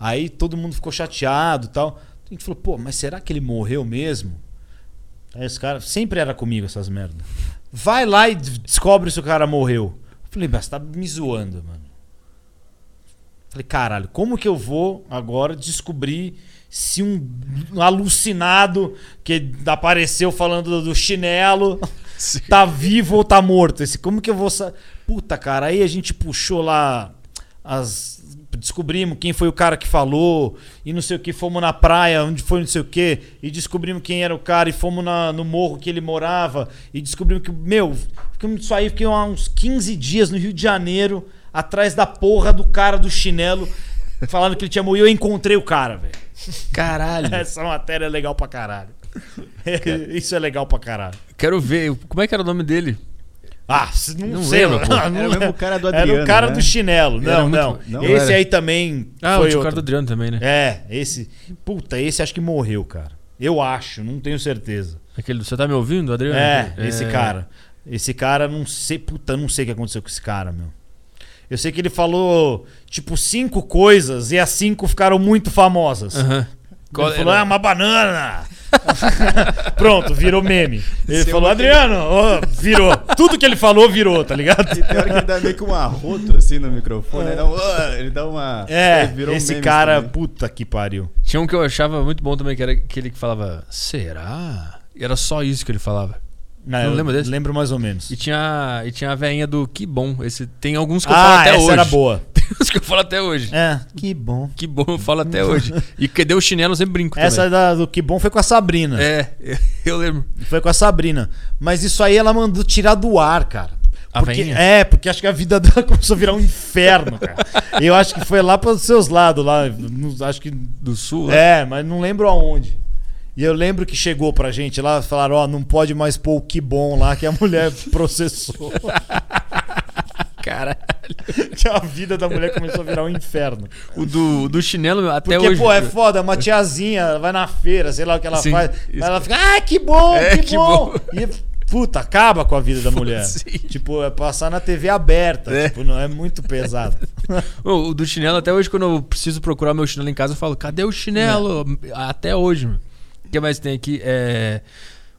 Speaker 2: Aí todo mundo ficou chateado e tal. A gente falou: pô, mas será que ele morreu mesmo? Aí os caras, sempre era comigo essas merdas. Vai lá e d- descobre se o cara morreu. Eu falei: mas você tá me zoando, mano. Falei: caralho, como que eu vou agora descobrir se um alucinado que apareceu falando do chinelo tá vivo ou tá morto. Esse, como que eu vou. sa- Puta, cara, aí a gente puxou lá as. Descobrimos quem foi o cara que falou e não sei o que. Fomos na praia, onde foi não sei o que, e descobrimos quem era o cara. E fomos na- no morro que ele morava e descobrimos que, meu, ficamos isso aí. Fiquei há uns 15 dias no Rio de Janeiro, atrás da porra do cara do chinelo, falando que ele tinha morrido. Eu encontrei o cara, velho.
Speaker 1: caralho.
Speaker 2: Essa matéria é legal pra caralho. [LAUGHS] Isso é legal pra caralho.
Speaker 1: Quero ver, como é que era o nome dele?
Speaker 2: Ah, se- não,
Speaker 1: Não
Speaker 2: sei,
Speaker 1: lembro, pô.
Speaker 2: [LAUGHS] não
Speaker 3: Era o mesmo
Speaker 2: lembro.
Speaker 3: cara do
Speaker 2: Era
Speaker 3: Adriano,
Speaker 2: o cara
Speaker 3: né?
Speaker 2: do chinelo.
Speaker 1: Era
Speaker 2: Não,
Speaker 1: muito-
Speaker 2: não.
Speaker 3: não
Speaker 2: Esse
Speaker 3: era.
Speaker 2: aí também
Speaker 1: Ah, o
Speaker 2: foi
Speaker 1: tio
Speaker 2: outro.
Speaker 1: cara do Adriano também, né?
Speaker 2: É, esse. Puta, esse acho que morreu, cara. Eu acho, não tenho certeza.
Speaker 1: Aquele, do- você tá me ouvindo, Adriano?
Speaker 2: É, esse cara. Esse cara, não sei, puta, não sei o que aconteceu com esse cara, meu. Eu sei que ele falou, tipo, cinco coisas e as cinco ficaram muito famosas.
Speaker 1: Aham. Qual
Speaker 2: Ele falou,
Speaker 1: era?
Speaker 2: ah, uma banana. [LAUGHS] Pronto, virou meme. Ele
Speaker 1: é
Speaker 3: Seu
Speaker 2: falou,
Speaker 3: muito-
Speaker 2: Adriano, ó, virou. Tudo que ele falou, virou, tá
Speaker 1: [LAUGHS]
Speaker 2: ligado?
Speaker 3: E tem hora que ele dá meio que um arroto assim no microfone. Ele dá, um, "Ah", ele dá uma.
Speaker 2: É,
Speaker 3: ele virou um
Speaker 2: esse
Speaker 3: meme
Speaker 2: cara,
Speaker 3: também.
Speaker 2: puta que pariu.
Speaker 1: Tinha um que eu achava muito bom também, que era aquele que falava, será? E era só isso que ele falava.
Speaker 2: Não,
Speaker 1: Não
Speaker 2: eu
Speaker 1: lembra desse?
Speaker 2: Lembro mais ou menos.
Speaker 1: E tinha, e tinha a veinha do que bom. Esse, tem alguns que eu falo
Speaker 2: ah,
Speaker 1: até
Speaker 2: essa
Speaker 1: hoje.
Speaker 2: era boa.
Speaker 1: [LAUGHS] Tem uns que eu falo até hoje.
Speaker 2: É, que bom.
Speaker 1: Que bom, eu falo até
Speaker 2: [LAUGHS]
Speaker 1: hoje. E cadê o chinelo, eu sempre brinco
Speaker 2: Essa
Speaker 1: também.
Speaker 2: da- do que bom foi com a Sabrina.
Speaker 1: É, [LAUGHS] eu lembro.
Speaker 2: Foi com a Sabrina. Mas isso aí ela mandou tirar do ar, cara.
Speaker 1: A
Speaker 2: Porque,
Speaker 1: veinha?
Speaker 2: é, porque acho que a vida [LAUGHS] dela começou a virar um inferno, cara. Eu acho que foi lá para os seus lados, lá. não- Acho que
Speaker 1: Do sul, né?
Speaker 2: É, mas não lembro aonde. E eu lembro que chegou pra gente lá, falaram, ó, não pode mais pôr o que bom lá, que a mulher [LAUGHS] processou. É.
Speaker 1: Cara,
Speaker 2: que a vida da mulher começou a virar um inferno.
Speaker 1: o do, o do chinelo até
Speaker 2: Porque,
Speaker 1: hoje. né?
Speaker 2: pô, é foda, uma tiazinha, ela vai na feira, sei lá o que ela
Speaker 1: Sim,
Speaker 2: faz.
Speaker 1: isso.
Speaker 2: Ela fica, ah, que bom,
Speaker 1: É,
Speaker 2: que,
Speaker 1: que
Speaker 2: bom.
Speaker 1: bom.
Speaker 2: E, puta, acaba com a vida
Speaker 1: [LAUGHS]
Speaker 2: da mulher.
Speaker 1: Sim.
Speaker 2: Tipo, é passar na TV aberta.
Speaker 1: É.
Speaker 2: Tipo, não é muito pesado.
Speaker 1: Ô, O do chinelo, até hoje, quando eu preciso procurar meu chinelo em casa, eu falo, cadê o chinelo?
Speaker 2: É.
Speaker 1: Até hoje, mano. O que mais tem aqui? É...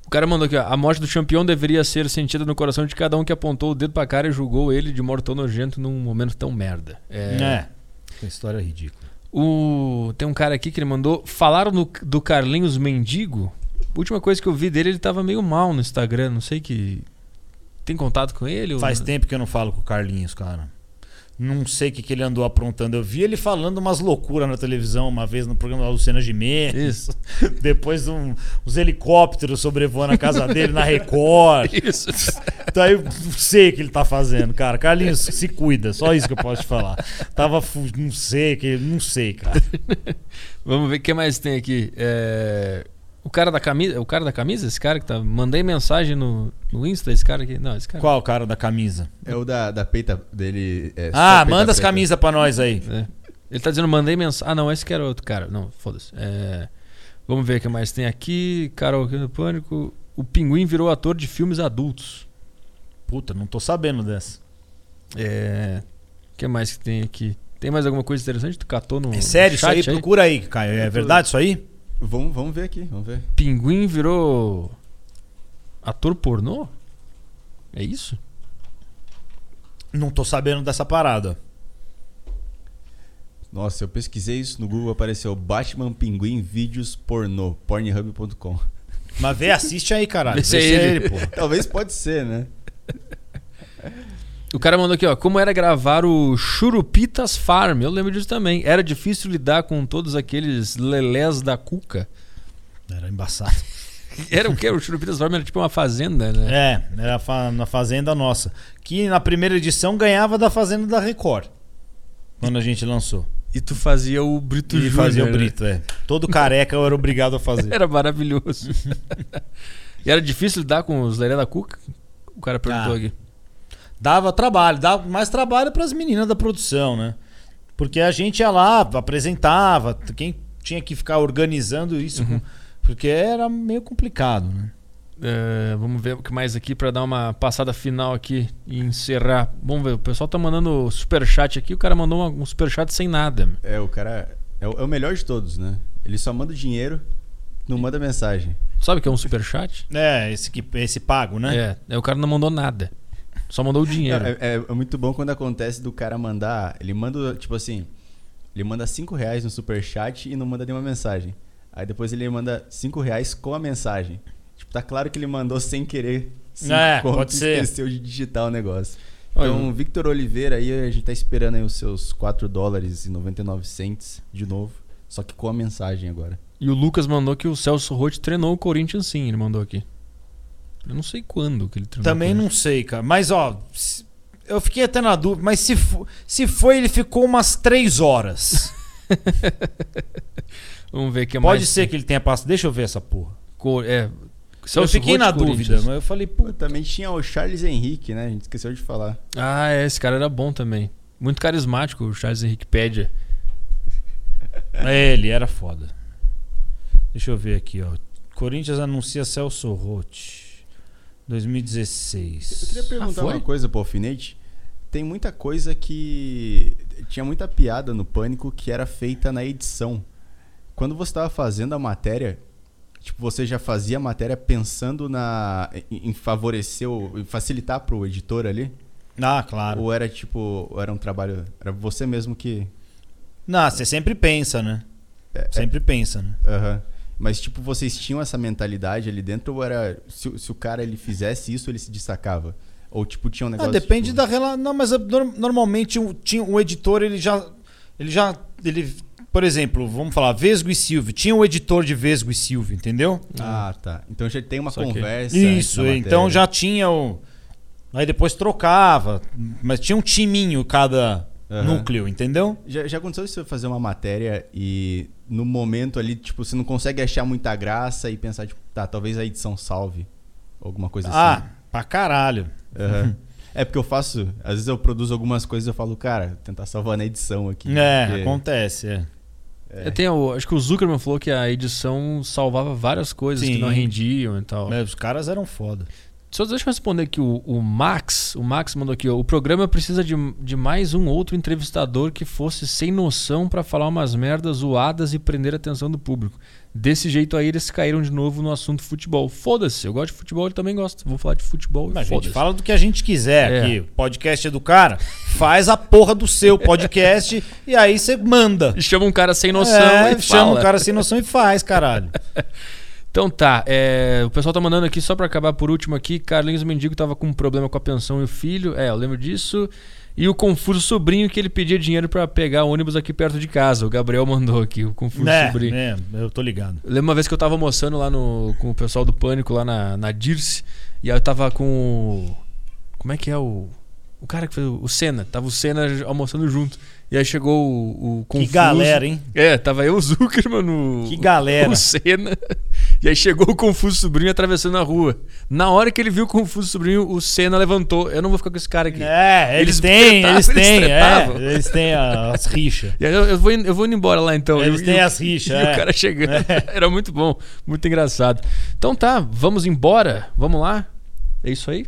Speaker 1: O cara mandou aqui, ó. A morte do campeão deveria ser sentida no coração de cada um que apontou o dedo pra cara e julgou ele de morto nojento num momento tão merda. [LAUGHS] É.
Speaker 2: É. Uma história ridícula.
Speaker 1: O... Tem um cara aqui que ele mandou. Falaram no- do Carlinhos Mendigo. A última coisa que eu vi dele, ele tava meio mal no Instagram. Não sei que. Tem contato com ele? ou-
Speaker 2: Faz tempo que eu não falo com o Carlinhos, cara. Não sei o que, que ele andou aprontando. Eu vi ele falando umas loucuras na televisão uma vez no programa da Luciana Gimenez.
Speaker 1: Isso. [LAUGHS]
Speaker 2: Depois um, uns helicópteros sobrevoando a casa dele na
Speaker 1: [LAUGHS]
Speaker 2: Record.
Speaker 1: Isso.
Speaker 2: Então eu não sei o que ele tá fazendo, cara. Carlinhos, se cuida. Só isso que eu posso te falar. Tava. fu- Não sei, que, não sei, cara.
Speaker 1: Vamos ver o que mais tem aqui. É, O cara da camisa. O cara da camisa? Esse cara que tá. Mandei mensagem no, no Insta, esse cara aqui. Não, esse cara.
Speaker 2: Qual o cara da camisa?
Speaker 3: É o da, da peita dele. é, só
Speaker 2: Ah,
Speaker 3: peita
Speaker 2: manda as
Speaker 3: preta.
Speaker 2: camisas pra nós aí.
Speaker 1: né? É. Ele tá dizendo, mandei mensagem. Ah, não, esse que era outro cara. Não, foda-se. É, Vamos ver o que mais tem aqui. Carol do Pânico. O pinguim virou ator de filmes adultos.
Speaker 2: Puta, não tô sabendo dessa.
Speaker 1: É. O que mais que tem aqui? Tem mais alguma coisa interessante? Tu catou no.
Speaker 2: É sério isso
Speaker 1: chat
Speaker 2: aí? Procura aí, Caio. É verdade isso aí?
Speaker 3: Vamos, vamos ver aqui, vamos ver.
Speaker 1: Pinguim virou. Ator pornô? É isso?
Speaker 2: Não tô sabendo dessa parada.
Speaker 3: Nossa, eu pesquisei isso no Google, apareceu Batman Pinguim Vídeos Pornô, pornhub.com.
Speaker 2: Mas vê, assiste aí, caralho.
Speaker 1: Vê se é
Speaker 2: se
Speaker 1: ele.
Speaker 2: pô.
Speaker 3: [LAUGHS] Talvez pode ser, né?
Speaker 1: O cara mandou aqui, ó. Como era gravar o Churupitas Farm? Eu lembro disso também. Era difícil lidar com todos aqueles lelés da cuca.
Speaker 2: Era embaçado.
Speaker 1: [LAUGHS] Era o que? O Churupitas Farm era tipo uma fazenda, né?
Speaker 2: É, era fa- na Fazenda Nossa. Que na primeira edição ganhava da Fazenda da Record. Quando a gente lançou.
Speaker 1: E tu fazia o Brito
Speaker 2: e
Speaker 1: Júnior.
Speaker 2: fazia o
Speaker 1: né?
Speaker 2: Brito, é. Todo careca eu era obrigado a
Speaker 1: [LAUGHS]
Speaker 2: fazer.
Speaker 1: Era maravilhoso. [LAUGHS] e era difícil lidar com os lelés da cuca? O cara perguntou
Speaker 2: Ah.
Speaker 1: aqui.
Speaker 2: Dava trabalho, dava mais trabalho pras meninas da produção, né? Porque a gente ia lá, apresentava, t- quem tinha que ficar organizando isso, com- porque era meio complicado, né?
Speaker 1: É, vamos ver o que mais aqui pra dar uma passada final aqui e encerrar. Vamos ver, o pessoal tá mandando superchat aqui. O cara mandou uma- um superchat sem nada. meu.
Speaker 3: É, o cara é o, é o melhor de todos, né? Ele só manda dinheiro, não manda mensagem.
Speaker 1: Sabe o que é um superchat?
Speaker 2: É, esse, que, esse pago, né?
Speaker 1: É, é, o cara não mandou nada. Só mandou o dinheiro.
Speaker 3: É, é- é muito bom quando acontece do cara mandar. Ele manda, tipo assim. Ele manda 5 reais no superchat e não manda nenhuma mensagem. Aí depois ele manda 5 reais com a mensagem. Tipo, tá claro que ele mandou sem querer. cinco
Speaker 2: É,
Speaker 3: conto
Speaker 2: pode
Speaker 3: e
Speaker 2: ser.
Speaker 3: Esqueceu de digitar o negócio.
Speaker 1: Olha,
Speaker 2: é
Speaker 3: Então,
Speaker 2: um-
Speaker 3: Victor Oliveira aí, a gente tá esperando aí os seus 4 dólares e 99 cents de novo. Só que com a mensagem agora.
Speaker 1: E o Lucas mandou que o Celso Roth treinou o Corinthians sim, ele mandou aqui. Eu não sei quando que ele treinou.
Speaker 2: Também
Speaker 1: o
Speaker 2: não sei, cara. Mas, ó, se- eu fiquei até na dúvida, mas se, fo- se foi, ele ficou umas três [LAUGHS] horas.
Speaker 1: Corinthians. Vamos ver o que é
Speaker 2: Pode
Speaker 1: mais.
Speaker 2: ser que ele tenha passado. Deixa eu ver essa porra.
Speaker 1: Co- É.
Speaker 2: eu
Speaker 1: Celso
Speaker 2: fiquei
Speaker 1: Roth,
Speaker 2: na dúvida,
Speaker 1: Corinthians.
Speaker 2: mas eu falei, pô.
Speaker 3: Pô, também tinha o Charles Henrique, né? A gente esqueceu de falar.
Speaker 1: Ah, é, esse cara era bom também. Muito carismático, o Charles Henrique Pédia.
Speaker 2: É, ele era foda. Deixa eu ver aqui, ó. Corinthians anuncia Celso Roth.
Speaker 3: Eu queria
Speaker 2: 2016.
Speaker 1: Ah,
Speaker 3: perguntar
Speaker 1: foi?
Speaker 3: uma coisa pro Alfinete. Tem muita coisa que. Tinha muita piada no Pânico que era feita na edição. Quando você tava fazendo a matéria, tipo, você já fazia a matéria pensando na. em em favorecer, o- em facilitar pro editor ali?
Speaker 2: Ah, claro.
Speaker 3: Ou era tipo. ou Era um trabalho. Era você mesmo que.
Speaker 2: Não, você sempre pensa, né?
Speaker 3: É, é,
Speaker 2: Sempre pensa, né?
Speaker 3: aham. Mas, tipo, vocês tinham essa mentalidade ali dentro ou era. Se, o- se o cara ele fizesse isso, ele se destacava? Ou, tipo, tinha um
Speaker 2: Ah,
Speaker 3: negócio.
Speaker 2: depende
Speaker 3: tipo,
Speaker 2: da relação. Não, mas eh, norm- normalmente o, tinha, o editor, ele já. Ele já. Ele, por exemplo, vamos falar, Vesgo e Silvio. Tinha o editor de Vesgo e Silvio, entendeu?
Speaker 3: Ah, tá. Então já tem uma
Speaker 1: Só que-
Speaker 3: conversa.
Speaker 2: Isso,
Speaker 3: antes da
Speaker 2: então
Speaker 3: matéria.
Speaker 2: já tinha o. Aí depois trocava. Mas tinha um timinho cada
Speaker 3: Aham.
Speaker 2: núcleo, entendeu?
Speaker 3: já. Já aconteceu isso, você fazer uma matéria e no momento ali, tipo, você não consegue achar muita graça e pensar, tipo, tá, talvez a edição salve. Alguma coisa assim.
Speaker 2: Ah, pra caralho.
Speaker 3: Aham. É porque eu faço, às vezes eu produzo algumas coisas e eu falo, cara, vou tentar salvar na edição aqui.
Speaker 2: É,
Speaker 3: porque-
Speaker 2: acontece. é.
Speaker 3: é.
Speaker 1: Eu tenho, o- acho que o Zuckerman falou que a edição salvava várias coisas que
Speaker 2: Sim.
Speaker 1: não rendiam e tal.
Speaker 2: Mas os caras eram foda.
Speaker 1: Só deixa eu responder aqui o, o Max. O Max mandou aqui, ó, o programa precisa de, de mais um outro entrevistador que fosse sem noção pra falar umas merdas zoadas e prender a atenção do público. Desse jeito aí eles caíram de novo no assunto futebol. Foda-se, eu gosto de futebol, ele também gosta. Vou falar de futebol e
Speaker 2: Mas a gente
Speaker 1: foda-se.
Speaker 2: fala do que a gente quiser
Speaker 1: É.
Speaker 2: aqui. O podcast é do cara, faz a porra do
Speaker 1: [LAUGHS]
Speaker 2: seu podcast e aí você manda.
Speaker 1: E Chama um cara sem noção
Speaker 2: É,
Speaker 1: e
Speaker 2: chama
Speaker 1: fala.
Speaker 2: o cara sem noção e
Speaker 1: [LAUGHS]
Speaker 2: faz, caralho.
Speaker 1: Então tá, é, o pessoal tá mandando aqui, só pra acabar por último aqui, Carlinhos Mendigo tava com um problema com a pensão e o filho, é, eu lembro disso. E o confuso sobrinho que ele pedia dinheiro pra pegar ônibus aqui perto de casa. O Gabriel mandou aqui, o confuso
Speaker 2: né,
Speaker 1: sobrinho.
Speaker 2: né, eu tô ligado.
Speaker 1: Eu lembro uma vez que eu tava almoçando lá no, com o pessoal do Pânico, lá na, na Dirce, e aí eu tava com o... Como é que é o... O cara que fez o o Senna, tava o Senna almoçando junto. E aí chegou o, o Confuso.
Speaker 2: Que galera, hein?
Speaker 1: É, tava eu, o Zuckerman, o,
Speaker 2: Que galera.
Speaker 1: o Senna E aí chegou o Confuso Sobrinho atravessando a rua. Na hora que ele viu o Confuso Sobrinho, o Senna levantou. Eu não vou ficar com esse cara aqui.
Speaker 2: É, eles,
Speaker 1: Eles
Speaker 2: têm,
Speaker 1: tretavam,
Speaker 2: eles
Speaker 1: eles
Speaker 2: têm,
Speaker 1: tretavam.
Speaker 2: é, eles têm a- as rixas.
Speaker 1: E aí eu, eu vou, indo- eu vou indo embora lá então.
Speaker 2: Eles
Speaker 1: E o-
Speaker 2: têm
Speaker 1: e o-
Speaker 2: as rixas,
Speaker 1: [LAUGHS] E
Speaker 2: é.
Speaker 1: o cara chegando. [LAUGHS] Era muito bom, muito engraçado. Então tá, vamos embora. Vamos lá. É isso aí?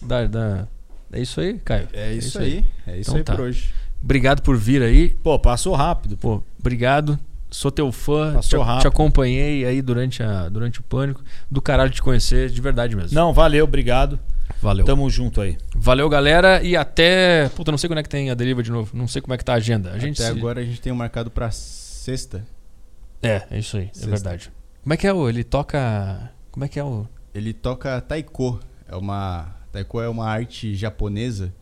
Speaker 1: Da, da- É isso aí, Caio?
Speaker 3: É isso, aí. É isso
Speaker 1: Então
Speaker 3: aí
Speaker 1: tá.
Speaker 3: por hoje.
Speaker 1: Obrigado por vir aí.
Speaker 2: Pô, passou rápido. pô.
Speaker 1: Pô, obrigado. Sou teu fã.
Speaker 2: Passou
Speaker 1: te,
Speaker 2: rápido.
Speaker 1: te acompanhei aí durante, a, durante o pânico. Do caralho te conhecer, de verdade mesmo.
Speaker 2: Não, valeu, obrigado.
Speaker 1: Valeu.
Speaker 2: Tamo junto aí.
Speaker 1: Valeu, galera. E até. Puta, não sei quando é que tem a deriva de novo. Não sei como é que tá a agenda. A gente
Speaker 3: Até
Speaker 1: se-
Speaker 3: agora a gente tem um marcado pra sexta.
Speaker 1: É, é isso aí.
Speaker 3: Sexta.
Speaker 1: É verdade. Como é que é o. Ele toca. Como é que é o.
Speaker 3: Ele toca taiko. É uma taiko é uma arte japonesa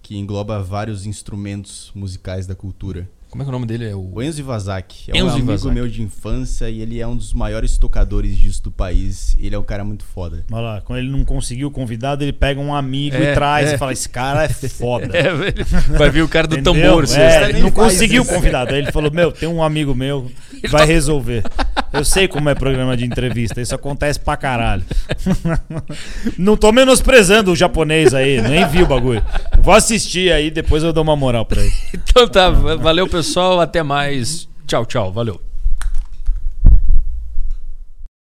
Speaker 3: que engloba vários instrumentos musicais da cultura.
Speaker 1: Como é que é o nome dele? É o.
Speaker 3: O Enzo Iwasaki é um
Speaker 1: Enzo
Speaker 3: amigo
Speaker 1: Iwasaki.
Speaker 3: meu de infância e ele é um dos maiores tocadores disso do país. Ele é um cara muito foda.
Speaker 2: Olha lá, quando ele não conseguiu o convidado, ele pega um amigo
Speaker 1: É,
Speaker 2: e traz
Speaker 1: é.
Speaker 2: e fala: Esse cara é foda.
Speaker 1: [LAUGHS] [LAUGHS] É, velho. Vai vir o cara do
Speaker 2: Entendeu?
Speaker 1: tambor.
Speaker 2: É,
Speaker 1: sexta.
Speaker 2: ele
Speaker 3: nem
Speaker 2: não
Speaker 3: faz
Speaker 2: conseguiu o
Speaker 3: isso.
Speaker 2: convidado. Aí ele falou: Meu, tem um amigo meu, vai
Speaker 1: tá-"
Speaker 2: resolver. Eu sei como é programa de entrevista, isso acontece pra caralho. [LAUGHS] Não tô menosprezando o japonês aí, nem vi o bagulho. Vou assistir aí, depois eu dou uma moral pra ele.
Speaker 1: Então tá, valeu pessoal, até mais. Tchau, tchau, valeu.